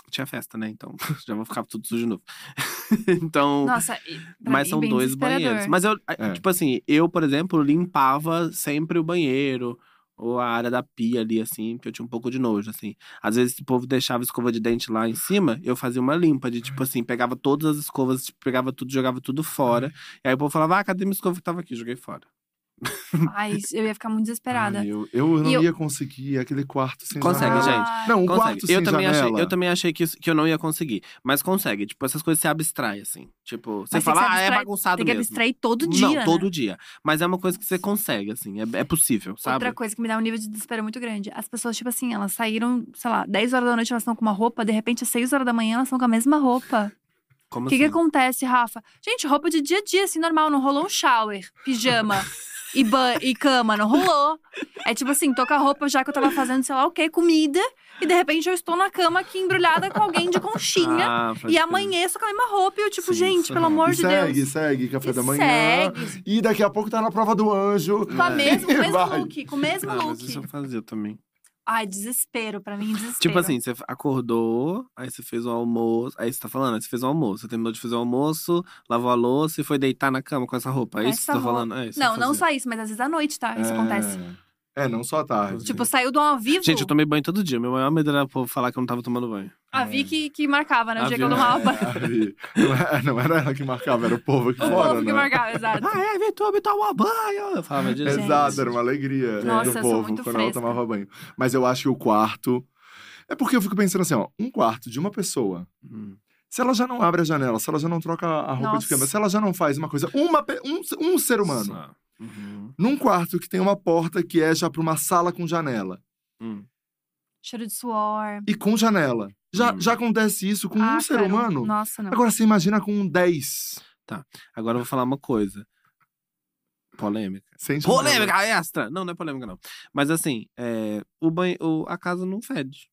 [SPEAKER 3] tinha festa, né? Então já vou ficar tudo sujo de novo. então.
[SPEAKER 1] Nossa, e- pra
[SPEAKER 3] Mas
[SPEAKER 1] mim,
[SPEAKER 3] são
[SPEAKER 1] bem
[SPEAKER 3] dois
[SPEAKER 1] desesperador.
[SPEAKER 3] banheiros. Mas eu, a-
[SPEAKER 2] É.
[SPEAKER 3] tipo assim, eu, por exemplo, limpava sempre o banheiro ou a área da pia ali, assim, porque eu tinha um pouco de nojo, assim. Às vezes o povo deixava escova de dente lá em cima, eu fazia uma limpa de, tipo assim, pegava todas as escovas, tipo, pegava tudo, jogava tudo fora. E aí o povo falava, ah, cadê minha escova que tava aqui? Joguei fora.
[SPEAKER 1] Ai, eu ia ficar muito desesperada.
[SPEAKER 2] Ai, eu, eu não
[SPEAKER 1] E eu-
[SPEAKER 2] ia conseguir aquele quarto sem
[SPEAKER 3] Consegue,
[SPEAKER 2] janela.
[SPEAKER 3] gente.
[SPEAKER 1] Ai,
[SPEAKER 2] Não, um
[SPEAKER 3] Consegue.
[SPEAKER 2] quarto sem
[SPEAKER 3] eu, também
[SPEAKER 2] janela.
[SPEAKER 3] achei, eu também achei que, isso- que eu não ia conseguir. Mas consegue. Tipo, essas coisas se abstrai, assim. Tipo, você
[SPEAKER 1] Mas tem que
[SPEAKER 3] fala,
[SPEAKER 1] se
[SPEAKER 3] ah, é
[SPEAKER 1] abstrair-
[SPEAKER 3] bagunçado
[SPEAKER 1] Tem que
[SPEAKER 3] mesmo.
[SPEAKER 1] abstrair todo dia.
[SPEAKER 3] não,
[SPEAKER 1] né?
[SPEAKER 3] todo dia. Mas é uma coisa que você consegue, assim. É, é possível, sabe?
[SPEAKER 1] Outra coisa que me dá um nível de desespero muito grande. As pessoas, tipo assim, elas saíram, sei lá, 10 horas da noite elas estão com uma roupa, de repente às 6 horas da manhã elas estão com a mesma roupa.
[SPEAKER 3] Como
[SPEAKER 1] O que, que
[SPEAKER 3] assim?
[SPEAKER 1] acontece, Rafa? Gente, roupa de dia a dia, assim, normal, não rolou um shower, pijama e, ban e cama, não rolou. É tipo assim, tô com a roupa já que eu tava fazendo, sei lá o quê, comida, e de repente eu estou na cama aqui embrulhada com alguém de conchinha.
[SPEAKER 3] Ah, pode
[SPEAKER 1] e
[SPEAKER 3] crer.
[SPEAKER 1] amanheço com a mesma roupa, e eu, tipo,
[SPEAKER 3] Sim,
[SPEAKER 1] gente,
[SPEAKER 3] isso
[SPEAKER 1] pelo
[SPEAKER 3] não.
[SPEAKER 1] amor
[SPEAKER 2] e
[SPEAKER 1] de
[SPEAKER 2] segue,
[SPEAKER 1] Deus.
[SPEAKER 2] segue, café
[SPEAKER 1] E
[SPEAKER 2] é da manhã.
[SPEAKER 1] segue.
[SPEAKER 2] E daqui a pouco tá na prova do anjo.
[SPEAKER 1] Com, a mesma, com o mesmo
[SPEAKER 2] Vai.
[SPEAKER 1] look, com o mesmo
[SPEAKER 3] Ah, mas
[SPEAKER 1] look.
[SPEAKER 3] isso eu fazia também.
[SPEAKER 1] Ai, desespero, pra mim, desespero.
[SPEAKER 3] Tipo assim, você acordou, aí você fez um almoço. Aí você tá falando, aí você fez um almoço. Você terminou de fazer o almoço, lavou a louça e foi deitar na cama com essa roupa. É isso que você
[SPEAKER 1] Essa
[SPEAKER 3] tá falando? É isso que
[SPEAKER 1] Não,
[SPEAKER 3] eu
[SPEAKER 1] não
[SPEAKER 3] fazia.
[SPEAKER 1] só isso, mas às vezes à noite, tá? Isso
[SPEAKER 2] assim. É.
[SPEAKER 1] acontece.
[SPEAKER 2] É, não só à tarde.
[SPEAKER 1] Tipo, saiu do ao vivo,
[SPEAKER 3] Gente, eu tomei banho todo dia. Meu maior medo era o povo falar que eu não tava tomando banho.
[SPEAKER 1] a Vicky que marcava, né? O
[SPEAKER 3] A
[SPEAKER 1] dia que eu
[SPEAKER 3] Vi-
[SPEAKER 1] tomava banho.
[SPEAKER 2] É, aí- não era- não era ela que marcava, era o povo aqui
[SPEAKER 1] O
[SPEAKER 2] fora,
[SPEAKER 1] povo que
[SPEAKER 2] né?
[SPEAKER 1] marcava, exato.
[SPEAKER 3] Ah, é, vem tu me tomar banho! Eu falava direto.
[SPEAKER 2] Exato, era uma alegria
[SPEAKER 1] Nossa, eu
[SPEAKER 2] do
[SPEAKER 1] sou
[SPEAKER 2] povo
[SPEAKER 1] muito
[SPEAKER 2] quando ela
[SPEAKER 1] fresca.
[SPEAKER 2] tomava banho. Mas eu acho que o quarto. É porque eu fico pensando assim, ó, um quarto de uma pessoa.
[SPEAKER 3] Hum.
[SPEAKER 2] Se ela já não abre a janela, se ela já não troca a roupa
[SPEAKER 1] Nossa.
[SPEAKER 2] de cama, se ela já não faz uma coisa, uma, pe- um, um ser humano,
[SPEAKER 3] Só. Uhum.
[SPEAKER 2] num quarto que tem uma porta que é já pra uma sala com janela
[SPEAKER 3] Hum.
[SPEAKER 1] Cheiro de suor.
[SPEAKER 2] e com janela, já,
[SPEAKER 3] Hum.
[SPEAKER 2] já acontece isso com
[SPEAKER 1] Ah,
[SPEAKER 2] um ser
[SPEAKER 1] cara, não-
[SPEAKER 2] humano.
[SPEAKER 1] Nossa, não.
[SPEAKER 2] Agora você imagina com um 10.
[SPEAKER 3] Agora eu vou falar uma coisa. Polêmica.
[SPEAKER 2] Sem janela.
[SPEAKER 3] Polêmica extra! Não, não é polêmica, não. Mas assim, é, o banho, o- a casa não fede.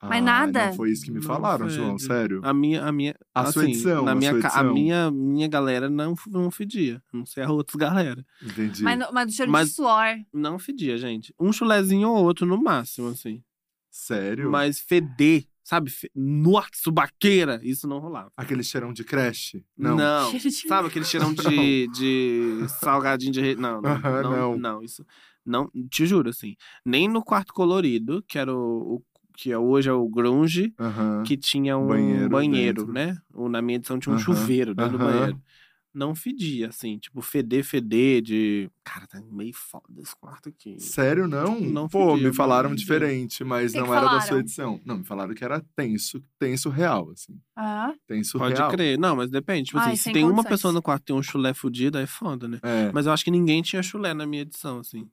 [SPEAKER 1] Mas
[SPEAKER 2] Ah,
[SPEAKER 1] nada.
[SPEAKER 2] Não foi isso que me
[SPEAKER 3] Não
[SPEAKER 2] falaram,
[SPEAKER 3] foi,
[SPEAKER 2] João,
[SPEAKER 3] Edu.
[SPEAKER 2] sério.
[SPEAKER 3] A minha, a minha,
[SPEAKER 2] A sua
[SPEAKER 3] assim,
[SPEAKER 2] edição,
[SPEAKER 3] na
[SPEAKER 2] a
[SPEAKER 3] minha,
[SPEAKER 2] sua
[SPEAKER 3] ca-
[SPEAKER 2] edição.
[SPEAKER 3] A minha, minha galera não, f- não fedia. Não sei a outras galera.
[SPEAKER 2] Entendi.
[SPEAKER 1] Mas, no- mas o cheiro
[SPEAKER 3] Mas-
[SPEAKER 1] de suor.
[SPEAKER 3] Não fedia, gente. Um chulezinho ou outro no máximo, assim.
[SPEAKER 2] Sério?
[SPEAKER 3] Mas feder, sabe? Fe... Nossa, subaqueira! Isso não rolava.
[SPEAKER 2] Aquele cheirão de creche? Não.
[SPEAKER 1] Cheiro de-
[SPEAKER 3] Sabe aquele cheirão de, de salgadinho de... re- Não, não,
[SPEAKER 2] Aham,
[SPEAKER 3] não,
[SPEAKER 2] não.
[SPEAKER 3] não, isso... Não, te juro, assim. Nem no quarto colorido, que era o... o- que é- hoje é o grunge,
[SPEAKER 2] Aham.
[SPEAKER 3] que tinha um
[SPEAKER 2] Banheiro
[SPEAKER 3] banheiro,
[SPEAKER 2] dentro.
[SPEAKER 3] né? Ou na minha edição tinha um
[SPEAKER 2] Aham,
[SPEAKER 3] chuveiro dentro do
[SPEAKER 2] aham.
[SPEAKER 3] banheiro. Não fedia, assim, tipo, feder, feder de. Cara, tá meio foda esse quarto aqui.
[SPEAKER 2] Sério, não?
[SPEAKER 3] Não
[SPEAKER 2] Pô,
[SPEAKER 3] podia,
[SPEAKER 2] me falaram
[SPEAKER 3] não podia.
[SPEAKER 2] diferente, mas
[SPEAKER 1] Que que
[SPEAKER 2] não era da
[SPEAKER 1] falaram?
[SPEAKER 2] sua edição. Não, me falaram que era tenso, tenso real, assim.
[SPEAKER 1] Ah,
[SPEAKER 2] Tenso
[SPEAKER 3] Pode
[SPEAKER 2] real.
[SPEAKER 3] crer. Não, mas depende. Tipo
[SPEAKER 1] Ai,
[SPEAKER 3] assim, se
[SPEAKER 1] sem
[SPEAKER 3] tem uma
[SPEAKER 1] condições.
[SPEAKER 3] pessoa no quarto que tem um chulé fudido, aí é foda, né?
[SPEAKER 2] É.
[SPEAKER 3] Mas eu acho que ninguém tinha chulé na minha edição, assim.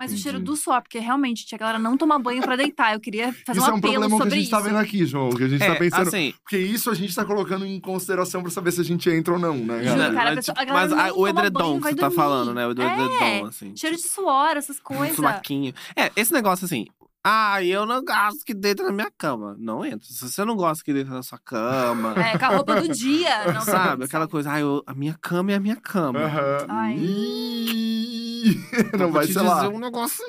[SPEAKER 1] mas o cheiro
[SPEAKER 2] Entendi.
[SPEAKER 1] do suor, porque realmente tinha galera não tomar banho pra deitar. Eu queria fazer
[SPEAKER 2] isso
[SPEAKER 1] um
[SPEAKER 2] é um
[SPEAKER 1] apelo
[SPEAKER 2] problema que a
[SPEAKER 1] sobre
[SPEAKER 2] gente
[SPEAKER 1] isso.
[SPEAKER 2] tá vendo aqui, João, que a gente
[SPEAKER 3] é,
[SPEAKER 2] tá pensando.
[SPEAKER 3] assim.
[SPEAKER 2] Porque isso a gente tá colocando em consideração pra saber se a gente entra ou não, né,
[SPEAKER 1] Juro,
[SPEAKER 2] galera?
[SPEAKER 1] cara, a
[SPEAKER 3] mas,
[SPEAKER 1] pessoa- a
[SPEAKER 3] tipo,
[SPEAKER 1] galera
[SPEAKER 3] mas
[SPEAKER 1] não
[SPEAKER 3] a- o
[SPEAKER 1] toma banho,
[SPEAKER 3] edredom que
[SPEAKER 1] vai
[SPEAKER 3] você tá
[SPEAKER 1] dormir.
[SPEAKER 3] falando, né? O
[SPEAKER 1] É,
[SPEAKER 3] edredom, assim.
[SPEAKER 1] Cheiro de suor, essas
[SPEAKER 3] Um
[SPEAKER 1] coisas.
[SPEAKER 3] sulaquinho. É, esse negócio assim. Ah, eu não gosto que deita na minha cama. Não entra. Se você não gosta que deita na sua cama,
[SPEAKER 1] É, com a roupa do dia. Não
[SPEAKER 3] sabe? Aquela coisa, ah, eu- a minha cama é a minha cama.
[SPEAKER 2] Aham.
[SPEAKER 1] Ai.
[SPEAKER 2] Ih, Não
[SPEAKER 3] Eu vou
[SPEAKER 2] vai
[SPEAKER 3] te
[SPEAKER 2] ser lá.
[SPEAKER 3] dizer um negócio.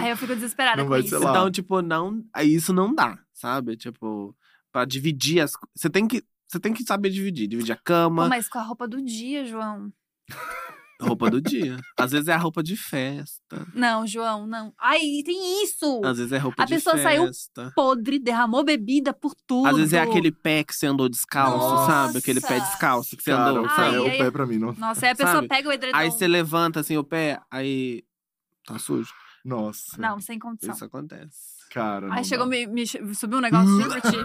[SPEAKER 1] Aí eu fico desesperada
[SPEAKER 2] Não
[SPEAKER 1] com
[SPEAKER 2] vai
[SPEAKER 1] isso.
[SPEAKER 2] ser lá.
[SPEAKER 3] então, tipo, não, aí isso não dá, sabe? Tipo, pra dividir as co- você tem que você tem que saber dividir, dividir a
[SPEAKER 1] Pô,
[SPEAKER 3] cama,
[SPEAKER 1] mas com a roupa do dia, João.
[SPEAKER 3] roupa do dia. Às vezes é a roupa de festa,
[SPEAKER 1] Não, João, não. Ai, tem isso!
[SPEAKER 3] às vezes é roupa
[SPEAKER 1] A
[SPEAKER 3] de
[SPEAKER 1] pessoa saiu
[SPEAKER 3] festa.
[SPEAKER 1] Podre, derramou bebida por tudo.
[SPEAKER 3] Às vezes é aquele pé que você andou descalço,
[SPEAKER 1] Nossa!
[SPEAKER 3] sabe? Aquele pé descalço que você
[SPEAKER 2] Cara,
[SPEAKER 3] andou,
[SPEAKER 2] o
[SPEAKER 1] Ai,
[SPEAKER 2] pé,
[SPEAKER 3] sabe?
[SPEAKER 2] o
[SPEAKER 1] ai.
[SPEAKER 2] pé pra mim, não.
[SPEAKER 1] Nossa, aí a pessoa
[SPEAKER 3] Sabe?
[SPEAKER 1] pega o edredom.
[SPEAKER 3] Aí você levanta assim o pé, aí tá sujo.
[SPEAKER 2] Nossa.
[SPEAKER 1] Não, sem condição.
[SPEAKER 3] Isso é acontece.
[SPEAKER 2] Cara. não
[SPEAKER 1] Aí chegou,
[SPEAKER 2] dá.
[SPEAKER 1] me, me che- subiu um negócio de ti.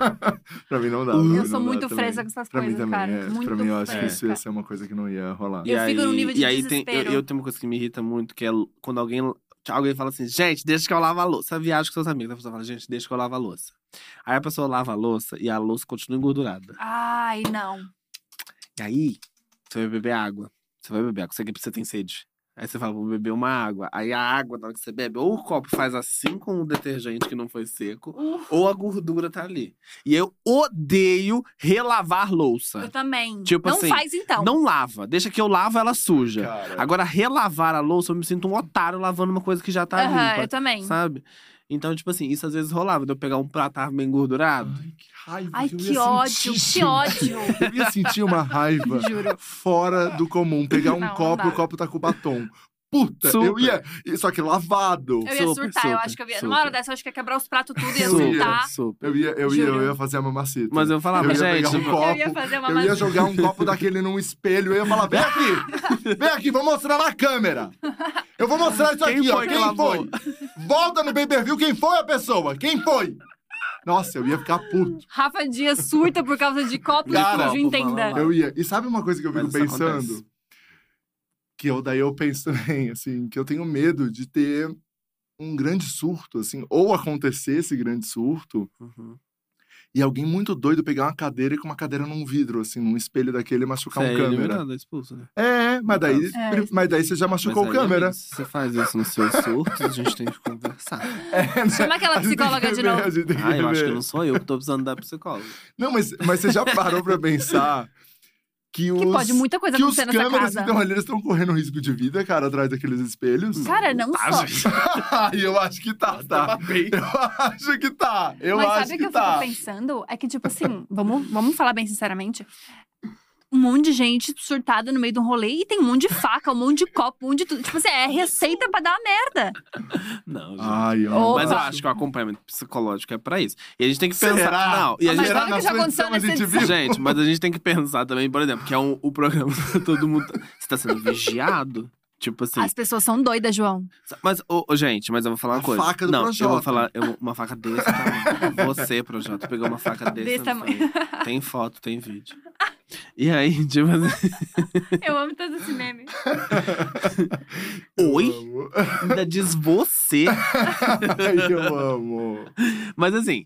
[SPEAKER 2] Pra mim não dá.
[SPEAKER 3] Eu
[SPEAKER 2] pra mim
[SPEAKER 1] Eu
[SPEAKER 2] não
[SPEAKER 1] sou
[SPEAKER 2] dá
[SPEAKER 1] muito
[SPEAKER 2] também.
[SPEAKER 1] fresca com essas
[SPEAKER 2] Pra mim
[SPEAKER 1] coisas,
[SPEAKER 2] também,
[SPEAKER 1] cara.
[SPEAKER 2] é.
[SPEAKER 1] Muito
[SPEAKER 2] Pra mim, eu acho que
[SPEAKER 1] fresca.
[SPEAKER 2] isso ia ser uma coisa que não ia rolar.
[SPEAKER 1] Eu fico num nível de
[SPEAKER 3] e aí tem-
[SPEAKER 1] desespero.
[SPEAKER 3] eu, eu tenho uma coisa que me irrita muito, que é l- quando alguém, alguém fala assim, gente, deixa que eu lavo a louça. Você viaja com seus amigos, a pessoa fala, gente, deixa que eu lavo a louça. Aí a pessoa lava a louça e a louça continua engordurada.
[SPEAKER 1] Ai, não.
[SPEAKER 3] E aí, você vai beber água. Você vai beber água, você, você tem sede. Aí você fala, vou beber uma água. Aí a água, na hora que você bebe, ou o copo faz assim com o detergente que não foi seco, ou a gordura tá ali. E eu odeio relavar
[SPEAKER 1] Eu
[SPEAKER 3] louça.
[SPEAKER 1] também.
[SPEAKER 3] Tipo
[SPEAKER 1] não
[SPEAKER 3] assim,
[SPEAKER 1] faz então.
[SPEAKER 3] Não lava, deixa que eu lavo ela suja.
[SPEAKER 2] Cara,
[SPEAKER 3] Agora, relavar a louça, eu me sinto um otário lavando uma coisa que já tá
[SPEAKER 1] Aham, eu
[SPEAKER 3] limpa,
[SPEAKER 1] também.
[SPEAKER 3] sabe? Então, tipo assim, isso às vezes rolava. De eu pegar um prato tava bem engordurado.
[SPEAKER 2] Ai, que raiva.
[SPEAKER 1] Ai,
[SPEAKER 2] eu ia
[SPEAKER 1] que
[SPEAKER 2] sentir
[SPEAKER 1] ódio, que
[SPEAKER 2] isso.
[SPEAKER 1] ódio.
[SPEAKER 2] Eu ia sentir uma raiva
[SPEAKER 1] Juro.
[SPEAKER 2] fora do comum. Pegar um
[SPEAKER 1] Não, não
[SPEAKER 2] copo
[SPEAKER 1] dá.
[SPEAKER 2] e o copo tá com batom. puta. Eu
[SPEAKER 3] Super.
[SPEAKER 2] ia. Só que lavado.
[SPEAKER 1] Eu ia
[SPEAKER 3] Super,
[SPEAKER 1] surtar, eu
[SPEAKER 3] super,
[SPEAKER 1] acho que eu ia. Numa
[SPEAKER 3] super.
[SPEAKER 1] hora dessa, eu acho que ia quebrar os pratos tudo e ia
[SPEAKER 2] Eu ia.
[SPEAKER 1] surtar.
[SPEAKER 3] super.
[SPEAKER 2] Eu ia, eu ia, eu
[SPEAKER 1] Juro.
[SPEAKER 2] ia fazer a mamacita.
[SPEAKER 3] Mas eu falava,
[SPEAKER 2] Eu ia pegar
[SPEAKER 3] gente,
[SPEAKER 2] um
[SPEAKER 1] Eu ia
[SPEAKER 2] copo,
[SPEAKER 1] fazer uma
[SPEAKER 2] Eu ia jogar um copo daquele num espelho, eu ia falar: vem aqui! Vem aqui, vou mostrar na câmera! Eu vou mostrar isso
[SPEAKER 3] Quem
[SPEAKER 2] aqui, ó.
[SPEAKER 3] foi que
[SPEAKER 2] Quem
[SPEAKER 3] lavou?
[SPEAKER 2] foi? Volta no pay per view, quem foi a pessoa? Quem foi? Nossa, eu ia ficar puto.
[SPEAKER 1] Rafa Dias surta por causa de copo
[SPEAKER 2] Cara,
[SPEAKER 1] de cujo, entenda.
[SPEAKER 3] vamos lá.
[SPEAKER 2] Eu ia. E sabe uma coisa que eu fico
[SPEAKER 3] Mas isso
[SPEAKER 2] pensando?
[SPEAKER 3] acontece.
[SPEAKER 2] Que eu daí eu penso também, assim, que eu tenho medo de ter um grande surto, assim, ou acontecer esse grande surto
[SPEAKER 3] Uhum.
[SPEAKER 2] e alguém muito doido pegar uma cadeira e com uma cadeira num vidro, assim, num espelho daquele e machucar
[SPEAKER 3] Você é
[SPEAKER 2] um câmera.
[SPEAKER 3] eliminado, é expulso, né?
[SPEAKER 2] É, mas daí,
[SPEAKER 1] É,
[SPEAKER 2] pri- mas daí você já machucou
[SPEAKER 3] Mas
[SPEAKER 2] o
[SPEAKER 3] aí, é
[SPEAKER 2] câmera.
[SPEAKER 3] amigo, Se você faz isso nos seus surtos, a gente tem que conversar.
[SPEAKER 1] Chama aquela
[SPEAKER 2] É, né? A gente tem que
[SPEAKER 1] psicóloga de
[SPEAKER 2] ver,
[SPEAKER 1] novo.
[SPEAKER 2] a gente tem que
[SPEAKER 3] Ah, eu acho
[SPEAKER 2] ver.
[SPEAKER 3] que não sou eu que tô precisando da psicóloga.
[SPEAKER 2] Não, mas, mas você já parou pra pensar que os,
[SPEAKER 1] Que pode muita coisa
[SPEAKER 2] que os
[SPEAKER 1] acontecer nessa
[SPEAKER 2] câmeras que
[SPEAKER 1] casa.
[SPEAKER 2] estão ali, eles estão correndo risco de vida, cara, atrás daqueles espelhos?
[SPEAKER 1] Cara, não
[SPEAKER 3] Tá,
[SPEAKER 1] só.
[SPEAKER 3] gente.
[SPEAKER 2] E eu acho que tá, tá. Eu acho que tá. Eu
[SPEAKER 1] Mas
[SPEAKER 2] acho
[SPEAKER 1] sabe o que, eu fico
[SPEAKER 2] tá.
[SPEAKER 1] pensando? É que, tipo assim, vamos, vamos falar bem sinceramente. Um monte de gente surtada no meio de um rolê e tem um monte de faca, um monte de copo, um monte de tudo. Tipo assim, é receita pra dar merda.
[SPEAKER 3] Não, gente.
[SPEAKER 2] Ai, eu
[SPEAKER 1] Opa.
[SPEAKER 3] Mas eu acho que o acompanhamento psicológico é pra isso. E a gente tem que
[SPEAKER 2] Será?
[SPEAKER 3] pensar. é, Não, e a
[SPEAKER 1] Mas
[SPEAKER 3] gente. tá
[SPEAKER 1] olha o que já
[SPEAKER 2] sua
[SPEAKER 1] aconteceu
[SPEAKER 2] edição a
[SPEAKER 1] nessa
[SPEAKER 2] gente
[SPEAKER 1] edição.
[SPEAKER 2] viu.
[SPEAKER 3] Gente, mas a gente tem que pensar também, por exemplo, que é um, o programa todo mundo. tá- Você tá sendo vigiado? Tipo assim.
[SPEAKER 1] As pessoas são doidas, João.
[SPEAKER 3] Mas, ô, ô, gente, mas eu vou falar uma
[SPEAKER 2] A
[SPEAKER 3] coisa.
[SPEAKER 2] faca do
[SPEAKER 3] não, eu vou
[SPEAKER 2] Projota.
[SPEAKER 3] falar eu, vou- uma faca desse tamanho. Você, Projota, pegou uma faca desse,
[SPEAKER 1] Desse
[SPEAKER 3] Tem foto, tem vídeo. E aí, tipo assim.
[SPEAKER 1] Eu amo todo esse meme.
[SPEAKER 2] Eu
[SPEAKER 3] Oi?
[SPEAKER 2] amo.
[SPEAKER 3] Ainda diz você.
[SPEAKER 2] Ai, eu amo.
[SPEAKER 3] Mas assim,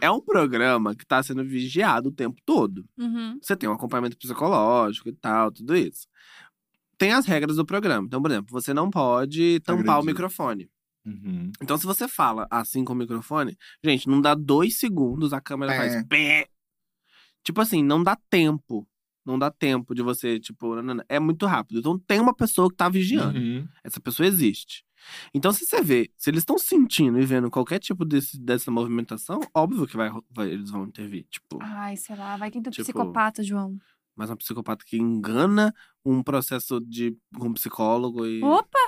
[SPEAKER 3] é um programa que tá sendo vigiado o tempo todo.
[SPEAKER 1] Uhum.
[SPEAKER 3] Você tem um acompanhamento psicológico e tal, tudo isso. Tem as regras do programa. Então, por exemplo, você não pode tampar o
[SPEAKER 2] Agredir.
[SPEAKER 3] microfone. Então, se você fala assim com o microfone, gente, não dá dois segundos, a câmera
[SPEAKER 2] É.
[SPEAKER 3] faz pé. Tipo assim, não dá tempo. Não dá tempo de você, tipo, nanana. é muito rápido. Então tem uma pessoa que tá vigiando.
[SPEAKER 2] Uhum.
[SPEAKER 3] Essa pessoa existe. Então, se você vê, se eles estão sentindo e vendo qualquer tipo desse, dessa movimentação, óbvio que vai, ro- vai- eles vão intervir. Tipo,
[SPEAKER 1] Ai, sei lá, vai quem tu é
[SPEAKER 3] Tipo-
[SPEAKER 1] psicopata, João.
[SPEAKER 3] mas uma psicopata que engana um processo de com um psicólogo e.
[SPEAKER 1] Opa!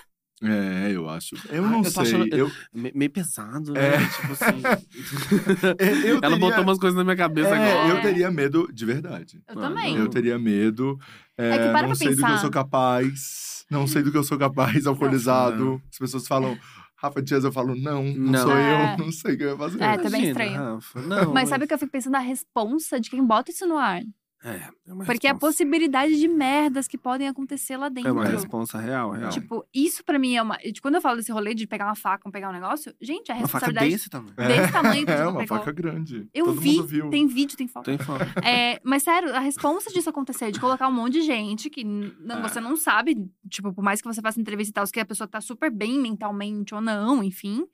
[SPEAKER 2] É, eu acho. Eu
[SPEAKER 3] Ai,
[SPEAKER 2] não
[SPEAKER 3] eu tô
[SPEAKER 2] sei.
[SPEAKER 3] achando-
[SPEAKER 2] Eu,
[SPEAKER 3] Me- meio pesado, né?
[SPEAKER 2] É.
[SPEAKER 3] Tipo assim.
[SPEAKER 2] eu
[SPEAKER 3] Ela
[SPEAKER 2] teria-
[SPEAKER 3] botou umas coisas na minha cabeça
[SPEAKER 2] É,
[SPEAKER 3] agora.
[SPEAKER 2] eu teria medo de verdade.
[SPEAKER 1] Eu
[SPEAKER 3] Ah,
[SPEAKER 1] também.
[SPEAKER 3] não.
[SPEAKER 2] Eu teria medo. É,
[SPEAKER 1] que para
[SPEAKER 2] não
[SPEAKER 1] pra
[SPEAKER 2] sei do que eu
[SPEAKER 1] pensar.
[SPEAKER 2] sou capaz. Não sei do que eu sou capaz, alcoolizado.
[SPEAKER 3] Não.
[SPEAKER 2] As pessoas falam, Rafa Dias, eu falo, não, não,
[SPEAKER 3] Não.
[SPEAKER 2] sou
[SPEAKER 1] É.
[SPEAKER 2] eu, não sei o que eu ia fazer.
[SPEAKER 1] É, também
[SPEAKER 3] Imagina,
[SPEAKER 1] estranho.
[SPEAKER 3] Rafa, Não,
[SPEAKER 1] Mas sabe o que eu fico pensando? A responsa de quem bota isso no ar.
[SPEAKER 3] É, é uma
[SPEAKER 1] Porque a
[SPEAKER 3] responsa.
[SPEAKER 1] possibilidade de merdas que podem acontecer lá dentro.
[SPEAKER 3] É uma responsa real, real.
[SPEAKER 1] Tipo, isso pra mim é uma. de- Quando eu falo desse rolê de pegar uma faca, um pegar um negócio, gente, a
[SPEAKER 3] uma faca
[SPEAKER 1] responsabilidade
[SPEAKER 3] desse também.
[SPEAKER 1] desse tamanho que
[SPEAKER 2] É,
[SPEAKER 1] você
[SPEAKER 2] uma
[SPEAKER 1] pegou.
[SPEAKER 2] faca grande.
[SPEAKER 1] Eu
[SPEAKER 2] Todo
[SPEAKER 1] vi,
[SPEAKER 2] mundo viu.
[SPEAKER 1] tem vídeo, tem foto.
[SPEAKER 3] Tô em fome.
[SPEAKER 1] É, mas sério, a responsa disso acontecer, de colocar um monte de gente que n- não-
[SPEAKER 3] É.
[SPEAKER 1] você não sabe, tipo, por mais que você faça entrevista e tal, que a pessoa tá super bem mentalmente ou não, enfim.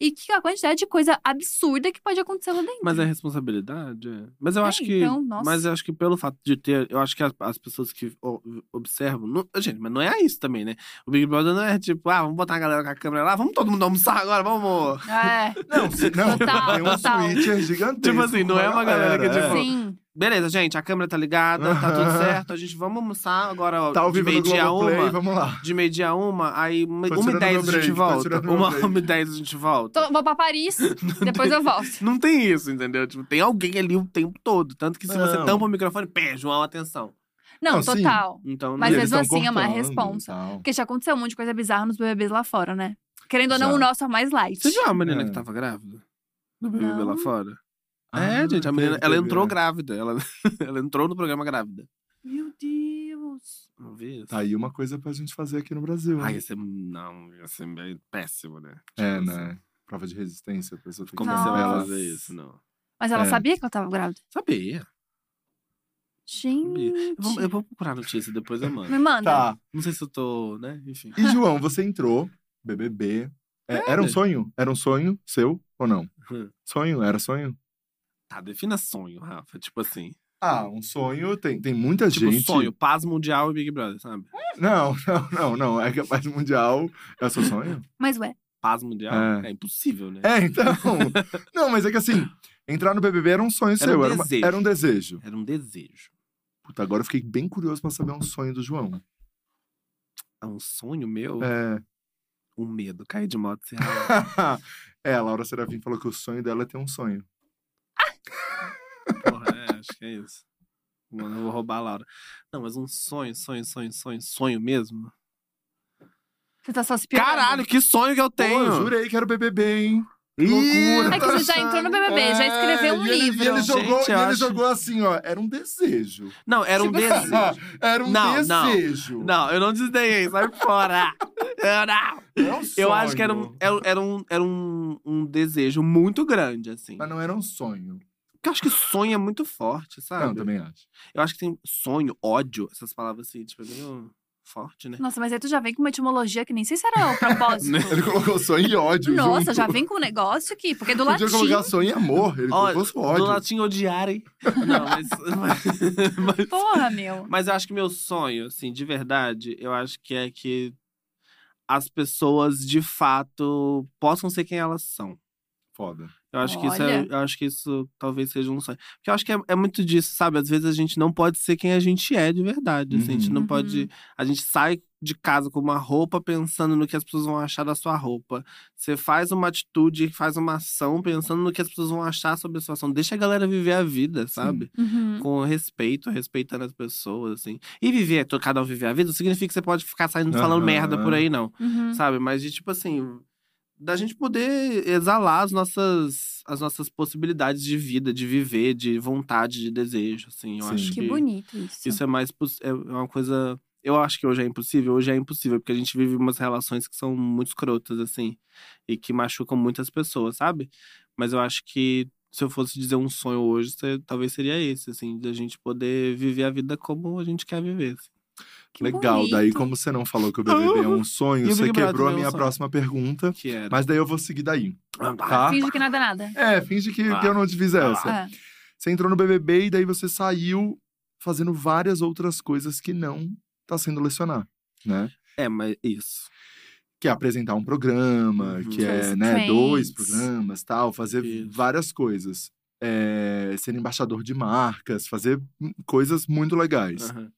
[SPEAKER 1] E que a quantidade de coisa absurda que pode acontecer lá dentro.
[SPEAKER 3] Mas é responsabilidade, é. Mas eu
[SPEAKER 1] É,
[SPEAKER 3] acho que.
[SPEAKER 1] então, nossa.
[SPEAKER 3] Mas eu acho que pelo fato de ter. Eu acho que as, as pessoas que o- observam. não- gente, mas não é isso também, né? O Big Brother não é tipo, ah, vamos botar a galera com a câmera lá, vamos todo mundo almoçar agora, vamos.
[SPEAKER 1] É,
[SPEAKER 2] Não, se- não
[SPEAKER 1] Total,
[SPEAKER 2] tem um
[SPEAKER 1] total.
[SPEAKER 2] switcher gigantesco.
[SPEAKER 3] Tipo assim, não
[SPEAKER 2] com
[SPEAKER 3] é uma galera que, tipo,
[SPEAKER 2] é.
[SPEAKER 1] sim.
[SPEAKER 3] Beleza, gente, a câmera tá ligada, tá tudo certo, a gente vamos almoçar agora ó,
[SPEAKER 2] Tá ao
[SPEAKER 3] de
[SPEAKER 2] vivo no
[SPEAKER 3] meio-dia a
[SPEAKER 2] Globoplay,
[SPEAKER 3] uma.
[SPEAKER 2] vamos lá.
[SPEAKER 3] De meio-dia a uma, aí uma
[SPEAKER 2] Tô tirando
[SPEAKER 3] uma e
[SPEAKER 2] meu
[SPEAKER 3] dez a gente
[SPEAKER 2] break, tô
[SPEAKER 3] volta.
[SPEAKER 2] tirando meu
[SPEAKER 3] Uma
[SPEAKER 2] break.
[SPEAKER 3] uma e dez a gente volta.
[SPEAKER 1] Tô- vou pra Paris, depois eu volto.
[SPEAKER 3] Não tem isso, entendeu? Tipo, tem alguém ali o tempo todo. Tanto que se você
[SPEAKER 2] Não.
[SPEAKER 3] tampa o microfone, pé, João, atenção.
[SPEAKER 1] Não,
[SPEAKER 2] Não, sim.
[SPEAKER 1] total.
[SPEAKER 3] Então,
[SPEAKER 1] Mas
[SPEAKER 2] E
[SPEAKER 3] não-
[SPEAKER 2] eles
[SPEAKER 1] mesmo
[SPEAKER 2] tão
[SPEAKER 1] assim, é uma
[SPEAKER 2] cortando e
[SPEAKER 1] responsa.
[SPEAKER 2] tal.
[SPEAKER 1] Porque já aconteceu um monte de coisa bizarra nos BBBs lá fora, né? Querendo ou não,
[SPEAKER 2] Já.
[SPEAKER 1] o nosso é o mais light.
[SPEAKER 3] Você viu a menina
[SPEAKER 2] É.
[SPEAKER 3] que tava grávida? No BBB lá
[SPEAKER 1] Não.
[SPEAKER 3] fora?
[SPEAKER 2] Ah,
[SPEAKER 3] é, gente, a menina,
[SPEAKER 2] teve,
[SPEAKER 3] ela
[SPEAKER 2] teve,
[SPEAKER 3] entrou
[SPEAKER 2] é.
[SPEAKER 3] grávida. Ela, ela entrou no programa grávida.
[SPEAKER 1] Meu Deus.
[SPEAKER 3] Não vi isso?
[SPEAKER 2] Tá aí uma coisa pra gente fazer aqui no Brasil.
[SPEAKER 3] Ai,
[SPEAKER 2] né?
[SPEAKER 3] ia ser, não, ia ser meio péssimo, né?
[SPEAKER 2] É,
[SPEAKER 3] Tipo
[SPEAKER 2] né? Prova de resistência, a pessoa tem
[SPEAKER 3] Como
[SPEAKER 2] que
[SPEAKER 1] Nossa.
[SPEAKER 3] você vai
[SPEAKER 2] ela-
[SPEAKER 3] fazer isso? Não.
[SPEAKER 1] Mas ela
[SPEAKER 2] É.
[SPEAKER 1] sabia que eu tava grávida.
[SPEAKER 3] Sabia.
[SPEAKER 1] Gente.
[SPEAKER 3] Eu vou, eu vou procurar a notícia, depois eu
[SPEAKER 1] Me
[SPEAKER 3] mando.
[SPEAKER 1] manda.
[SPEAKER 2] Tá.
[SPEAKER 3] Não sei se eu tô, né? Enfim.
[SPEAKER 2] E, João, você entrou, BBB. É,
[SPEAKER 3] É.
[SPEAKER 2] era um sonho? Era um sonho seu ou não?
[SPEAKER 3] Hum.
[SPEAKER 2] Sonho? Era sonho?
[SPEAKER 3] Tá, defina sonho, Rafa. Tipo assim.
[SPEAKER 2] Ah, um sonho tem, tem muita
[SPEAKER 3] Tipo
[SPEAKER 2] gente.
[SPEAKER 3] sonho, paz mundial e Big Brother, sabe?
[SPEAKER 2] Não, não, não, não. É que a paz mundial é seu sonho?
[SPEAKER 1] Mas ué.
[SPEAKER 3] Paz mundial
[SPEAKER 2] É.
[SPEAKER 3] é, impossível, né?
[SPEAKER 2] É, então. não, mas é que assim, entrar no BBB era um sonho seu,
[SPEAKER 3] um
[SPEAKER 2] era, uma-
[SPEAKER 3] desejo.
[SPEAKER 2] era um desejo.
[SPEAKER 3] Era um desejo.
[SPEAKER 2] Puta, agora eu fiquei bem curioso pra saber um sonho do João.
[SPEAKER 3] a um sonho meu,
[SPEAKER 2] É.
[SPEAKER 3] um medo, cair de moto sem raiva.
[SPEAKER 2] é, a Laura Serafim falou que o sonho dela é ter um sonho.
[SPEAKER 3] Porra, é, acho que é isso. Mano, eu vou roubar a Laura. Não, mas um sonho, sonho, sonho, sonho, sonho mesmo.
[SPEAKER 1] Você tá só se piorando.
[SPEAKER 3] Caralho, que sonho que eu
[SPEAKER 2] Pô, eu
[SPEAKER 3] tenho!
[SPEAKER 2] jurei que era o BBB, hein?
[SPEAKER 3] Ih,
[SPEAKER 2] Loucura.
[SPEAKER 1] É que você já entrou no BBB, já escreveu um
[SPEAKER 2] Ah, e ele-
[SPEAKER 1] livro.
[SPEAKER 2] E ele, jogou,
[SPEAKER 3] Gente,
[SPEAKER 2] e
[SPEAKER 3] eu
[SPEAKER 2] ele
[SPEAKER 3] acho-
[SPEAKER 2] jogou assim, ó. Era um desejo.
[SPEAKER 3] Não, era um
[SPEAKER 1] Tipo assim.
[SPEAKER 3] desejo.
[SPEAKER 2] era um
[SPEAKER 3] Não, não.
[SPEAKER 2] desejo.
[SPEAKER 3] Não, eu não desdenhei, sai fora. Eu não.
[SPEAKER 2] Era um
[SPEAKER 3] Eu acho que era um,
[SPEAKER 2] sonho.
[SPEAKER 3] era, era um, era um, um desejo muito grande, assim.
[SPEAKER 2] Mas não era um sonho.
[SPEAKER 3] Porque eu acho que sonho é muito forte, sabe?
[SPEAKER 2] Não, também acho.
[SPEAKER 3] Eu acho que tem sonho, ódio, essas palavras assim, tipo, é meio forte, né?
[SPEAKER 1] Nossa, mas aí tu já vem com uma etimologia que nem sei se era o propósito.
[SPEAKER 2] Ele colocou sonho e ódio.
[SPEAKER 1] Nossa,
[SPEAKER 2] junto.
[SPEAKER 1] já vem com um negócio aqui, porque do
[SPEAKER 2] Podia
[SPEAKER 1] latim...
[SPEAKER 2] colocar sonho e amor. Ele
[SPEAKER 3] Ó,
[SPEAKER 2] colocou só
[SPEAKER 3] Do
[SPEAKER 2] ódio.
[SPEAKER 3] latim odiarem. Não, mas. mas- mas-
[SPEAKER 1] Porra, meu.
[SPEAKER 3] Mas eu acho que meu sonho, assim, de verdade, eu acho que é que as pessoas de fato possam ser quem elas são.
[SPEAKER 2] Foda.
[SPEAKER 3] Eu acho, que isso é,
[SPEAKER 1] Olha.
[SPEAKER 3] eu acho que isso talvez seja um sonho. Porque eu acho que é, é muito disso, sabe? Às vezes a gente não pode ser quem a gente é de verdade. assim, a gente
[SPEAKER 2] Uhum.
[SPEAKER 3] não
[SPEAKER 1] Uhum.
[SPEAKER 3] pode. A gente sai de casa com uma roupa pensando no que as pessoas vão achar da sua roupa. Você faz uma atitude, faz uma ação pensando no que as pessoas vão achar sobre a sua ação. Deixa a galera viver a vida, sabe?
[SPEAKER 1] Uhum.
[SPEAKER 3] com respeito, respeitando as pessoas, assim. E viver, to- cada um viver a vida, não significa que você pode ficar saindo falando
[SPEAKER 2] Aham.
[SPEAKER 3] merda por aí, não.
[SPEAKER 1] Uhum.
[SPEAKER 3] Sabe? Mas de tipo assim, da gente poder exalar as nossas, as nossas possibilidades de vida, de viver, de vontade, de desejo, assim. Eu
[SPEAKER 2] Sim.
[SPEAKER 3] acho que,
[SPEAKER 1] Que bonito isso.
[SPEAKER 3] isso é mais poss- é uma coisa. Eu acho que hoje é impossível, hoje é impossível, porque a gente vive umas relações que são muito escrotas, assim, e que machucam muitas pessoas, sabe? Mas eu acho que se eu fosse dizer um sonho hoje, se- talvez seria esse, assim, da gente poder viver a vida como a gente quer viver. assim.
[SPEAKER 1] Que
[SPEAKER 2] Legal.
[SPEAKER 1] bonito.
[SPEAKER 2] Daí, como você não falou que o BBB é um
[SPEAKER 3] E
[SPEAKER 2] sonho,
[SPEAKER 3] o
[SPEAKER 2] você
[SPEAKER 3] Big Brother
[SPEAKER 2] quebrou a
[SPEAKER 3] também é um
[SPEAKER 2] minha
[SPEAKER 3] sonho.
[SPEAKER 2] próxima pergunta.
[SPEAKER 3] Que era.
[SPEAKER 2] Mas daí eu vou seguir daí,
[SPEAKER 3] Ah,
[SPEAKER 2] tá?
[SPEAKER 1] Finge que nada é nada.
[SPEAKER 2] É, finge que,
[SPEAKER 3] Ah.
[SPEAKER 2] que eu não te fiz essa.
[SPEAKER 1] É.
[SPEAKER 2] Você entrou no BBB e daí você saiu fazendo várias outras coisas que não tá sendo lecionar, né?
[SPEAKER 3] É, mas isso.
[SPEAKER 2] Que é apresentar um programa,
[SPEAKER 3] Uhum.
[SPEAKER 2] que é,
[SPEAKER 1] Fazer
[SPEAKER 2] né,
[SPEAKER 1] trends.
[SPEAKER 2] dois programas, tal, fazer
[SPEAKER 3] Isso.
[SPEAKER 2] várias coisas. É, ser embaixador de marcas, fazer hum, coisas muito legais.
[SPEAKER 3] Aham.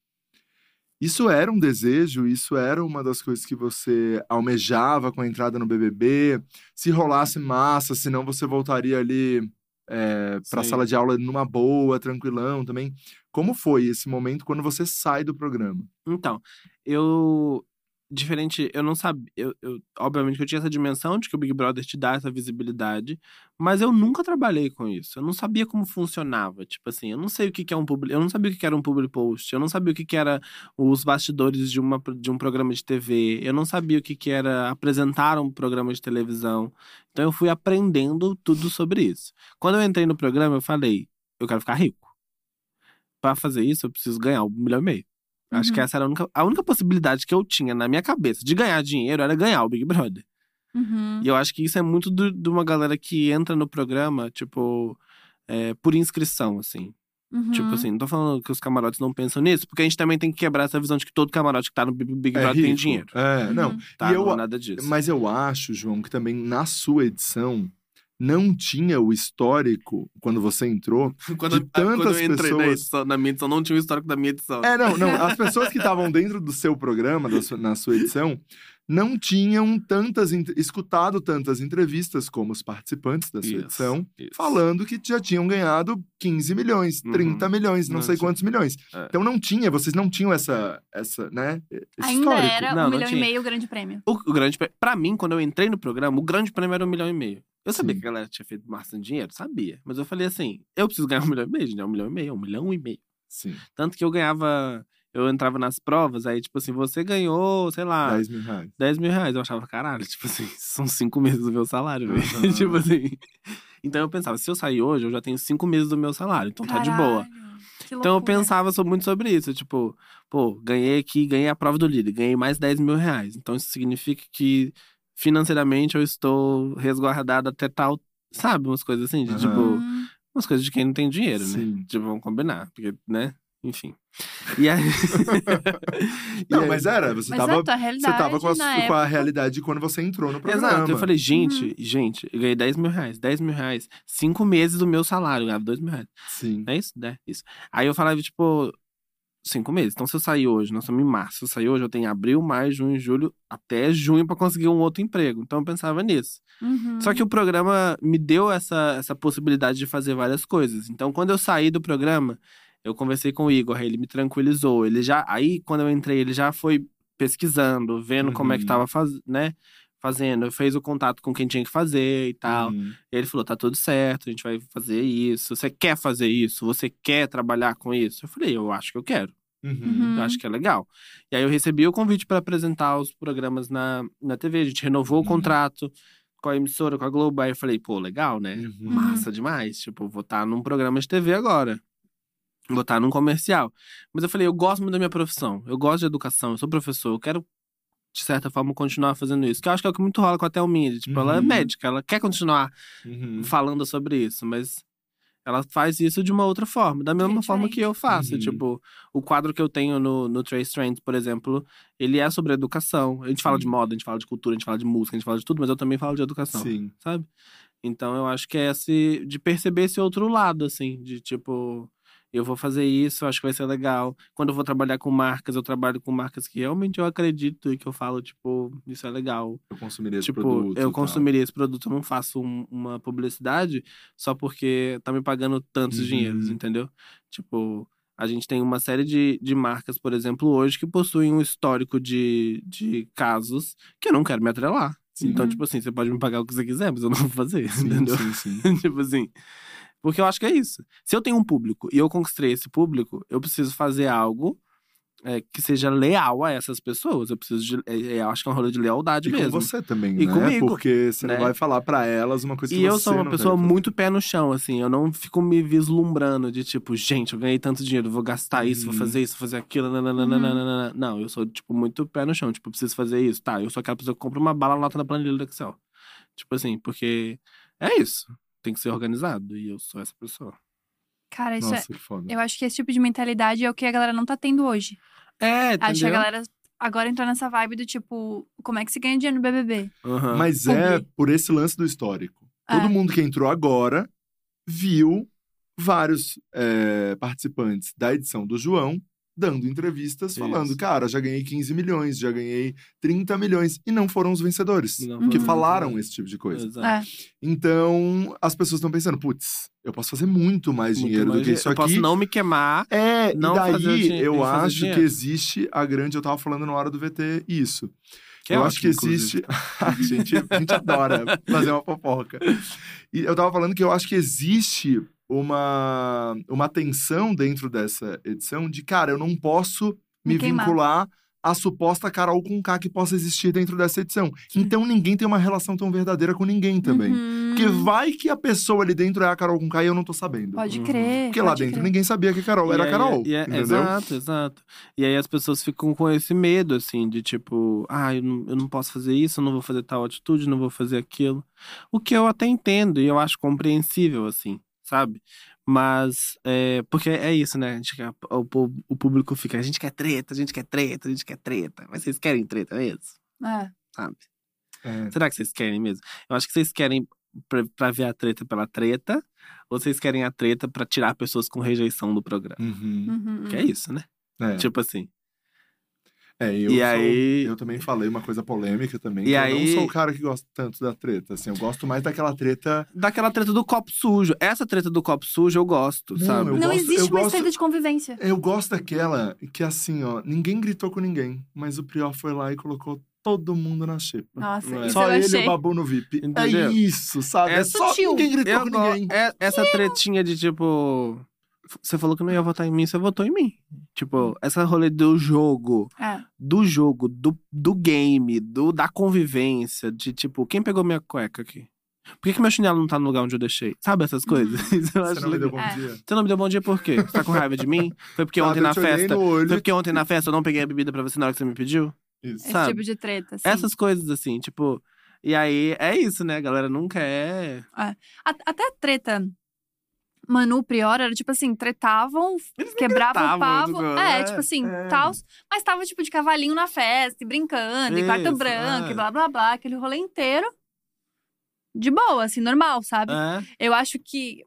[SPEAKER 2] Isso era um desejo, isso era uma das coisas que você almejava com a entrada no BBB. Se rolasse massa, senão você voltaria ali é, para a
[SPEAKER 3] Sim.
[SPEAKER 2] sala de aula numa boa, tranquilão também. Como foi esse momento quando você sai do programa?
[SPEAKER 3] Então, eu. Diferente, eu não sabia. Eu, eu- obviamente que eu tinha essa dimensão de que o Big Brother te dá essa visibilidade, mas eu nunca trabalhei com isso. Eu não sabia como funcionava. Tipo assim, eu não sei o que, que é um public. Eu não sabia o que, que era um public post. Eu não sabia o que, que era os bastidores de, uma, de um programa de TV. Eu não sabia o que, que era apresentar um programa de televisão. Então eu fui aprendendo tudo sobre isso. Quando eu entrei no programa, eu falei: eu quero ficar rico. Pra fazer isso, eu preciso ganhar um milhão e meio. Acho que é
[SPEAKER 1] Uhum.
[SPEAKER 3] essa era a única, a única possibilidade que eu tinha na minha cabeça de ganhar dinheiro era ganhar o Big Brother.
[SPEAKER 1] Uhum.
[SPEAKER 3] E eu acho que isso é muito do- de uma galera que entra no programa, tipo, é, por inscrição, assim.
[SPEAKER 1] Uhum.
[SPEAKER 3] Tipo assim, não tô falando que os camarotes não pensam nisso, porque a gente também tem que quebrar essa visão de que todo camarote que tá no Big Big
[SPEAKER 2] É
[SPEAKER 3] Brother tem
[SPEAKER 2] rico?
[SPEAKER 3] dinheiro.
[SPEAKER 2] É,
[SPEAKER 1] Uhum.
[SPEAKER 2] não.
[SPEAKER 3] Tá?
[SPEAKER 2] E eu
[SPEAKER 3] não é
[SPEAKER 2] a-
[SPEAKER 3] nada disso.
[SPEAKER 2] Mas eu acho, João, que também na sua edição não tinha o histórico quando você entrou.
[SPEAKER 3] quando,
[SPEAKER 2] de tantas
[SPEAKER 3] quando eu entrei na,
[SPEAKER 2] pessoas-
[SPEAKER 3] edição, na minha edição, não tinha o histórico da minha edição.
[SPEAKER 2] É, não, não. As pessoas que estavam dentro do seu programa, da sua- na sua edição, não tinham tantas ent- escutado tantas entrevistas como os participantes da sua
[SPEAKER 3] Isso,
[SPEAKER 2] edição,
[SPEAKER 3] isso.
[SPEAKER 2] falando que já tinham ganhado 15 milhões,
[SPEAKER 3] Uhum.
[SPEAKER 2] 30 milhões, não,
[SPEAKER 3] Não
[SPEAKER 2] sei
[SPEAKER 3] tinha.
[SPEAKER 2] quantos milhões.
[SPEAKER 3] É.
[SPEAKER 2] Então não tinha, vocês não tinham essa, essa né, esse
[SPEAKER 1] Ainda
[SPEAKER 2] histórico.
[SPEAKER 1] era
[SPEAKER 3] Não,
[SPEAKER 1] um
[SPEAKER 3] não
[SPEAKER 1] milhão
[SPEAKER 3] tinha.
[SPEAKER 1] e meio o grande prêmio.
[SPEAKER 3] O, o grande prêmio. Pra mim, quando eu entrei no programa, o grande prêmio era um milhão e meio. Eu sabia
[SPEAKER 2] Sim.
[SPEAKER 3] que a galera tinha feito massa de dinheiro? Sabia. Mas eu falei assim: eu preciso ganhar um milhão e meio, gente. É um milhão e meio, é um milhão e meio.
[SPEAKER 2] Sim,
[SPEAKER 3] Tanto que eu ganhava. Eu entrava nas provas, aí, tipo assim, você ganhou, sei lá, 10,
[SPEAKER 2] 10 mil reais.
[SPEAKER 3] mil reais. Eu achava, caralho, tipo assim, são cinco meses do meu salário, velho.
[SPEAKER 2] Aham.
[SPEAKER 3] tipo assim. Então eu pensava, se eu sair hoje, eu já tenho cinco meses do meu salário, então tá de boa.
[SPEAKER 1] Caralho, que
[SPEAKER 3] Então eu
[SPEAKER 1] loucura.
[SPEAKER 3] pensava so- muito sobre isso, tipo, pô, ganhei aqui, ganhei a prova do líder, ganhei mais 10 mil reais. Então isso significa que financeiramente eu estou resguardado até tal, sabe? Umas coisas assim, de,
[SPEAKER 2] Aham.
[SPEAKER 3] tipo,
[SPEAKER 1] Uhum.
[SPEAKER 3] umas coisas de quem não tem dinheiro, né?
[SPEAKER 2] Sim.
[SPEAKER 3] Tipo, vamos combinar, porque, né? Enfim. E aí. E
[SPEAKER 2] Não,
[SPEAKER 3] aí-
[SPEAKER 2] mas era, você
[SPEAKER 1] Mas
[SPEAKER 2] tava,
[SPEAKER 1] é a tua
[SPEAKER 2] você
[SPEAKER 1] realidade.
[SPEAKER 2] tava com a,
[SPEAKER 1] na
[SPEAKER 2] su- com a realidade de quando você entrou no programa.
[SPEAKER 3] Exato, eu falei, gente, gente, eu ganhei 10 mil reais, 10 mil reais, cinco meses do meu salário, eu ganhava 2 mil reais.
[SPEAKER 2] Sim.
[SPEAKER 3] É isso? É isso. Aí eu falava, tipo. cinco meses. Então, se eu sair hoje, nós estamos em março. Se eu sair hoje, eu tenho abril, maio, junho, julho, até junho pra conseguir um outro emprego. Então, eu pensava nisso.
[SPEAKER 1] Uhum.
[SPEAKER 3] Só que o programa me deu essa, essa possibilidade de fazer várias coisas. Então, quando eu saí do programa, eu conversei com o Igor, aí ele me tranquilizou. Ele já, aí, quando eu entrei, ele já foi pesquisando, vendo como é que
[SPEAKER 2] Uhum.
[SPEAKER 3] tava faz, né, fazendo. Fez o contato com quem tinha que fazer e tal.
[SPEAKER 2] Uhum.
[SPEAKER 3] Ele falou: tá tudo certo, a gente vai fazer isso. Você quer fazer isso? Você quer trabalhar com isso? Eu falei: eu acho que eu quero.
[SPEAKER 2] Uhum.
[SPEAKER 1] Uhum.
[SPEAKER 3] Eu acho que é legal. E aí eu recebi o convite para apresentar os programas na, na TV. A gente renovou o
[SPEAKER 2] Uhum. contrato
[SPEAKER 3] contrato com a emissora, com a Globo. Aí eu falei, pô, legal, né?
[SPEAKER 2] Uhum.
[SPEAKER 1] Uhum.
[SPEAKER 3] Massa demais. Tipo, vou estar num programa de TV agora. Vou estar num comercial. Mas eu falei, eu gosto muito da minha profissão. Eu gosto de educação, eu sou professor, eu quero. De certa forma, continuar fazendo isso. Que eu acho que é o que muito rola com a Thelminha. de, Tipo, ela é
[SPEAKER 2] Uhum.
[SPEAKER 3] médica, ela quer continuar
[SPEAKER 2] Uhum.
[SPEAKER 3] falando sobre isso, mas ela faz isso de uma outra forma, da mesma forma que eu faço.
[SPEAKER 2] Uhum.
[SPEAKER 3] Tipo, o quadro que eu tenho no, no Trace Trends, por exemplo, ele é sobre educação. A gente fala de
[SPEAKER 2] Sim.
[SPEAKER 3] moda, a gente fala de cultura, a gente fala de música, a gente fala de tudo, mas eu também falo de educação,
[SPEAKER 2] Sim.
[SPEAKER 3] sabe? Então eu acho que é esse, de perceber esse outro lado, assim, de tipo. Eu vou fazer isso, acho que vai ser legal. Quando eu vou trabalhar com marcas, eu trabalho com marcas que realmente eu acredito e que eu falo, tipo, isso é legal
[SPEAKER 2] Eu consumiria esse
[SPEAKER 3] tipo,
[SPEAKER 2] produto. e
[SPEAKER 3] eu
[SPEAKER 2] tal.
[SPEAKER 3] consumiria esse produto, eu não faço um- uma publicidade só porque tá me pagando tantos
[SPEAKER 2] Uhum.
[SPEAKER 3] dinheiros, entendeu? Tipo, a gente tem uma série de, de marcas, por exemplo, hoje que possuem um histórico de, de casos que eu não quero me atrelar.
[SPEAKER 2] Sim.
[SPEAKER 3] Então,
[SPEAKER 1] Uhum.
[SPEAKER 3] tipo assim, você pode me pagar o que você quiser, mas eu não vou fazer,
[SPEAKER 2] Sim,
[SPEAKER 3] entendeu?
[SPEAKER 2] sim, sim.
[SPEAKER 3] tipo assim. Porque eu acho que é isso. Se eu tenho um público e eu conquistei esse público, eu preciso fazer algo é, que seja leal a essas pessoas. Eu preciso de. é- é- eu acho que é um rolê de lealdade
[SPEAKER 2] E com
[SPEAKER 3] mesmo.
[SPEAKER 2] você também,
[SPEAKER 3] E
[SPEAKER 2] né?
[SPEAKER 3] comigo,
[SPEAKER 2] Porque você
[SPEAKER 3] né?
[SPEAKER 2] não vai falar pra elas uma coisa que
[SPEAKER 3] E eu
[SPEAKER 2] você
[SPEAKER 3] sou uma
[SPEAKER 2] não
[SPEAKER 3] pessoa
[SPEAKER 2] deve fazer.
[SPEAKER 3] muito pé no chão, assim. Eu não fico me vislumbrando de tipo, gente, eu ganhei tanto dinheiro, vou gastar isso, vou
[SPEAKER 2] Uhum.
[SPEAKER 3] fazer isso, vou fazer aquilo.
[SPEAKER 1] Uhum.
[SPEAKER 3] nananana. Não, eu sou, tipo, muito pé no chão. Tipo, eu preciso fazer isso. Tá, eu sou aquela pessoa que compra uma bala nota na planilha do Excel. Tipo assim, porque é isso. Tem que ser organizado. E eu sou essa pessoa.
[SPEAKER 1] Cara, isso é-
[SPEAKER 2] Nossa, que foda.
[SPEAKER 1] eu acho que esse tipo de mentalidade é o que a galera não tá tendo hoje.
[SPEAKER 3] É, entendeu?
[SPEAKER 1] Acho que a galera agora entrou nessa vibe do tipo, como é que se ganha dinheiro no BBB?
[SPEAKER 3] Aham.
[SPEAKER 2] Mas é por esse lance do histórico.
[SPEAKER 1] É.
[SPEAKER 3] Ah.
[SPEAKER 2] Todo mundo que entrou agora viu vários é, participantes da edição do João dando entrevistas
[SPEAKER 3] Isso.
[SPEAKER 2] falando, cara, já ganhei 15 milhões, já ganhei 30 milhões. E não foram os vencedores
[SPEAKER 3] Não,
[SPEAKER 1] Uhum.
[SPEAKER 2] que
[SPEAKER 3] foi-
[SPEAKER 2] falaram esse tipo de coisa.
[SPEAKER 3] Exato.
[SPEAKER 1] É.
[SPEAKER 2] Então, as pessoas estão pensando, putz, eu posso fazer muito mais
[SPEAKER 3] Muito
[SPEAKER 2] dinheiro
[SPEAKER 3] mais
[SPEAKER 2] do que
[SPEAKER 3] dinhe-
[SPEAKER 2] isso
[SPEAKER 3] eu
[SPEAKER 2] aqui.
[SPEAKER 3] posso não me queimar.
[SPEAKER 2] É,
[SPEAKER 3] não
[SPEAKER 2] e
[SPEAKER 3] fazer o
[SPEAKER 2] daí
[SPEAKER 3] dinhe-
[SPEAKER 2] eu
[SPEAKER 3] e fazer
[SPEAKER 2] acho
[SPEAKER 3] dinheiro.
[SPEAKER 2] que existe a grande. Eu tava falando na hora do VT isso.
[SPEAKER 3] Que é
[SPEAKER 2] eu acho que
[SPEAKER 3] ótimo,
[SPEAKER 2] existe.
[SPEAKER 3] inclusive.
[SPEAKER 2] a, gente, a gente adora fazer uma fofoca. E eu tava falando que eu acho que existe uma, uma tensão dentro dessa edição de, cara, eu não posso
[SPEAKER 1] Me
[SPEAKER 2] me,
[SPEAKER 1] queimar.
[SPEAKER 2] vincular à suposta Carol com K que possa existir dentro dessa edição. Então ninguém tem uma relação tão verdadeira com ninguém também.
[SPEAKER 1] Uhum.
[SPEAKER 2] Porque vai que a pessoa ali dentro é a Carol com K e eu não tô sabendo.
[SPEAKER 1] Pode
[SPEAKER 3] Uhum.
[SPEAKER 1] crer.
[SPEAKER 2] Porque lá
[SPEAKER 1] pode
[SPEAKER 2] dentro
[SPEAKER 1] crer.
[SPEAKER 2] ninguém sabia que a Carol
[SPEAKER 3] E
[SPEAKER 2] era a
[SPEAKER 3] aí-
[SPEAKER 2] Carol.
[SPEAKER 3] e é-
[SPEAKER 2] entendeu?
[SPEAKER 3] Exato, exato. E aí as pessoas ficam com esse medo, assim, de tipo, ah, eu não, eu não posso fazer isso, eu não vou fazer tal atitude, não vou fazer aquilo. O que eu até entendo e eu acho compreensível, assim, sabe? Mas, é, porque é isso, né? A gente quer- o, po- o público fica, a gente quer treta, a gente quer treta, a gente quer treta. Mas vocês querem treta mesmo?
[SPEAKER 1] É.
[SPEAKER 3] Sabe?
[SPEAKER 2] É.
[SPEAKER 3] Será que vocês querem mesmo? Eu acho que vocês querem pra, pra ver a treta pela treta, ou vocês querem a treta pra tirar pessoas com rejeição do programa?
[SPEAKER 2] Uhum.
[SPEAKER 1] Uhum.
[SPEAKER 3] Que é isso, né?
[SPEAKER 2] É.
[SPEAKER 3] Tipo assim.
[SPEAKER 2] É, eu,
[SPEAKER 3] E
[SPEAKER 2] sou-
[SPEAKER 3] aí-
[SPEAKER 2] eu também falei uma coisa polêmica também.
[SPEAKER 3] E
[SPEAKER 2] que Eu
[SPEAKER 3] aí-
[SPEAKER 2] não sou o cara que gosta tanto da treta, assim. Eu gosto mais daquela treta...
[SPEAKER 3] daquela treta do copo sujo. Essa treta do copo sujo eu gosto,
[SPEAKER 2] Não,
[SPEAKER 3] sabe?
[SPEAKER 2] eu
[SPEAKER 1] Não
[SPEAKER 2] gosto-
[SPEAKER 1] existe
[SPEAKER 2] eu
[SPEAKER 1] mais
[SPEAKER 2] gosto-
[SPEAKER 1] treta de convivência.
[SPEAKER 2] Eu gosto daquela que, assim, ó... Ninguém gritou com ninguém, mas o Prior foi lá e colocou todo mundo na xepa.
[SPEAKER 1] Nossa,
[SPEAKER 3] Não é.
[SPEAKER 1] isso
[SPEAKER 2] Só
[SPEAKER 1] eu
[SPEAKER 2] ele e
[SPEAKER 1] achei.
[SPEAKER 2] o Babu no VIP.
[SPEAKER 3] Entendeu?
[SPEAKER 2] É isso, sabe?
[SPEAKER 3] É
[SPEAKER 2] É, só
[SPEAKER 1] sutil.
[SPEAKER 2] ninguém gritou
[SPEAKER 3] Eu
[SPEAKER 2] com
[SPEAKER 3] go-
[SPEAKER 2] ninguém.
[SPEAKER 3] é- essa tretinha de tipo. Você falou que não ia votar em mim, você votou em mim.
[SPEAKER 2] Hum.
[SPEAKER 3] Tipo, essa rolê do jogo,
[SPEAKER 1] É.
[SPEAKER 3] do jogo, do, do game, do, da convivência, de tipo, quem pegou minha cueca aqui? Por que, que meu chinelo não tá no lugar onde eu deixei? Sabe essas coisas? Isso eu
[SPEAKER 2] Hum. Você
[SPEAKER 3] acho
[SPEAKER 2] não me deu
[SPEAKER 3] legal.
[SPEAKER 2] bom
[SPEAKER 1] É.
[SPEAKER 2] dia.
[SPEAKER 3] Você não me deu bom dia por quê? Você tá com raiva de mim? Foi porque
[SPEAKER 2] Sabe,
[SPEAKER 3] ontem
[SPEAKER 2] eu
[SPEAKER 3] na
[SPEAKER 2] te olhei
[SPEAKER 3] festa.
[SPEAKER 2] no olho.
[SPEAKER 3] Foi porque ontem na festa eu não peguei a bebida pra você na hora que você me pediu?
[SPEAKER 2] Isso.
[SPEAKER 1] Esse
[SPEAKER 3] Sabe?
[SPEAKER 1] tipo de treta. sim.
[SPEAKER 3] Essas coisas assim, tipo. E aí é isso, né? A galera nunca é.
[SPEAKER 1] A- Até a treta. Manu Prior era tipo assim, tretavam, quebravam o
[SPEAKER 3] gritavam
[SPEAKER 1] pavo.
[SPEAKER 3] muito,
[SPEAKER 1] É,
[SPEAKER 3] é,
[SPEAKER 1] tipo assim,
[SPEAKER 2] é.
[SPEAKER 1] tals. Mas tava tipo de cavalinho na festa, e brincando, e quarto
[SPEAKER 3] Isso,
[SPEAKER 1] branco,
[SPEAKER 3] é.
[SPEAKER 1] e blá blá blá, aquele rolê inteiro. De boa, assim, normal, sabe?
[SPEAKER 3] é.
[SPEAKER 1] Eu acho que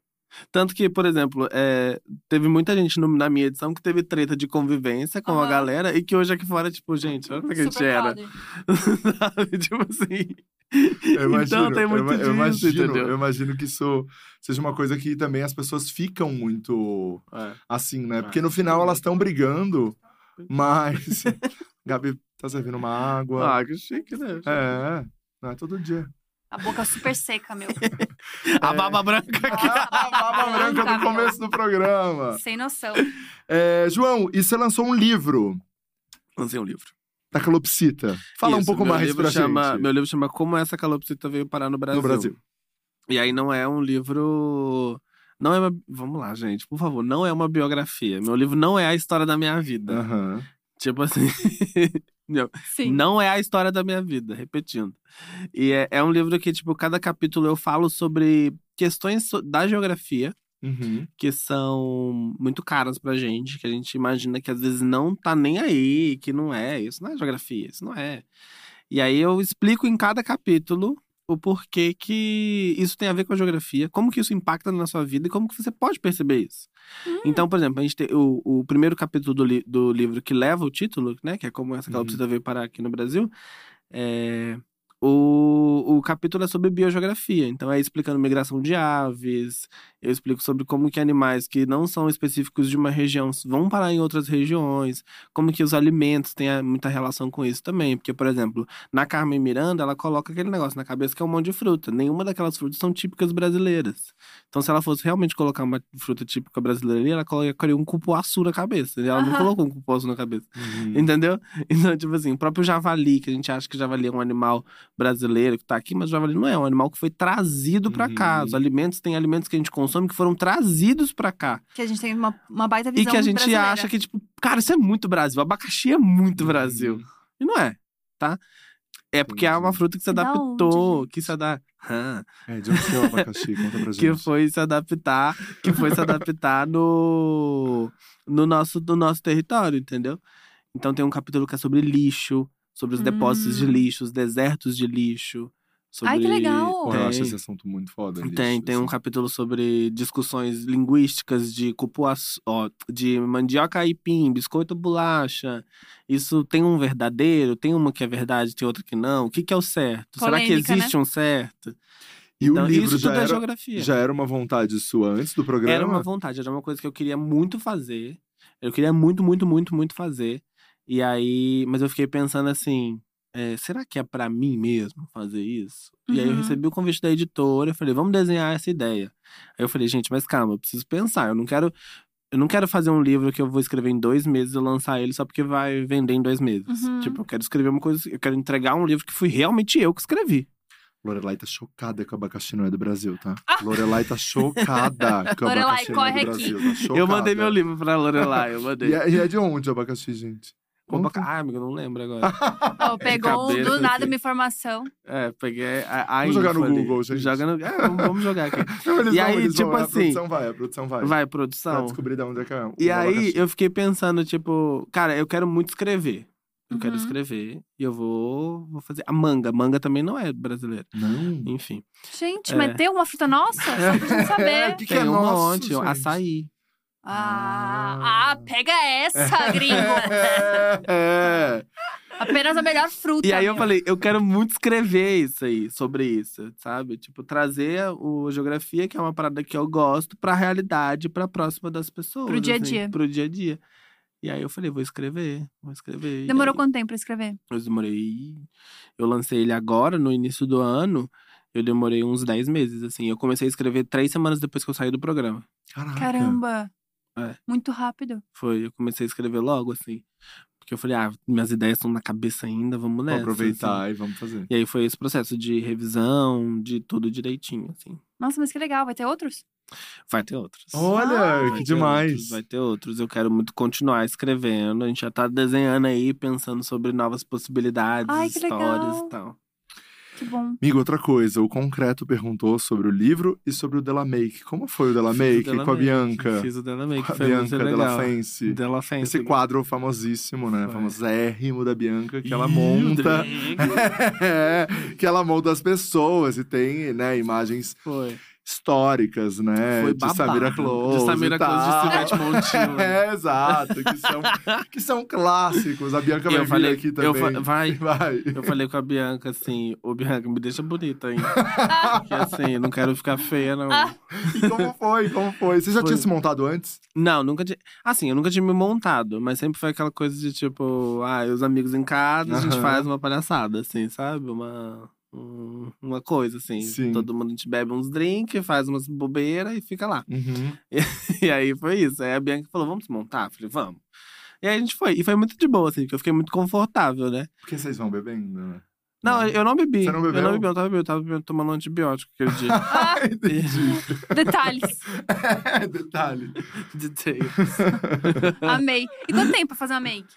[SPEAKER 3] Tanto que, por exemplo, é, teve muita gente no- na minha edição que teve treta de convivência com a
[SPEAKER 1] Aham.
[SPEAKER 3] galera e que hoje aqui fora, tipo, gente, olha pra que a gente
[SPEAKER 1] Super
[SPEAKER 3] era.
[SPEAKER 1] podre.
[SPEAKER 3] Sabe? Tipo assim.
[SPEAKER 2] Eu imagino,
[SPEAKER 3] então tem muito
[SPEAKER 2] eu, ima- eu
[SPEAKER 3] disso,
[SPEAKER 2] imagino,
[SPEAKER 3] entendeu?
[SPEAKER 2] eu imagino que isso seja uma coisa que também as pessoas ficam muito
[SPEAKER 3] É.
[SPEAKER 2] assim, né?
[SPEAKER 3] Ah.
[SPEAKER 2] Porque no final elas estão brigando, mas. Gabi, tá servindo uma água.
[SPEAKER 3] Ah, que chique, né?
[SPEAKER 2] É, não é todo dia.
[SPEAKER 1] A boca super seca, meu.
[SPEAKER 2] é.
[SPEAKER 3] A baba branca aqui.
[SPEAKER 2] a baba branca do começo do programa.
[SPEAKER 1] Sem noção.
[SPEAKER 2] É, João, e você lançou um livro
[SPEAKER 3] Lancei um livro.
[SPEAKER 2] da calopsita. Fala um
[SPEAKER 3] Isso,
[SPEAKER 2] pouco
[SPEAKER 3] meu
[SPEAKER 2] mais
[SPEAKER 3] livro
[SPEAKER 2] pra
[SPEAKER 3] chama,
[SPEAKER 2] gente.
[SPEAKER 3] Meu livro chama Como Essa Calopsita Veio Parar no Brasil.
[SPEAKER 2] No Brasil.
[SPEAKER 3] E aí não é um livro... Não é uma... Vamos lá, gente. Por favor, não é uma biografia. Meu livro não é a história da minha vida.
[SPEAKER 2] Aham.
[SPEAKER 3] Tipo assim...
[SPEAKER 1] Sim.
[SPEAKER 3] Não é a história da minha vida, repetindo. E é, é um livro que, tipo, cada capítulo eu falo sobre questões so- da geografia
[SPEAKER 2] Uhum.
[SPEAKER 3] que são muito caras pra gente, que a gente imagina que às vezes não tá nem aí, que não é, isso não é geografia, isso não é. E aí eu explico em cada capítulo o porquê que isso tem a ver com a geografia, como que isso impacta na sua vida e como que você pode perceber isso. Então, por exemplo, a gente tem o, o primeiro capítulo do, li- do livro que leva o título, né, que é como essa
[SPEAKER 2] Uhum.
[SPEAKER 3] calopsita veio parar aqui no Brasil, é, o, o capítulo é sobre biogeografia, então é explicando migração de aves, eu explico sobre como que animais que não são específicos de uma região vão parar em outras regiões, como que os alimentos têm ah, muita relação com isso também. Porque, por exemplo, na Carmen Miranda, ela coloca aquele negócio na cabeça que é um monte de fruta. Nenhuma daquelas frutas são típicas brasileiras. Então, se ela fosse realmente colocar uma fruta típica brasileira ali, ela colocaria um cupuaçu na cabeça. E ela não
[SPEAKER 1] Aham.
[SPEAKER 3] colocou um cupuaçu na cabeça.
[SPEAKER 2] Uhum.
[SPEAKER 3] Entendeu? Então, tipo assim, o próprio javali, que a gente acha que o javali é um animal brasileiro que tá aqui, mas o javali não é, é um animal que foi trazido pra cá.
[SPEAKER 2] Uhum.
[SPEAKER 3] Os alimentos, tem alimentos que a gente consome que foram trazidos pra cá.
[SPEAKER 1] Que a gente tem uma, uma baita
[SPEAKER 3] E
[SPEAKER 1] visão
[SPEAKER 3] que a gente
[SPEAKER 1] brasileira.
[SPEAKER 3] acha que, tipo, cara, isso é muito Brasil. Abacaxi é
[SPEAKER 2] Uhum.
[SPEAKER 3] muito Brasil. E não é, tá? É porque é uma
[SPEAKER 2] Entendi.
[SPEAKER 3] fruta que se
[SPEAKER 1] Da onde,
[SPEAKER 3] adaptou,
[SPEAKER 1] gente?
[SPEAKER 3] que se adapta.
[SPEAKER 2] É, de onde que é o abacaxi? Conta pra gente.
[SPEAKER 3] que foi se adaptar, que foi se adaptar no, no, nosso, no nosso território, entendeu? Então tem um capítulo que é sobre lixo, sobre os depósitos de
[SPEAKER 1] Hum.
[SPEAKER 3] lixo, os desertos de lixo. Sobre...
[SPEAKER 1] Ai, que legal!
[SPEAKER 2] Porra,
[SPEAKER 3] Tem,
[SPEAKER 2] eu acho esse assunto muito foda. lixo,
[SPEAKER 3] tem, tem um
[SPEAKER 2] assim.
[SPEAKER 3] capítulo sobre discussões linguísticas de cupuaçu, ó, de mandioca aipim, biscoito bolacha. Isso tem um verdadeiro, tem uma que é verdade, tem outra que não. O que, que é o certo? Será que
[SPEAKER 1] Polêmica, né?
[SPEAKER 3] existe um certo?
[SPEAKER 2] E o livro
[SPEAKER 3] isso
[SPEAKER 2] já
[SPEAKER 3] tudo é
[SPEAKER 2] era,
[SPEAKER 3] geografia.
[SPEAKER 2] já era uma vontade sua antes do programa?
[SPEAKER 3] Era uma vontade, era uma coisa que eu queria muito fazer. Eu queria muito, muito, muito, muito fazer. E aí, mas eu fiquei pensando assim, é, será que é pra mim mesmo fazer isso? E aí eu
[SPEAKER 1] Uhum.
[SPEAKER 3] recebi o convite da editora, eu falei, vamos desenhar essa ideia. Aí eu falei, gente, mas calma, eu preciso pensar, eu não quero eu não quero fazer um livro que eu vou escrever em dois meses e eu lançar ele só porque vai vender em dois meses.
[SPEAKER 1] Uhum.
[SPEAKER 3] Tipo, eu quero escrever uma coisa, eu quero entregar um livro que fui realmente eu que escrevi.
[SPEAKER 2] Lorelai tá chocada que o abacaxi não é do Brasil, tá? Lorelai tá chocada que o
[SPEAKER 1] Ah! Lorelai,
[SPEAKER 2] abacaxi não é do
[SPEAKER 1] corre
[SPEAKER 2] Brasil.
[SPEAKER 1] aqui.
[SPEAKER 2] Tá chocada.
[SPEAKER 3] Eu mandei meu livro pra Lorelai, eu mandei.
[SPEAKER 2] E é, e é de onde o abacaxi, gente?
[SPEAKER 3] Com abaca- Ah, amigo, eu não lembro agora.
[SPEAKER 1] Ó, pegou um,
[SPEAKER 3] De cabeça
[SPEAKER 1] do nada
[SPEAKER 3] aqui.
[SPEAKER 1] uma informação.
[SPEAKER 3] É, peguei a, a
[SPEAKER 2] Vamos jogar
[SPEAKER 3] info
[SPEAKER 2] no
[SPEAKER 3] ali.
[SPEAKER 2] Google, gente.
[SPEAKER 3] Joga no... É, vamos, vamos jogar aqui.
[SPEAKER 2] Não, eles
[SPEAKER 3] E
[SPEAKER 2] vão,
[SPEAKER 3] aí,
[SPEAKER 2] eles
[SPEAKER 3] tipo
[SPEAKER 2] vão, é
[SPEAKER 3] assim,
[SPEAKER 2] A produção vai, a produção vai.
[SPEAKER 3] Vai,
[SPEAKER 2] Pra
[SPEAKER 3] produção.
[SPEAKER 2] descobrir de onde é que é. o
[SPEAKER 3] E aí,
[SPEAKER 2] abacaxi.
[SPEAKER 3] eu fiquei pensando, tipo... Cara, eu quero muito escrever. Eu quero
[SPEAKER 1] Uhum.
[SPEAKER 3] escrever e eu vou, vou fazer... A manga. Manga também não é brasileira.
[SPEAKER 2] Não.
[SPEAKER 3] Enfim.
[SPEAKER 1] Gente,
[SPEAKER 3] É.
[SPEAKER 1] mas tem uma fruta nossa? Só pra gente
[SPEAKER 2] É,
[SPEAKER 1] saber.
[SPEAKER 2] o que, que
[SPEAKER 3] Tem
[SPEAKER 2] é
[SPEAKER 3] um
[SPEAKER 2] nosso,
[SPEAKER 3] monte.
[SPEAKER 2] gente?
[SPEAKER 3] Açaí.
[SPEAKER 1] Ah, ah, pega essa, gringo.
[SPEAKER 2] É.
[SPEAKER 1] Apenas a melhor fruta.
[SPEAKER 3] E aí eu
[SPEAKER 1] meu.
[SPEAKER 3] falei, eu quero muito escrever isso aí, sobre isso, sabe? Tipo, trazer o geografia, que é uma parada que eu gosto, pra realidade, pra próxima das pessoas.
[SPEAKER 1] Pro dia a
[SPEAKER 3] assim,
[SPEAKER 1] dia.
[SPEAKER 3] pro dia a dia. E aí eu falei, vou escrever, vou escrever. E
[SPEAKER 1] Demorou
[SPEAKER 3] aí-
[SPEAKER 1] quanto tempo pra escrever?
[SPEAKER 3] Eu demorei. Eu lancei ele agora, no início do ano. Eu demorei uns 10 meses, assim. Eu comecei a escrever três semanas depois que eu saí do programa.
[SPEAKER 2] Caraca.
[SPEAKER 1] Caramba.
[SPEAKER 3] É.
[SPEAKER 1] Muito rápido.
[SPEAKER 3] Foi, eu comecei a escrever logo, assim. Porque eu falei, ah, minhas ideias estão na cabeça ainda, vamos
[SPEAKER 2] Vou
[SPEAKER 3] nessa.
[SPEAKER 2] aproveitar
[SPEAKER 3] assim.
[SPEAKER 2] e vamos fazer.
[SPEAKER 3] E aí foi esse processo de revisão, de tudo direitinho, assim.
[SPEAKER 1] Nossa, mas que legal. Vai ter outros?
[SPEAKER 3] Vai ter outros.
[SPEAKER 2] Olha,
[SPEAKER 3] Vai
[SPEAKER 2] que
[SPEAKER 3] ter
[SPEAKER 2] demais.
[SPEAKER 3] outros, vai ter outros. Eu quero muito continuar escrevendo. A gente já tá desenhando aí, pensando sobre novas possibilidades,
[SPEAKER 1] Ai, que
[SPEAKER 3] histórias
[SPEAKER 1] legal.
[SPEAKER 3] e tal.
[SPEAKER 1] Que bom.
[SPEAKER 2] Amigo, outra coisa, o Concreto perguntou sobre o livro e sobre o Della Make. Como foi o Della Make
[SPEAKER 3] Fiz o Della
[SPEAKER 2] com a
[SPEAKER 3] Make,
[SPEAKER 2] Bianca?
[SPEAKER 3] Fiz o Della
[SPEAKER 2] Com
[SPEAKER 3] Make,
[SPEAKER 2] a
[SPEAKER 3] foi muito
[SPEAKER 2] Bianca Della
[SPEAKER 3] legal.
[SPEAKER 2] Fence.
[SPEAKER 3] Della Fence.
[SPEAKER 2] Esse quadro famosíssimo, né?
[SPEAKER 3] Foi.
[SPEAKER 2] Famosérrimo da Bianca, que ela
[SPEAKER 3] Ih, o
[SPEAKER 2] monta.
[SPEAKER 3] drag.
[SPEAKER 2] que ela monta as pessoas e tem, né, imagens
[SPEAKER 3] Foi.
[SPEAKER 2] históricas, né?
[SPEAKER 3] Foi
[SPEAKER 2] de
[SPEAKER 3] babado.
[SPEAKER 2] Samira Close.
[SPEAKER 3] De Samira
[SPEAKER 2] e
[SPEAKER 3] Close, de
[SPEAKER 2] tal.
[SPEAKER 3] Silvete Montilla.
[SPEAKER 2] É, exato. Que são, que são clássicos. A Bianca
[SPEAKER 3] Eu
[SPEAKER 2] vai vir
[SPEAKER 3] falei-
[SPEAKER 2] aqui
[SPEAKER 3] eu
[SPEAKER 2] também.
[SPEAKER 3] fa- vai.
[SPEAKER 2] Vai.
[SPEAKER 3] Eu falei com a Bianca assim, ô Bianca, me deixa bonita, hein?
[SPEAKER 1] Ah,
[SPEAKER 3] Porque assim, eu não quero ficar feia, não.
[SPEAKER 1] Ah.
[SPEAKER 2] E como foi? Como foi? Você já
[SPEAKER 3] Foi.
[SPEAKER 2] tinha se montado antes?
[SPEAKER 3] Não, nunca tinha. Assim, eu nunca tinha me montado, mas sempre foi aquela coisa de tipo, ah, os amigos em casa, a gente
[SPEAKER 2] Aham.
[SPEAKER 3] faz uma palhaçada, assim, sabe? Uma. um- Uma coisa, assim.
[SPEAKER 2] Sim.
[SPEAKER 3] Todo mundo a gente bebe uns drinks, faz umas bobeiras e fica lá.
[SPEAKER 2] Uhum.
[SPEAKER 3] E aí foi isso. Aí a Bianca falou: vamos se montar? Eu falei, vamos. E aí a gente foi. E foi muito de boa, assim, porque eu fiquei muito confortável, né?
[SPEAKER 2] Porque vocês vão bebendo, né?
[SPEAKER 3] Não, eu não bebi.
[SPEAKER 2] Você não
[SPEAKER 3] Eu
[SPEAKER 2] bebeu?
[SPEAKER 3] não bebi, eu tava bebendo, eu tava bebendo, tomando um antibiótico aquele dia.
[SPEAKER 1] ah, detalhes.
[SPEAKER 2] Detalhe.
[SPEAKER 3] De treino.
[SPEAKER 1] Amei. E quanto tempo pra fazer uma make?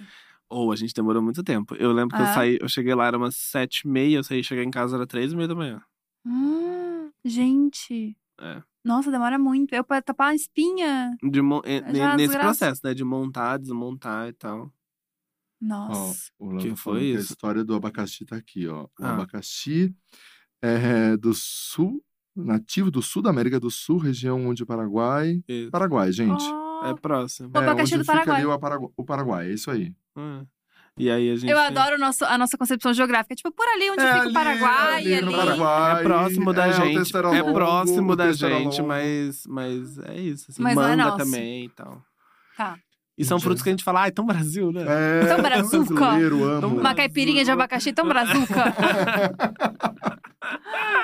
[SPEAKER 3] Ou a gente demorou muito tempo. Eu lembro que eu
[SPEAKER 1] Ah.
[SPEAKER 3] saí, eu cheguei lá, era umas sete e meia, eu saí, cheguei em casa, era três e meia da manhã.
[SPEAKER 1] Hum, gente.
[SPEAKER 3] É.
[SPEAKER 1] Nossa, demora muito. Eu pra tapar a espinha.
[SPEAKER 3] De mon- e- ne-
[SPEAKER 1] Já,
[SPEAKER 3] nesse
[SPEAKER 1] desgraça.
[SPEAKER 3] processo, né? De montar, desmontar e tal.
[SPEAKER 2] Ó,
[SPEAKER 1] Nossa.
[SPEAKER 2] o Lan
[SPEAKER 3] Que
[SPEAKER 2] tá falando
[SPEAKER 3] foi
[SPEAKER 2] que a
[SPEAKER 3] isso?
[SPEAKER 2] história do abacaxi tá aqui, ó. O
[SPEAKER 3] Ah.
[SPEAKER 2] abacaxi é do sul, nativo do sul da América do Sul, região onde o Paraguai.
[SPEAKER 3] Isso.
[SPEAKER 2] Paraguai, gente.
[SPEAKER 1] Ó,
[SPEAKER 3] É próximo.
[SPEAKER 1] Ah, O abacaxi
[SPEAKER 2] onde
[SPEAKER 1] do
[SPEAKER 2] fica ali
[SPEAKER 1] Paraguai.
[SPEAKER 2] o Aparagu- o Paraguai, é isso aí.
[SPEAKER 3] Ah. E aí a gente.
[SPEAKER 1] Eu adoro o nosso, a nossa concepção geográfica. Tipo, por ali onde
[SPEAKER 2] É
[SPEAKER 1] fica
[SPEAKER 2] ali,
[SPEAKER 1] o Paraguai,
[SPEAKER 2] ali
[SPEAKER 1] ali.
[SPEAKER 2] no
[SPEAKER 3] É
[SPEAKER 2] Paraguai,
[SPEAKER 3] próximo da
[SPEAKER 2] é, o
[SPEAKER 3] gente.
[SPEAKER 2] texto era
[SPEAKER 3] É
[SPEAKER 2] longo,
[SPEAKER 3] próximo
[SPEAKER 2] o
[SPEAKER 3] da
[SPEAKER 2] texto era
[SPEAKER 3] gente,
[SPEAKER 2] longo.
[SPEAKER 3] mas, mas é isso. Assim,
[SPEAKER 1] Mas não é
[SPEAKER 3] manga
[SPEAKER 1] nosso.
[SPEAKER 3] também e tal.
[SPEAKER 1] Tá.
[SPEAKER 3] E são frutos que a gente fala, ah, é tão Brasil, né?
[SPEAKER 2] É,
[SPEAKER 1] Então, Brazuca.
[SPEAKER 2] brasileiro, amo.
[SPEAKER 3] Então,
[SPEAKER 1] Uma caipirinha de abacaxi tão brazuca.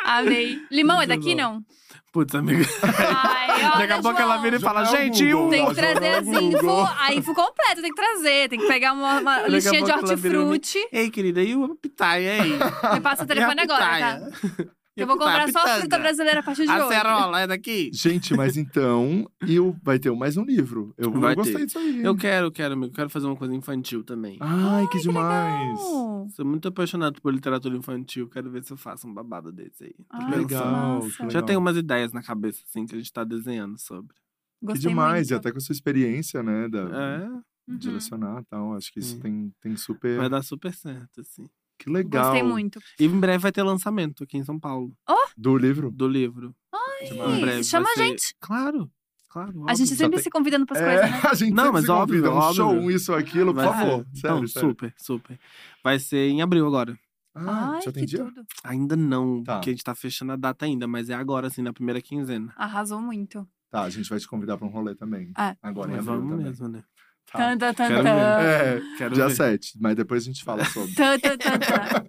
[SPEAKER 1] Amei. Limão é
[SPEAKER 3] Muito
[SPEAKER 1] daqui,
[SPEAKER 3] bom.
[SPEAKER 1] não?
[SPEAKER 3] Putz, amiga.
[SPEAKER 1] Ai, olha,
[SPEAKER 3] Daqui a pouco
[SPEAKER 1] João.
[SPEAKER 3] ela vira e fala,
[SPEAKER 2] Joga é o
[SPEAKER 3] gente, e
[SPEAKER 2] Google.
[SPEAKER 3] um.
[SPEAKER 1] Tem que
[SPEAKER 2] Nossa,
[SPEAKER 1] trazer assim,
[SPEAKER 2] joga
[SPEAKER 1] as
[SPEAKER 2] no Google.
[SPEAKER 1] info, a info completa, tem que trazer. Tem que pegar uma, uma
[SPEAKER 3] Daqui a
[SPEAKER 1] listinha de
[SPEAKER 3] pouco ela vira
[SPEAKER 1] hortifruti.
[SPEAKER 3] Ei, querida, e o pitaia, hein?
[SPEAKER 1] Me passa o telefone agora, tá? Eu vou comprar só a fruta brasileira a partir de
[SPEAKER 3] A
[SPEAKER 1] hoje.
[SPEAKER 3] cerola é daqui?
[SPEAKER 2] Gente, mas então, eu, vai ter mais um livro. Eu, eu
[SPEAKER 3] Vai ter.
[SPEAKER 2] gostei disso
[SPEAKER 1] Hum.
[SPEAKER 2] aí. hein?
[SPEAKER 3] Eu quero, eu quero, amigo. Quero fazer uma coisa infantil também.
[SPEAKER 2] Ai, que demais.
[SPEAKER 1] Hum.
[SPEAKER 3] Sou muito apaixonado por literatura infantil. Quero ver se eu faço um babado desse aí. Tô
[SPEAKER 1] Ah,
[SPEAKER 3] pensando.
[SPEAKER 2] legal,
[SPEAKER 1] nossa.
[SPEAKER 2] que legal.
[SPEAKER 3] Já tem umas ideias na cabeça, assim, que a gente tá desenhando sobre.
[SPEAKER 2] Que
[SPEAKER 1] Gostei
[SPEAKER 2] demais. E
[SPEAKER 1] muito.
[SPEAKER 2] até com a sua experiência, né? Da,
[SPEAKER 3] É,
[SPEAKER 1] Uhum.
[SPEAKER 2] De lecionar e tal. Acho que isso
[SPEAKER 3] Sim.
[SPEAKER 2] tem, tem super.
[SPEAKER 3] vai dar super certo, assim.
[SPEAKER 2] Que legal.
[SPEAKER 1] Gostei muito.
[SPEAKER 3] E em breve vai ter lançamento aqui em São Paulo,
[SPEAKER 2] Do livro.
[SPEAKER 3] do livro.
[SPEAKER 2] Demais.
[SPEAKER 1] Ih,
[SPEAKER 3] breve vai
[SPEAKER 1] chama a
[SPEAKER 3] ser-
[SPEAKER 1] gente.
[SPEAKER 3] Claro, claro.
[SPEAKER 1] A
[SPEAKER 3] óbvio.
[SPEAKER 1] gente
[SPEAKER 2] Já
[SPEAKER 1] sempre
[SPEAKER 2] tem-
[SPEAKER 1] se convidando pras
[SPEAKER 2] É,
[SPEAKER 1] coisas, né?
[SPEAKER 2] a gente
[SPEAKER 3] Não,
[SPEAKER 2] sempre
[SPEAKER 3] mas
[SPEAKER 2] se
[SPEAKER 3] óbvio,
[SPEAKER 2] convida. Um
[SPEAKER 3] óbvio.
[SPEAKER 2] show, um isso, aquilo, por
[SPEAKER 3] Vai ser.
[SPEAKER 2] favor. Sério,
[SPEAKER 3] Então,
[SPEAKER 2] sério.
[SPEAKER 3] super, super. Vai ser em abril agora.
[SPEAKER 2] Ah,
[SPEAKER 1] Ai,
[SPEAKER 2] já tem
[SPEAKER 1] que
[SPEAKER 2] dia?
[SPEAKER 1] tudo.
[SPEAKER 3] Ainda não,
[SPEAKER 2] Tá.
[SPEAKER 3] porque a gente tá fechando a data ainda, mas é agora, assim, na primeira quinzena.
[SPEAKER 1] Arrasou muito.
[SPEAKER 2] Tá, a gente vai te convidar pra um rolê também.
[SPEAKER 1] Ah.
[SPEAKER 2] Agora em
[SPEAKER 3] Mas
[SPEAKER 2] abril
[SPEAKER 3] vamos
[SPEAKER 2] também.
[SPEAKER 3] mesmo, né?
[SPEAKER 2] Tá.
[SPEAKER 1] Tan, tan, tan,
[SPEAKER 3] Quero Uhum.
[SPEAKER 1] tan.
[SPEAKER 2] É,
[SPEAKER 3] Quero
[SPEAKER 2] dia
[SPEAKER 3] ver.
[SPEAKER 2] 7, mas depois a gente fala sobre.
[SPEAKER 1] Tan, tan, tan, tan.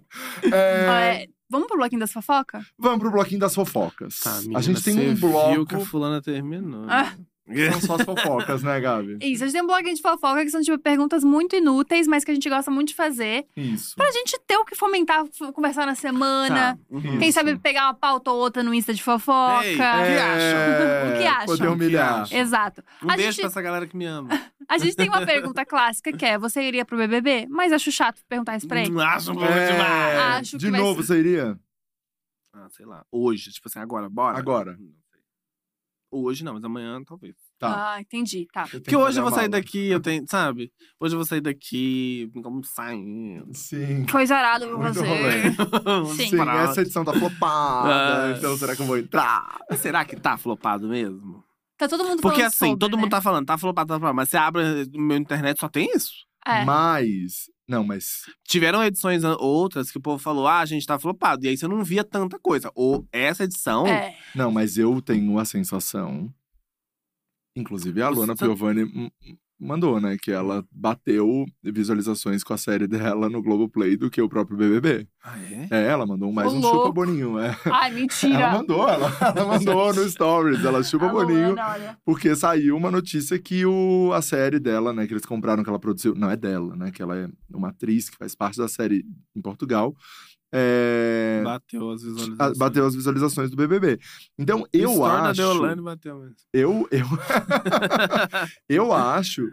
[SPEAKER 1] Ó,
[SPEAKER 2] É,
[SPEAKER 1] é, Vamos pro bloquinho das fofoca?
[SPEAKER 2] Vamos pro bloquinho das fofocas.
[SPEAKER 3] Tá,
[SPEAKER 2] a
[SPEAKER 3] menina,
[SPEAKER 2] gente tem um
[SPEAKER 3] você Viu
[SPEAKER 2] bloco.
[SPEAKER 3] que a fulana terminou. né?
[SPEAKER 1] Ah.
[SPEAKER 2] São só as fofocas, né, Gabi?
[SPEAKER 1] Isso, a gente tem um bloquinho de fofoca que são tipo perguntas muito inúteis, mas que a gente gosta muito de fazer.
[SPEAKER 2] Isso.
[SPEAKER 1] Pra gente ter o que fomentar, f- conversar na semana.
[SPEAKER 3] Tá, uhum.
[SPEAKER 1] Quem
[SPEAKER 2] Isso.
[SPEAKER 1] sabe pegar uma pauta ou outra no Insta de fofoca.
[SPEAKER 3] Ei, é. que acham?
[SPEAKER 1] O que acham?
[SPEAKER 2] Poder humilhar.
[SPEAKER 3] acham?
[SPEAKER 1] Exato.
[SPEAKER 3] Um
[SPEAKER 1] A
[SPEAKER 3] beijo
[SPEAKER 1] gente-
[SPEAKER 3] pra essa galera que me ama.
[SPEAKER 1] A gente tem uma pergunta clássica que é: você iria pro BBB? Mas acho chato perguntar isso pra ele.
[SPEAKER 3] Não Hum, acho bom
[SPEAKER 2] É,
[SPEAKER 3] demais.
[SPEAKER 1] Acho
[SPEAKER 2] de
[SPEAKER 1] que vai
[SPEAKER 2] novo,
[SPEAKER 1] ser-
[SPEAKER 2] você iria?
[SPEAKER 3] Ah, sei lá. Hoje, tipo assim, agora, bora.
[SPEAKER 2] Agora.
[SPEAKER 3] Não sei. Hoje não, mas amanhã talvez.
[SPEAKER 2] Tá.
[SPEAKER 1] Ah, entendi. Tá.
[SPEAKER 3] Porque hoje eu vou sair daqui, eu tenho, sabe? Hoje eu vou sair daqui, como saindo.
[SPEAKER 2] Sim.
[SPEAKER 1] Foi zarado pra
[SPEAKER 2] Muito
[SPEAKER 1] você.
[SPEAKER 2] rolê.
[SPEAKER 1] Sim.
[SPEAKER 2] Sim,
[SPEAKER 3] Pra-
[SPEAKER 2] essa edição tá flopada.
[SPEAKER 3] Ah.
[SPEAKER 2] Então será que eu vou entrar?
[SPEAKER 3] Será que tá flopado mesmo?
[SPEAKER 1] Tá todo mundo
[SPEAKER 3] Porque
[SPEAKER 1] falando
[SPEAKER 3] assim,
[SPEAKER 1] sobre,
[SPEAKER 3] todo
[SPEAKER 1] né?
[SPEAKER 3] mundo tá falando, tá flopado, tá flopado. Mas você abre no meu internet, só tem isso.
[SPEAKER 1] É.
[SPEAKER 2] Mas. Não, mas.
[SPEAKER 3] Tiveram edições an- outras que o povo falou, ah, a gente tá flopado. E aí você não via tanta coisa. Ou essa edição,
[SPEAKER 1] É.
[SPEAKER 2] Não, mas eu tenho a sensação. Inclusive a Lona
[SPEAKER 3] Você-
[SPEAKER 2] Piovani m- m- mandou, né? Que ela bateu visualizações com a série dela no Globoplay do que o próprio BBB.
[SPEAKER 3] Ah, é?
[SPEAKER 2] É, ela mandou mais
[SPEAKER 1] Ô,
[SPEAKER 2] um chupa
[SPEAKER 1] louco.
[SPEAKER 2] boninho. É.
[SPEAKER 1] Ai,
[SPEAKER 2] Ela
[SPEAKER 1] mentira. Tá
[SPEAKER 2] mandou, ela, ela mandou no Stories. Ela chupa
[SPEAKER 1] Alô,
[SPEAKER 2] boninho.
[SPEAKER 1] Ana, olha.
[SPEAKER 2] Porque saiu uma notícia que o, a série dela, né, que eles compraram, que ela produziu, não é dela, né, que ela é uma atriz que faz parte da série em Portugal, é,
[SPEAKER 3] Bateu as
[SPEAKER 2] a-
[SPEAKER 3] visualizações.
[SPEAKER 2] Ah, bateu as visualizações do BBB. Então, eu
[SPEAKER 3] Story da
[SPEAKER 2] acho,
[SPEAKER 3] Deolane bateu mesmo.
[SPEAKER 2] eu, eu, eu acho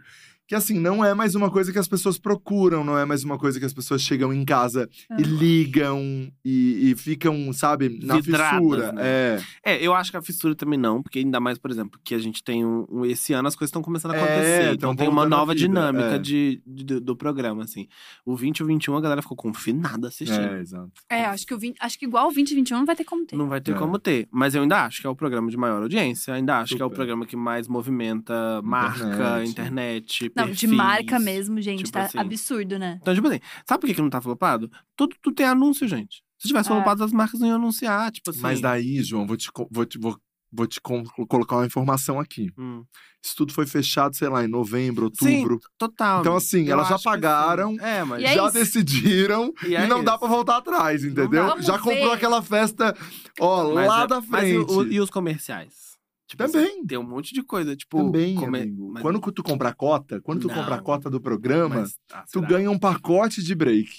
[SPEAKER 2] que assim, não é mais uma coisa que as pessoas procuram, não é mais uma coisa que as pessoas chegam em casa e ligam e, e ficam, sabe, na
[SPEAKER 3] Vidradas,
[SPEAKER 2] fissura.
[SPEAKER 3] né?
[SPEAKER 2] É.
[SPEAKER 3] É, eu acho que a fissura também não, porque ainda mais, por exemplo, que a gente tem um. um- esse ano as coisas estão começando a
[SPEAKER 2] É,
[SPEAKER 3] acontecer.
[SPEAKER 2] tão
[SPEAKER 3] então tem uma
[SPEAKER 2] voltando à
[SPEAKER 3] nova
[SPEAKER 2] vida,
[SPEAKER 3] dinâmica
[SPEAKER 2] é.
[SPEAKER 3] de, de- do- do programa, assim. O 20 e o 21, a galera ficou confinada assistindo.
[SPEAKER 2] É, exato.
[SPEAKER 1] É, acho que, o 20, acho que igual o 2021 não vai ter como ter.
[SPEAKER 3] Não vai ter
[SPEAKER 2] É.
[SPEAKER 3] como ter. Mas eu ainda acho que é o programa de maior audiência. Ainda acho que é o
[SPEAKER 2] Super.
[SPEAKER 3] programa que mais movimenta marca,
[SPEAKER 2] Internet.
[SPEAKER 3] internet.
[SPEAKER 1] Não, de
[SPEAKER 3] perfis.
[SPEAKER 1] marca mesmo, gente.
[SPEAKER 3] tipo
[SPEAKER 1] tá
[SPEAKER 3] assim.
[SPEAKER 1] absurdo, né?
[SPEAKER 3] Então, tipo assim, sabe por que, que não tá flopado? Tudo, tudo tem anúncio, gente. Se tivesse
[SPEAKER 1] É.
[SPEAKER 3] flopado, as marcas não iam anunciar, tipo assim.
[SPEAKER 2] Mas daí, João, vou te, co- vou te, vou, vou te con- colocar uma informação aqui.
[SPEAKER 3] Hum.
[SPEAKER 2] Isso tudo foi fechado, sei lá, em novembro,
[SPEAKER 3] Sim,
[SPEAKER 2] outubro.
[SPEAKER 3] Total.
[SPEAKER 2] Então, assim,
[SPEAKER 3] Eu
[SPEAKER 2] elas já
[SPEAKER 3] acho que
[SPEAKER 2] pagaram,
[SPEAKER 3] sim. É, mas.
[SPEAKER 1] E é
[SPEAKER 2] já
[SPEAKER 1] isso.
[SPEAKER 2] decidiram
[SPEAKER 3] e
[SPEAKER 2] e,
[SPEAKER 3] é
[SPEAKER 2] não dá
[SPEAKER 3] isso.
[SPEAKER 2] pra voltar atrás, entendeu?
[SPEAKER 1] Vamos
[SPEAKER 2] já comprou
[SPEAKER 1] ver.
[SPEAKER 2] aquela festa, ó,
[SPEAKER 3] Mas
[SPEAKER 2] lá
[SPEAKER 3] é-
[SPEAKER 2] da
[SPEAKER 3] mas e
[SPEAKER 2] frente.
[SPEAKER 3] o- e os comerciais? Tipo,
[SPEAKER 2] Também.
[SPEAKER 3] assim, tem um monte de coisa. Tipo,
[SPEAKER 2] Também,
[SPEAKER 3] come-
[SPEAKER 2] amigo.
[SPEAKER 3] mas-
[SPEAKER 2] Quando tu compra a cota, quando tu
[SPEAKER 3] Não.
[SPEAKER 2] compra a cota do programa,
[SPEAKER 3] mas- ah,
[SPEAKER 2] tu
[SPEAKER 3] será?
[SPEAKER 2] ganha um pacote de break.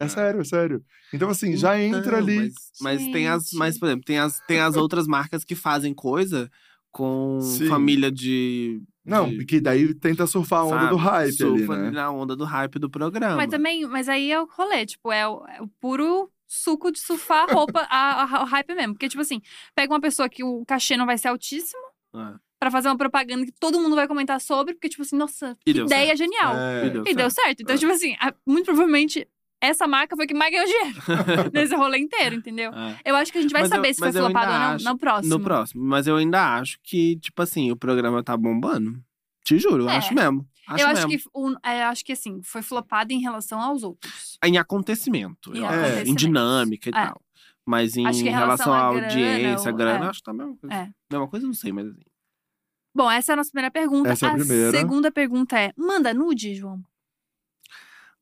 [SPEAKER 2] É
[SPEAKER 3] Ah.
[SPEAKER 2] sério, é sério. Então, assim, já
[SPEAKER 3] Então,
[SPEAKER 2] entra ali.
[SPEAKER 3] Mas, mas tem as.
[SPEAKER 1] Gente.
[SPEAKER 3] Mas, por exemplo, tem as, tem as outras marcas que fazem coisa com
[SPEAKER 2] Sim.
[SPEAKER 3] família de.
[SPEAKER 2] Não,
[SPEAKER 3] de,
[SPEAKER 2] que daí tenta surfar a onda
[SPEAKER 3] sabe,
[SPEAKER 2] do hype ali,
[SPEAKER 3] surfa
[SPEAKER 2] né?
[SPEAKER 3] na onda do hype do programa.
[SPEAKER 1] Mas também, mas aí é o rolê, tipo, é o, é o puro suco de surfar a roupa, a, a- o hype mesmo. Porque, tipo assim, pega uma pessoa que o cachê não vai ser altíssimo
[SPEAKER 3] Ah,
[SPEAKER 1] pra fazer uma propaganda que todo mundo vai comentar sobre, porque, tipo assim, nossa,
[SPEAKER 3] E
[SPEAKER 1] que
[SPEAKER 3] deu
[SPEAKER 1] ideia genial.
[SPEAKER 2] É.
[SPEAKER 3] E deu
[SPEAKER 1] E deu certo. Então,
[SPEAKER 3] É.
[SPEAKER 1] tipo assim, a- muito provavelmente essa marca foi a que mais ganhou dinheiro nesse rolê inteiro, entendeu?
[SPEAKER 3] Ah.
[SPEAKER 1] Eu acho que a gente vai
[SPEAKER 3] Mas eu-
[SPEAKER 1] saber se foi
[SPEAKER 3] mas eu ainda
[SPEAKER 1] flopado ou não
[SPEAKER 3] acho-
[SPEAKER 1] no é próximo.
[SPEAKER 3] No próximo. Mas eu ainda acho que, tipo assim, o programa tá bombando. Te juro, eu
[SPEAKER 1] É.
[SPEAKER 3] acho mesmo. Acho
[SPEAKER 1] eu
[SPEAKER 3] mesmo.
[SPEAKER 1] acho que, o- é, acho que, assim, foi flopado em relação aos outros.
[SPEAKER 3] Em acontecimento,
[SPEAKER 1] Em
[SPEAKER 3] eu acho. Em
[SPEAKER 2] acontecimentos.
[SPEAKER 3] dinâmica e
[SPEAKER 1] É.
[SPEAKER 3] tal. Mas em,
[SPEAKER 1] Acho que em
[SPEAKER 3] relação
[SPEAKER 1] relação
[SPEAKER 3] à
[SPEAKER 1] à grana,
[SPEAKER 3] audiência,
[SPEAKER 1] ou-
[SPEAKER 3] grana,
[SPEAKER 1] é.
[SPEAKER 3] eu acho que tá a mesma coisa.
[SPEAKER 1] É.
[SPEAKER 3] Mesma coisa, eu não sei, mas assim.
[SPEAKER 1] Bom, essa é a nossa primeira pergunta.
[SPEAKER 2] Essa é a primeira.
[SPEAKER 1] segunda pergunta é: manda nude, João?
[SPEAKER 3] Tipo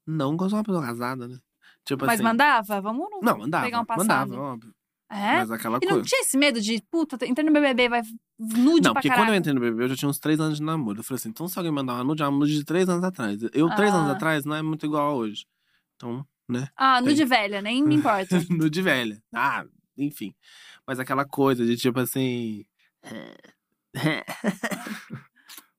[SPEAKER 3] Não gosto de uma pessoa casada, né? Tipo
[SPEAKER 1] Mas
[SPEAKER 3] assim.
[SPEAKER 1] mandava? Vamos no...
[SPEAKER 3] Não, mandava.
[SPEAKER 1] pegar um passado.
[SPEAKER 3] mandava, óbvio.
[SPEAKER 1] É?
[SPEAKER 3] Mas aquela
[SPEAKER 1] E não
[SPEAKER 3] coisa.
[SPEAKER 1] tinha esse medo de, puta, entrei no BBB, vai nude
[SPEAKER 3] Não,
[SPEAKER 1] pra
[SPEAKER 3] porque
[SPEAKER 1] caralho.
[SPEAKER 3] quando eu entrei no BBB, eu já tinha uns três anos de namoro. Eu falei assim, então se alguém mandar uma nude, é uma nude de três anos atrás. Eu, três
[SPEAKER 1] Ah.
[SPEAKER 3] anos atrás, não é muito igual a hoje. Então,
[SPEAKER 1] Ah, nude velha, nem me importa.
[SPEAKER 3] nude velha. Ah, enfim. Mas aquela coisa de tipo assim.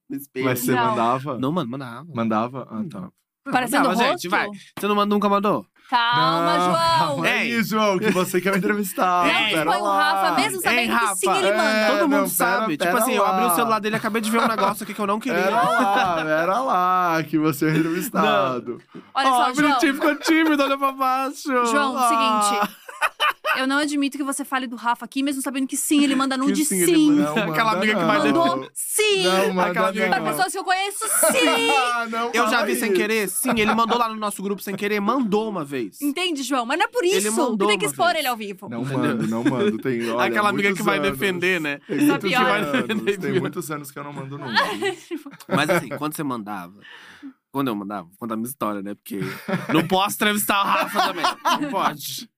[SPEAKER 3] no espelho.
[SPEAKER 2] Mas você
[SPEAKER 1] Não.
[SPEAKER 2] mandava?
[SPEAKER 3] Não, mano, mandava.
[SPEAKER 2] Mandava? Ah, tá.
[SPEAKER 1] Parecendo
[SPEAKER 3] Mandava,
[SPEAKER 1] rosto.
[SPEAKER 3] gente, vai. Você não manda, nunca mandou?
[SPEAKER 1] Calma,
[SPEAKER 2] Não,
[SPEAKER 1] João.
[SPEAKER 2] calma
[SPEAKER 3] é
[SPEAKER 2] aí, João, que você quer me entrevistar.
[SPEAKER 1] Não
[SPEAKER 3] Ei,
[SPEAKER 1] expõe
[SPEAKER 2] pera
[SPEAKER 1] o
[SPEAKER 2] lá.
[SPEAKER 1] Rafa, mesmo sabendo
[SPEAKER 3] Ei,
[SPEAKER 1] que
[SPEAKER 3] Rafa.
[SPEAKER 1] sim ele
[SPEAKER 2] É,
[SPEAKER 1] manda.
[SPEAKER 3] Todo mundo
[SPEAKER 2] não, pera-
[SPEAKER 3] sabe.
[SPEAKER 2] pera
[SPEAKER 3] tipo assim, eu abri o
[SPEAKER 2] lá.
[SPEAKER 3] celular dele e acabei de ver um negócio aqui que eu não queria.
[SPEAKER 2] Era lá, era lá que você é entrevistado.
[SPEAKER 1] Olha
[SPEAKER 3] Ó,
[SPEAKER 1] só,
[SPEAKER 3] a
[SPEAKER 1] João.
[SPEAKER 3] Bonitinha
[SPEAKER 2] tipo,
[SPEAKER 3] ficou tímido, olha pra baixo.
[SPEAKER 1] João,
[SPEAKER 3] Ah.
[SPEAKER 1] seguinte. Eu não admito que você fale do Rafa aqui, mesmo sabendo que sim, ele manda nude
[SPEAKER 3] sim,
[SPEAKER 1] sim.
[SPEAKER 3] ele manda. Aquela amiga que vai
[SPEAKER 1] Mandou sim.
[SPEAKER 2] Não, manda
[SPEAKER 3] Aquela amiga que
[SPEAKER 1] Pra
[SPEAKER 3] mandou.
[SPEAKER 1] pessoas que eu conheço, sim.
[SPEAKER 2] Ah, não
[SPEAKER 3] Eu já
[SPEAKER 2] fala
[SPEAKER 3] vi sem
[SPEAKER 2] isso.
[SPEAKER 3] querer, sim. Ele mandou lá no nosso grupo sem querer, mandou uma vez.
[SPEAKER 1] Entende, João? Mas não é por
[SPEAKER 3] Ele
[SPEAKER 1] isso que
[SPEAKER 3] mandou
[SPEAKER 1] tem que
[SPEAKER 3] uma
[SPEAKER 1] expor
[SPEAKER 3] vez.
[SPEAKER 1] ele ao vivo. Ah,
[SPEAKER 2] Não mando, não mando. Tem, olha,
[SPEAKER 3] Aquela amiga que
[SPEAKER 2] muitos
[SPEAKER 3] vai
[SPEAKER 2] anos.
[SPEAKER 3] defender, né?
[SPEAKER 2] Tem
[SPEAKER 1] Essa
[SPEAKER 2] muitos,
[SPEAKER 1] pior.
[SPEAKER 2] anos, tem
[SPEAKER 3] Defender.
[SPEAKER 2] muitos anos que eu não mando nunca.
[SPEAKER 3] Mas assim, quando você mandava. Quando eu mandava, vou contar a minha história, né? Porque não posso entrevistar o Rafa também. Não pode.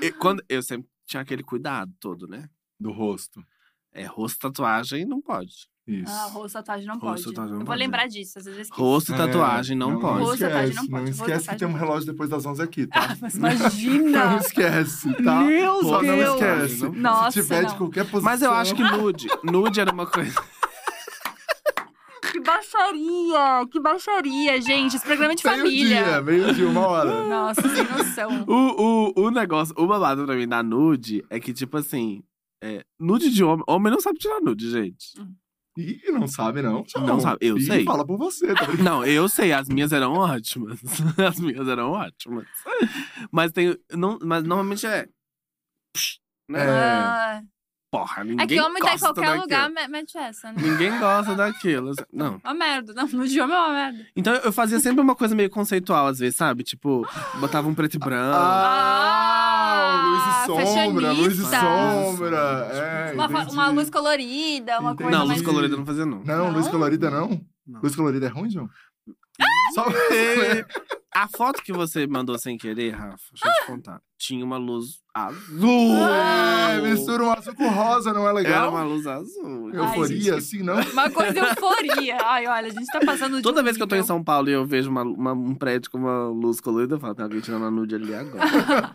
[SPEAKER 3] E quando, eu sempre tinha aquele cuidado todo, né?
[SPEAKER 2] Do rosto.
[SPEAKER 3] É rosto, tatuagem, não pode.
[SPEAKER 2] Isso.
[SPEAKER 1] Ah, rosto tatuagem não pode.
[SPEAKER 3] Rosto, tatuagem
[SPEAKER 1] eu
[SPEAKER 3] não
[SPEAKER 1] vou
[SPEAKER 3] pode. né?
[SPEAKER 1] lembrar disso, às vezes eu esqueço.
[SPEAKER 3] Rosto, é tatuagem, não, pode.
[SPEAKER 1] Rosto, tatuagem, não
[SPEAKER 2] esquece,
[SPEAKER 1] pode. Rosto,
[SPEAKER 2] esquece que tem um
[SPEAKER 1] tatuagem, não
[SPEAKER 2] relógio depois das 11 aqui, tá?
[SPEAKER 1] Ah, mas
[SPEAKER 2] Não
[SPEAKER 1] imagina!
[SPEAKER 2] esquece, tá?
[SPEAKER 3] Meu
[SPEAKER 2] Só não
[SPEAKER 3] Deus!
[SPEAKER 2] esquece.
[SPEAKER 1] Nossa,
[SPEAKER 2] Se tiver de
[SPEAKER 1] não.
[SPEAKER 2] qualquer posição.
[SPEAKER 3] Mas eu acho que nude. Nude era uma coisa.
[SPEAKER 1] que baixaria! Que baixaria, gente! Esse programa é de
[SPEAKER 2] Meio-dia,
[SPEAKER 1] família.
[SPEAKER 2] meio-dia, uma hora.
[SPEAKER 1] Nossa, sem noção.
[SPEAKER 3] O, o, o negócio, o babado pra mim da nude é que, tipo assim, é, nude de homem. Homem não sabe tirar nude, gente.
[SPEAKER 2] Ih, não sabe, não.
[SPEAKER 3] Não sabe, eu
[SPEAKER 2] Ih,
[SPEAKER 3] sei.
[SPEAKER 2] fala por você. Tá
[SPEAKER 3] Não, eu sei, as minhas eram ótimas. As minhas eram ótimas. Mas tem. Não, mas normalmente é. psh, né?
[SPEAKER 2] É.
[SPEAKER 1] Ah,
[SPEAKER 3] Porra, ninguém
[SPEAKER 1] é que homem tá em
[SPEAKER 3] gosta
[SPEAKER 1] qualquer
[SPEAKER 3] daquilo.
[SPEAKER 1] lugar, me- mete essa, né?
[SPEAKER 3] Ninguém gosta daquilo. assim. Não.
[SPEAKER 1] Uma merda. Não, no de homem é uma merda.
[SPEAKER 3] Então eu fazia sempre uma coisa meio conceitual, às vezes, sabe? Tipo, botava um preto e branco.
[SPEAKER 2] Ah,
[SPEAKER 1] Ah,
[SPEAKER 2] luz e sombra, luz e
[SPEAKER 1] fashionista.
[SPEAKER 2] sombra. É,
[SPEAKER 1] Uma, fa-
[SPEAKER 2] entendi.
[SPEAKER 1] uma luz colorida, uma coisa
[SPEAKER 3] Não, luz
[SPEAKER 1] mais...
[SPEAKER 2] mas-
[SPEAKER 3] colorida eu não fazia, não.
[SPEAKER 2] Não, luz
[SPEAKER 1] Não?
[SPEAKER 2] colorida não?
[SPEAKER 3] Não.
[SPEAKER 2] Luz colorida é ruim, João? Só
[SPEAKER 3] É, A foto que você mandou sem querer, Rafa, deixa eu te contar. Tinha uma luz azul.
[SPEAKER 2] É, mistura um azul com rosa, não é
[SPEAKER 3] Era
[SPEAKER 2] legal?
[SPEAKER 3] uma luz azul.
[SPEAKER 2] Euforia,
[SPEAKER 1] Ai,
[SPEAKER 2] assim, não?
[SPEAKER 1] Uma coisa euforia. Ai, olha, a gente tá passando de
[SPEAKER 3] Toda
[SPEAKER 1] um
[SPEAKER 3] vez que eu tô em
[SPEAKER 1] nível.
[SPEAKER 3] São Paulo e eu vejo uma, uma- um prédio com uma luz colorida, eu falo, tem alguém tirando a nude ali agora.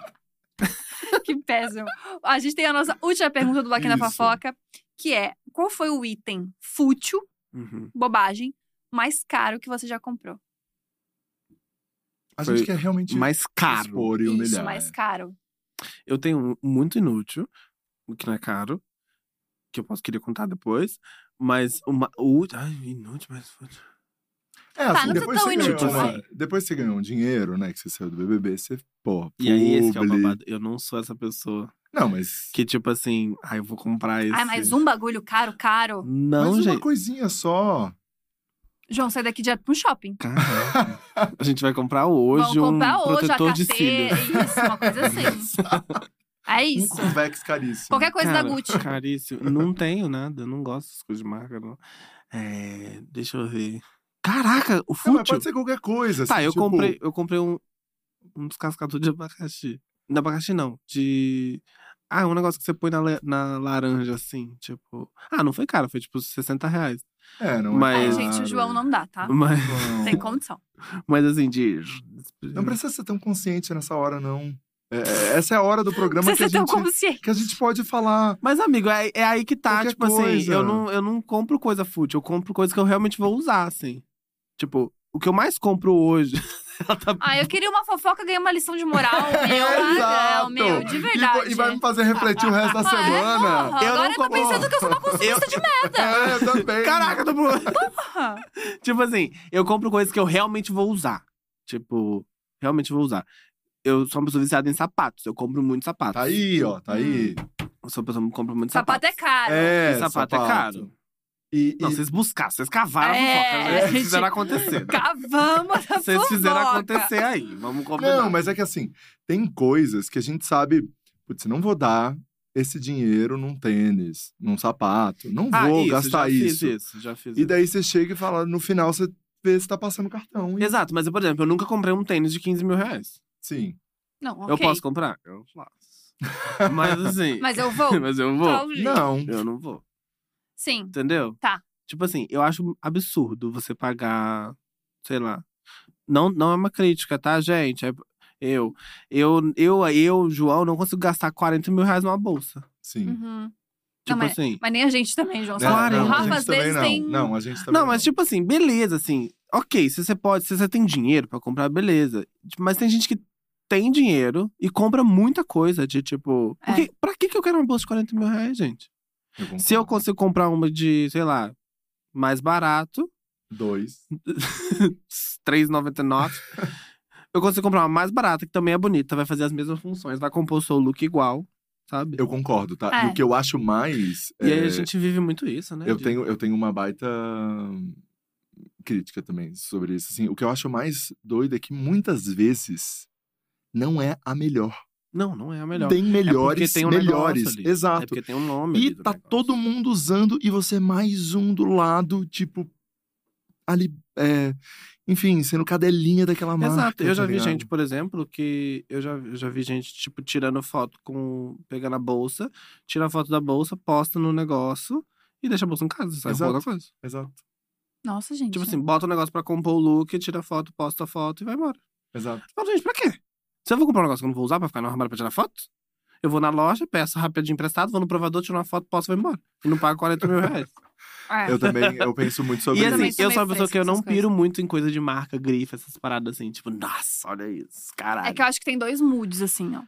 [SPEAKER 1] Que péssimo. A gente tem a nossa última pergunta do Baquinha da
[SPEAKER 2] Isso.
[SPEAKER 1] Fofoca, que é: qual foi o item fútil,
[SPEAKER 3] Uhum.
[SPEAKER 1] bobagem, mais caro que você já comprou.
[SPEAKER 2] A
[SPEAKER 3] Foi
[SPEAKER 2] gente quer
[SPEAKER 1] Tipo,
[SPEAKER 2] realmente
[SPEAKER 3] Mais caro.
[SPEAKER 2] expor e
[SPEAKER 1] Isso,
[SPEAKER 2] humilhar.
[SPEAKER 1] mais
[SPEAKER 2] é.
[SPEAKER 1] caro.
[SPEAKER 3] Eu tenho um muito inútil, o que não é caro, que eu posso querer contar depois. Mas uma. o- Ai, inútil, mas. foda-
[SPEAKER 2] É,
[SPEAKER 1] Tá,
[SPEAKER 2] assim,
[SPEAKER 1] não tô
[SPEAKER 2] depois
[SPEAKER 1] tão
[SPEAKER 2] você ganhou
[SPEAKER 1] inútil,
[SPEAKER 2] uma-
[SPEAKER 1] vai.
[SPEAKER 2] Depois que você ganhou um dinheiro, né? Que você saiu do BBB, você, pô,
[SPEAKER 3] E aí, esse que é o
[SPEAKER 2] publi.
[SPEAKER 3] babado. Eu não sou essa pessoa
[SPEAKER 2] Não, mas...
[SPEAKER 3] que, tipo assim, ai, eu vou comprar esse.
[SPEAKER 1] Ai, mais um bagulho caro, caro.
[SPEAKER 3] Não,
[SPEAKER 2] mas uma
[SPEAKER 3] gente.
[SPEAKER 2] coisinha só. um
[SPEAKER 1] João, sai daqui direto pro shopping.
[SPEAKER 3] Caraca. A gente vai comprar hoje
[SPEAKER 1] Vamos comprar hoje
[SPEAKER 3] um
[SPEAKER 1] a
[SPEAKER 3] protetor de
[SPEAKER 1] KT.
[SPEAKER 3] cílio.
[SPEAKER 1] Isso, uma coisa assim. é
[SPEAKER 2] Um
[SPEAKER 1] isso.
[SPEAKER 2] convex caríssimo.
[SPEAKER 1] Qualquer coisa
[SPEAKER 3] Cara,
[SPEAKER 1] da Gucci.
[SPEAKER 3] Caríssimo. Não tenho nada, eu não gosto dessas coisas de marca, não. É, deixa eu ver. Caraca, o
[SPEAKER 2] Não, mas
[SPEAKER 3] fútil.
[SPEAKER 2] pode ser qualquer coisa.
[SPEAKER 3] Tá,
[SPEAKER 2] assim,
[SPEAKER 3] eu
[SPEAKER 2] tipo,
[SPEAKER 3] comprei, eu comprei um, um descascador de abacaxi. De abacaxi não, de ah, um negócio que você põe na, la- na laranja assim, tipo. Ah, não foi caro, foi tipo 60 reais.
[SPEAKER 2] É, não é
[SPEAKER 1] Ai,
[SPEAKER 3] Mas-
[SPEAKER 1] gente, o
[SPEAKER 2] caro.
[SPEAKER 1] João não dá, tá?
[SPEAKER 3] Mas,
[SPEAKER 2] Não.
[SPEAKER 1] Sem condição.
[SPEAKER 3] mas assim, de
[SPEAKER 2] Não precisa ser tão consciente nessa hora, não. É, é- essa é a hora do programa
[SPEAKER 1] Você
[SPEAKER 2] que a,
[SPEAKER 1] ser tão
[SPEAKER 2] gente,
[SPEAKER 1] consciente.
[SPEAKER 2] que a gente pode falar.
[SPEAKER 3] Mas, amigo, é, é aí que tá,
[SPEAKER 2] Qualquer
[SPEAKER 3] tipo assim,
[SPEAKER 2] coisa.
[SPEAKER 3] eu não, eu não compro coisa fútil, eu compro coisa que eu realmente vou usar, assim. Tipo, o que eu mais compro hoje. Ela tá-
[SPEAKER 1] Ah, eu queria uma fofoca, ganhei uma lição de moral. Meu,
[SPEAKER 2] Exato.
[SPEAKER 1] Adel, meu, de
[SPEAKER 2] E vo-
[SPEAKER 1] verdade.
[SPEAKER 2] E, vai me fazer refletir o resto da
[SPEAKER 1] Ah,
[SPEAKER 2] semana.
[SPEAKER 1] porra,
[SPEAKER 3] Eu não
[SPEAKER 1] agora eu tô
[SPEAKER 3] compro-
[SPEAKER 1] pensando que eu sou uma consumista de
[SPEAKER 2] É, eu também.
[SPEAKER 3] Caraca, eu tô pro-
[SPEAKER 1] merda.
[SPEAKER 3] Tipo assim, eu compro coisas que eu realmente vou usar. Tipo, realmente vou usar. Eu sou uma pessoa viciada em sapatos. Eu compro muito sapato.
[SPEAKER 2] Tá aí, ó, tá aí.
[SPEAKER 1] Hum.
[SPEAKER 3] Eu sou uma pessoa que compra muito
[SPEAKER 1] Sapato
[SPEAKER 3] sapato.
[SPEAKER 1] é caro.
[SPEAKER 2] É,
[SPEAKER 3] E sapato é caro.
[SPEAKER 2] E, e-
[SPEAKER 3] Não, vocês buscaram, vocês cavaram a
[SPEAKER 1] É,
[SPEAKER 3] fofoca, né?
[SPEAKER 1] a
[SPEAKER 3] Vocês
[SPEAKER 1] gente-
[SPEAKER 3] fizeram acontecer. né?
[SPEAKER 1] Cavamos a
[SPEAKER 3] Vocês fizeram
[SPEAKER 1] fofoca.
[SPEAKER 3] acontecer aí. Vamos combinar.
[SPEAKER 2] Não, mas é que assim, tem coisas que a gente sabe, putz, não vou dar esse dinheiro num tênis, num sapato, não
[SPEAKER 3] Ah,
[SPEAKER 2] vou
[SPEAKER 3] isso,
[SPEAKER 2] gastar
[SPEAKER 3] já
[SPEAKER 2] isso.
[SPEAKER 3] Fiz isso. Já fiz
[SPEAKER 2] E
[SPEAKER 3] isso.
[SPEAKER 2] daí você chega e fala, no final você vê se tá passando cartão. E,
[SPEAKER 3] Exato, mas por exemplo, eu nunca comprei um tênis de 15 mil reais.
[SPEAKER 2] sim.
[SPEAKER 1] Não, ok.
[SPEAKER 3] Eu posso comprar? Eu faço. mas assim.
[SPEAKER 1] Mas eu vou.
[SPEAKER 3] mas eu vou.
[SPEAKER 1] Talvez.
[SPEAKER 2] Não.
[SPEAKER 3] Eu não vou.
[SPEAKER 1] Sim.
[SPEAKER 3] Entendeu?
[SPEAKER 1] Tá.
[SPEAKER 3] Tipo assim, eu acho absurdo você pagar, sei lá. Não, não é uma crítica, tá, gente? É- eu, eu, eu, eu, João, não consigo gastar 40 mil reais numa bolsa.
[SPEAKER 2] Sim.
[SPEAKER 1] Uhum.
[SPEAKER 3] Tipo
[SPEAKER 1] mas-
[SPEAKER 3] assim.
[SPEAKER 1] Mas nem a gente também, João.
[SPEAKER 2] Né?
[SPEAKER 1] Só
[SPEAKER 3] Claro,
[SPEAKER 1] o
[SPEAKER 2] não,
[SPEAKER 1] Rafa
[SPEAKER 2] a
[SPEAKER 1] às
[SPEAKER 2] gente também
[SPEAKER 1] vezes
[SPEAKER 2] não.
[SPEAKER 1] tem.
[SPEAKER 2] Não, a gente também
[SPEAKER 3] Não, mas tipo assim, beleza, assim. Ok, se você pode, se você tem dinheiro pra comprar, beleza. Tipo, Mas tem gente que tem dinheiro e compra muita coisa de tipo.
[SPEAKER 1] É.
[SPEAKER 3] Porque, pra que, que eu quero uma bolsa de 40 mil reais, gente?
[SPEAKER 2] Eu
[SPEAKER 3] tipo, Se eu
[SPEAKER 2] concordo.
[SPEAKER 3] consigo comprar uma de, sei lá, mais barato,
[SPEAKER 2] Dois.
[SPEAKER 3] 3,99. eu consigo comprar uma mais barata, que também é bonita, vai fazer as mesmas funções, vai compor o seu look igual, sabe?
[SPEAKER 2] Eu concordo, tá? E
[SPEAKER 1] É.
[SPEAKER 2] o que eu acho mais.
[SPEAKER 3] E aí
[SPEAKER 2] é,
[SPEAKER 3] a gente vive muito isso, né?
[SPEAKER 2] eu,
[SPEAKER 3] de-
[SPEAKER 2] tenho, eu tenho uma baita crítica também sobre isso. Assim, o que eu acho mais doido é que muitas vezes não é a melhor.
[SPEAKER 3] Não, não é a melhor.
[SPEAKER 2] Tem
[SPEAKER 3] é porque
[SPEAKER 2] melhores,
[SPEAKER 3] tem um negócio
[SPEAKER 2] melhores.
[SPEAKER 3] ali. É
[SPEAKER 2] Exato.
[SPEAKER 3] porque tem um nome.
[SPEAKER 2] E
[SPEAKER 3] ali do
[SPEAKER 2] tá
[SPEAKER 3] negócio.
[SPEAKER 2] todo mundo usando e você é mais um do lado, tipo. Ali. é, enfim, sendo cadelinha daquela marca.
[SPEAKER 3] Exato. Eu já
[SPEAKER 2] tá
[SPEAKER 3] vi
[SPEAKER 2] ligado?
[SPEAKER 3] gente, por exemplo, que. Eu já, eu já vi gente, tipo, tirando foto com. Pegando a bolsa, tira a foto da bolsa, posta no negócio e deixa a bolsa em casa, sai com
[SPEAKER 2] Exato.
[SPEAKER 3] outra coisa.
[SPEAKER 2] Exato.
[SPEAKER 1] Nossa, gente.
[SPEAKER 3] Tipo assim, bota o negócio pra compor o look, tira a foto, posta a foto e vai embora.
[SPEAKER 2] Exato.
[SPEAKER 3] Falo, gente, pra quê? Se eu vou comprar um negócio que eu não vou usar pra ficar no armário pra tirar foto, eu vou na loja, peço rapidinho emprestado, vou no provador, tiro uma foto, posso e vou embora. E não pago 40 mil reais.
[SPEAKER 1] É.
[SPEAKER 2] Eu também eu penso muito sobre
[SPEAKER 3] e
[SPEAKER 1] Eu também
[SPEAKER 2] isso.
[SPEAKER 3] assim,
[SPEAKER 1] sou
[SPEAKER 3] eu sou uma
[SPEAKER 1] meio
[SPEAKER 3] pessoa
[SPEAKER 1] fresca
[SPEAKER 3] que eu
[SPEAKER 1] com
[SPEAKER 3] não
[SPEAKER 1] essas
[SPEAKER 3] piro muito em coisa de marca, grife, essas paradas assim. Tipo, nossa, olha isso, caralho.
[SPEAKER 1] É que eu acho que tem dois moods, assim, ó.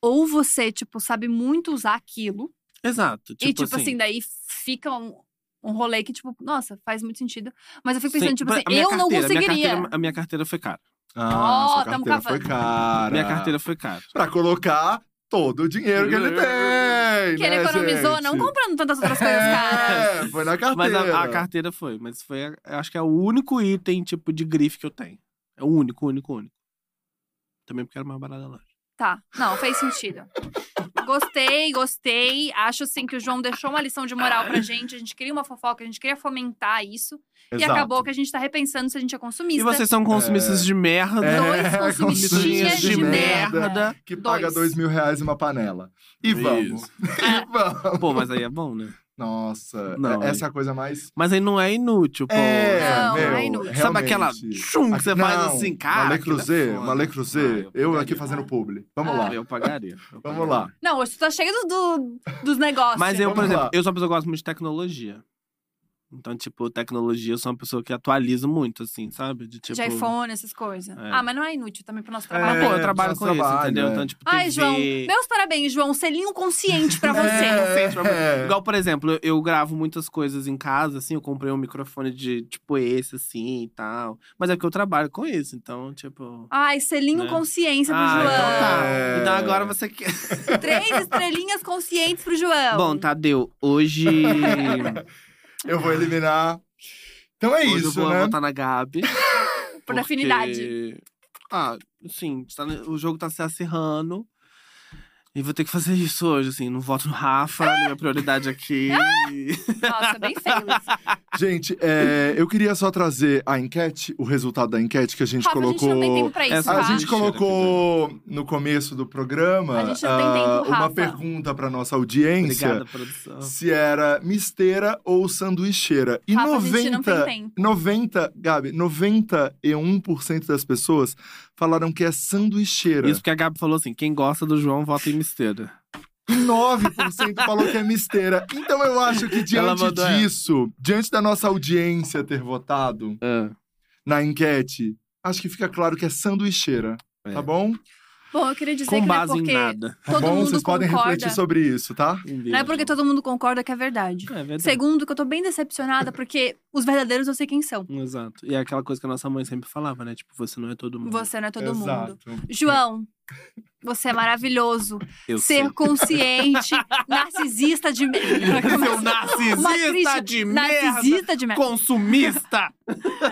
[SPEAKER 1] Ou você, tipo, sabe muito usar aquilo.
[SPEAKER 3] Exato. Tipo
[SPEAKER 1] e, tipo assim, daí fica um, um rolê que, tipo, nossa, faz muito sentido. Mas eu fico pensando,
[SPEAKER 3] sim,
[SPEAKER 1] tipo
[SPEAKER 3] a
[SPEAKER 1] assim,
[SPEAKER 3] minha
[SPEAKER 1] eu não
[SPEAKER 3] carteira- a minha
[SPEAKER 1] conseguiria.
[SPEAKER 3] carteira- a minha carteira foi cara.
[SPEAKER 2] Ah, sua
[SPEAKER 1] Ó, tamo
[SPEAKER 2] carteira foi
[SPEAKER 1] cavando.
[SPEAKER 2] cara.
[SPEAKER 3] Minha carteira foi cara.
[SPEAKER 2] Pra colocar todo o dinheiro que ele tem.
[SPEAKER 3] é
[SPEAKER 1] que ele
[SPEAKER 2] né,
[SPEAKER 1] economizou,
[SPEAKER 2] gente?
[SPEAKER 1] não comprando tantas outras coisas caras.
[SPEAKER 2] É, foi na carteira.
[SPEAKER 3] Mas a, a carteira foi. Mas foi, a- eu acho que é o único item, tipo, de grife que eu tenho. É o único, único, único. Também porque era mais barata da loja.
[SPEAKER 1] Tá, não, fez sentido. Gostei, gostei. Acho assim que o João deixou uma lição de moral pra gente. A gente queria uma fofoca, a gente queria fomentar isso. E
[SPEAKER 2] Exato.
[SPEAKER 1] acabou que a gente tá repensando se a gente é consumista.
[SPEAKER 3] E vocês são consumistas de merda.
[SPEAKER 2] É,
[SPEAKER 1] Dois consumistinhas
[SPEAKER 2] consumistas
[SPEAKER 1] de,
[SPEAKER 2] de
[SPEAKER 1] merda.
[SPEAKER 3] merda.
[SPEAKER 2] Que paga
[SPEAKER 1] é Dois.
[SPEAKER 2] dois mil reais em uma panela. E
[SPEAKER 3] Isso.
[SPEAKER 2] vamos. E vamos.
[SPEAKER 3] Pô, mas aí é bom, né?
[SPEAKER 2] Nossa,
[SPEAKER 3] Não,
[SPEAKER 2] é- essa é a coisa mais.
[SPEAKER 3] Mas aí não é inútil, pô.
[SPEAKER 1] Não,
[SPEAKER 3] sabe?
[SPEAKER 1] meu, é
[SPEAKER 2] inútil.
[SPEAKER 3] Sabe aquela
[SPEAKER 2] realmente.
[SPEAKER 3] tchum que você
[SPEAKER 2] Não,
[SPEAKER 3] faz assim, cara?
[SPEAKER 2] Malê Cruzê,
[SPEAKER 3] aquilo é foda.
[SPEAKER 2] Malê Cruzê,
[SPEAKER 3] Ah,
[SPEAKER 2] eu
[SPEAKER 3] pagaria.
[SPEAKER 2] aqui fazendo publi. Vamos
[SPEAKER 1] Ah.
[SPEAKER 2] lá,
[SPEAKER 3] Eu pagaria. eu
[SPEAKER 2] vamos
[SPEAKER 3] pagaria.
[SPEAKER 2] lá.
[SPEAKER 1] Não, hoje tu tá cheio do, do- dos negócios.
[SPEAKER 3] Mas eu, por
[SPEAKER 2] Vamos lá.
[SPEAKER 3] exemplo, eu sou uma pessoa que gosta muito de tecnologia. Então, tipo, tecnologia, eu sou uma pessoa que atualizo muito, assim, sabe? De tipo.
[SPEAKER 1] De iPhone, essas coisas.
[SPEAKER 3] É.
[SPEAKER 1] Ah, mas não é inútil também pro nosso
[SPEAKER 3] Mas,
[SPEAKER 1] trabalho.
[SPEAKER 3] pô,
[SPEAKER 2] É,
[SPEAKER 3] eu trabalho
[SPEAKER 2] nosso
[SPEAKER 3] com isso,
[SPEAKER 2] trabalho,
[SPEAKER 3] entendeu?
[SPEAKER 2] é.
[SPEAKER 3] Então, tipo,
[SPEAKER 1] Ai,
[SPEAKER 3] TV,
[SPEAKER 1] João, meus parabéns, João. Selinho consciente
[SPEAKER 3] Ah,
[SPEAKER 1] pra você.
[SPEAKER 2] É,
[SPEAKER 3] Consciente pra você.
[SPEAKER 2] é.
[SPEAKER 3] Igual, por exemplo, eu, eu gravo muitas coisas em casa, assim, eu comprei um microfone de tipo esse, assim e tal. Mas é porque eu trabalho com isso, então, tipo.
[SPEAKER 1] Ai, selinho
[SPEAKER 3] Né?
[SPEAKER 1] consciência pro
[SPEAKER 3] Ah,
[SPEAKER 1] João.
[SPEAKER 3] então tá.
[SPEAKER 2] É.
[SPEAKER 3] Então agora você quer.
[SPEAKER 1] Três estrelinhas conscientes pro João.
[SPEAKER 3] Bom, Tadeu, hoje.
[SPEAKER 2] Eu vou eliminar. Então é
[SPEAKER 3] hoje eu
[SPEAKER 2] isso,
[SPEAKER 3] vou
[SPEAKER 2] né?
[SPEAKER 3] votar na Gabi.
[SPEAKER 1] Por
[SPEAKER 3] porque-
[SPEAKER 1] afinidade.
[SPEAKER 3] Ah, sim, tá no- o jogo tá se acirrando. E vou ter que fazer isso hoje, assim. Não voto no Rafa, minha prioridade aqui.
[SPEAKER 1] Ah! Nossa, bem feio isso.
[SPEAKER 2] Gente, é, eu queria só trazer a enquete, o resultado da enquete que a gente
[SPEAKER 1] Rafa, a gente
[SPEAKER 2] colocou.
[SPEAKER 1] não tem tempo pra isso,
[SPEAKER 3] Essa
[SPEAKER 1] tá?
[SPEAKER 2] A gente
[SPEAKER 3] Mentira,
[SPEAKER 2] colocou no começo do programa
[SPEAKER 1] A gente não tem
[SPEAKER 2] ah,
[SPEAKER 1] tempo,
[SPEAKER 2] uma
[SPEAKER 1] Rafa.
[SPEAKER 2] pergunta para nossa audiência
[SPEAKER 3] Obrigada, produção.
[SPEAKER 2] se era misteira ou sanduicheira. E
[SPEAKER 1] Rafa, a gente não
[SPEAKER 2] 90,
[SPEAKER 1] tem tempo.
[SPEAKER 2] 90, Gabi, 91% das pessoas falaram que é sanduicheira.
[SPEAKER 3] Isso porque a Gabi falou assim: quem gosta do João vota em misteira.
[SPEAKER 2] E 9% falou que é misteira. Então eu acho que
[SPEAKER 3] Ela
[SPEAKER 2] diante
[SPEAKER 3] mandou essa.
[SPEAKER 2] disso, diante da nossa audiência ter votado na enquete, acho que fica claro que é sanduicheira,
[SPEAKER 3] É.
[SPEAKER 2] tá bom?
[SPEAKER 1] Bom, eu queria dizer
[SPEAKER 3] Com
[SPEAKER 1] que não é
[SPEAKER 3] base em
[SPEAKER 1] porque
[SPEAKER 3] nada.
[SPEAKER 2] Tá
[SPEAKER 1] todo
[SPEAKER 2] bom?
[SPEAKER 1] mundo
[SPEAKER 2] Vocês podem
[SPEAKER 1] concorda.
[SPEAKER 2] refletir sobre isso, tá?
[SPEAKER 3] Um
[SPEAKER 1] Não é
[SPEAKER 3] beijo.
[SPEAKER 1] porque todo mundo concorda que é verdade.
[SPEAKER 3] É verdade.
[SPEAKER 1] Segundo, que eu tô bem decepcionada, porque os verdadeiros eu sei quem são.
[SPEAKER 3] Exato. E é aquela coisa que a nossa mãe sempre falava, né? Tipo, você não é todo mundo.
[SPEAKER 1] Você não é todo mundo.
[SPEAKER 2] Exato.
[SPEAKER 1] João, você é maravilhoso.
[SPEAKER 3] Eu
[SPEAKER 1] Ser
[SPEAKER 3] sei.
[SPEAKER 1] consciente, narcisista de
[SPEAKER 3] Seu
[SPEAKER 1] merda.
[SPEAKER 3] narcisista de merda!
[SPEAKER 1] narcisista né? de merda.
[SPEAKER 3] Consumista!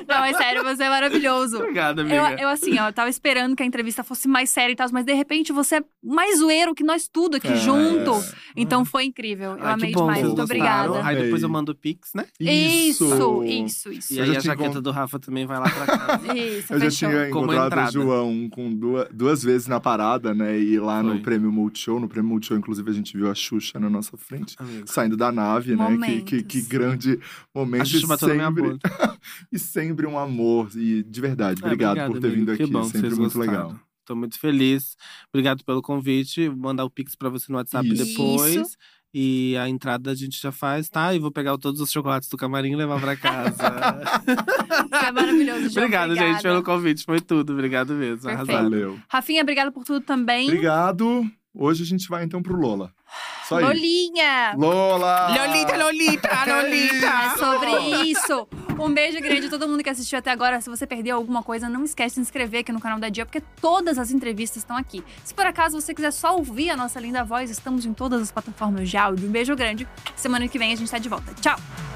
[SPEAKER 1] Não, é sério, você é maravilhoso.
[SPEAKER 3] Obrigada,
[SPEAKER 1] Eu,
[SPEAKER 3] amiga.
[SPEAKER 1] eu, assim, ó, eu tava esperando que a entrevista fosse mais séria e tal, mas de repente você é mais zoeiro que nós tudo aqui
[SPEAKER 2] É.
[SPEAKER 1] junto. Então foi incrível. Eu
[SPEAKER 3] Ai, que
[SPEAKER 1] amei
[SPEAKER 3] bom,
[SPEAKER 1] demais.
[SPEAKER 3] vocês
[SPEAKER 1] Muito
[SPEAKER 3] gostaram.
[SPEAKER 1] obrigada.
[SPEAKER 3] Aí depois eu mando o Pix, né?
[SPEAKER 2] Ah, É.
[SPEAKER 1] Isso, isso, isso.
[SPEAKER 3] E
[SPEAKER 2] Eu
[SPEAKER 3] aí
[SPEAKER 2] já
[SPEAKER 3] a
[SPEAKER 2] te
[SPEAKER 3] jaqueta
[SPEAKER 2] encont-
[SPEAKER 3] do Rafa também vai lá pra casa.
[SPEAKER 1] Isso,
[SPEAKER 2] Eu já
[SPEAKER 1] fechou.
[SPEAKER 2] tinha
[SPEAKER 3] Como
[SPEAKER 2] encontrado
[SPEAKER 3] entrada.
[SPEAKER 2] o João com duas, duas vezes na parada, né? E lá
[SPEAKER 3] Foi.
[SPEAKER 2] no Prêmio Multishow. No Prêmio Multishow, inclusive, a gente viu a Xuxa na nossa frente.
[SPEAKER 3] Amigo.
[SPEAKER 2] Saindo da nave, né? Que, que, que
[SPEAKER 1] Momentos.
[SPEAKER 2] grande
[SPEAKER 3] A
[SPEAKER 2] momento.
[SPEAKER 3] Xuxa
[SPEAKER 2] E
[SPEAKER 3] bateu na minha
[SPEAKER 2] sempre,
[SPEAKER 3] boca.
[SPEAKER 2] e sempre um amor. E de verdade, obrigado por ter
[SPEAKER 3] É, Ah, amigo.
[SPEAKER 2] vindo
[SPEAKER 3] que
[SPEAKER 2] aqui.
[SPEAKER 3] Bom, que
[SPEAKER 2] sempre
[SPEAKER 3] vocês
[SPEAKER 2] muito
[SPEAKER 3] gostaram.
[SPEAKER 2] legal.
[SPEAKER 3] Tô muito feliz. Obrigado pelo convite. Vou mandar o Pix pra você no WhatsApp
[SPEAKER 2] Isso.
[SPEAKER 3] depois.
[SPEAKER 1] Isso.
[SPEAKER 3] E a entrada a gente já faz, tá? E vou pegar todos os chocolates do camarim e levar pra casa.
[SPEAKER 1] Foi maravilhoso, João.
[SPEAKER 3] Obrigado,
[SPEAKER 1] Obrigada.
[SPEAKER 3] gente, pelo convite. Foi tudo. Obrigado mesmo.
[SPEAKER 1] Perfeito.
[SPEAKER 3] Arrasaram.
[SPEAKER 2] Valeu.
[SPEAKER 1] Rafinha, obrigada por tudo também.
[SPEAKER 2] Obrigado. Hoje a gente vai então pro Lola. Só isso.
[SPEAKER 1] Lolinha!
[SPEAKER 2] Lola!
[SPEAKER 3] Lolita, Ah,
[SPEAKER 1] É sobre isso. Um beijo grande a todo mundo que assistiu até agora. Se você perdeu alguma coisa, não esquece de se inscrever aqui no canal da Dia, porque todas as entrevistas estão aqui. Se por acaso você quiser só ouvir a nossa linda voz, estamos em todas as plataformas de áudio. Um beijo grande. Semana que vem a gente tá de volta. Tchau!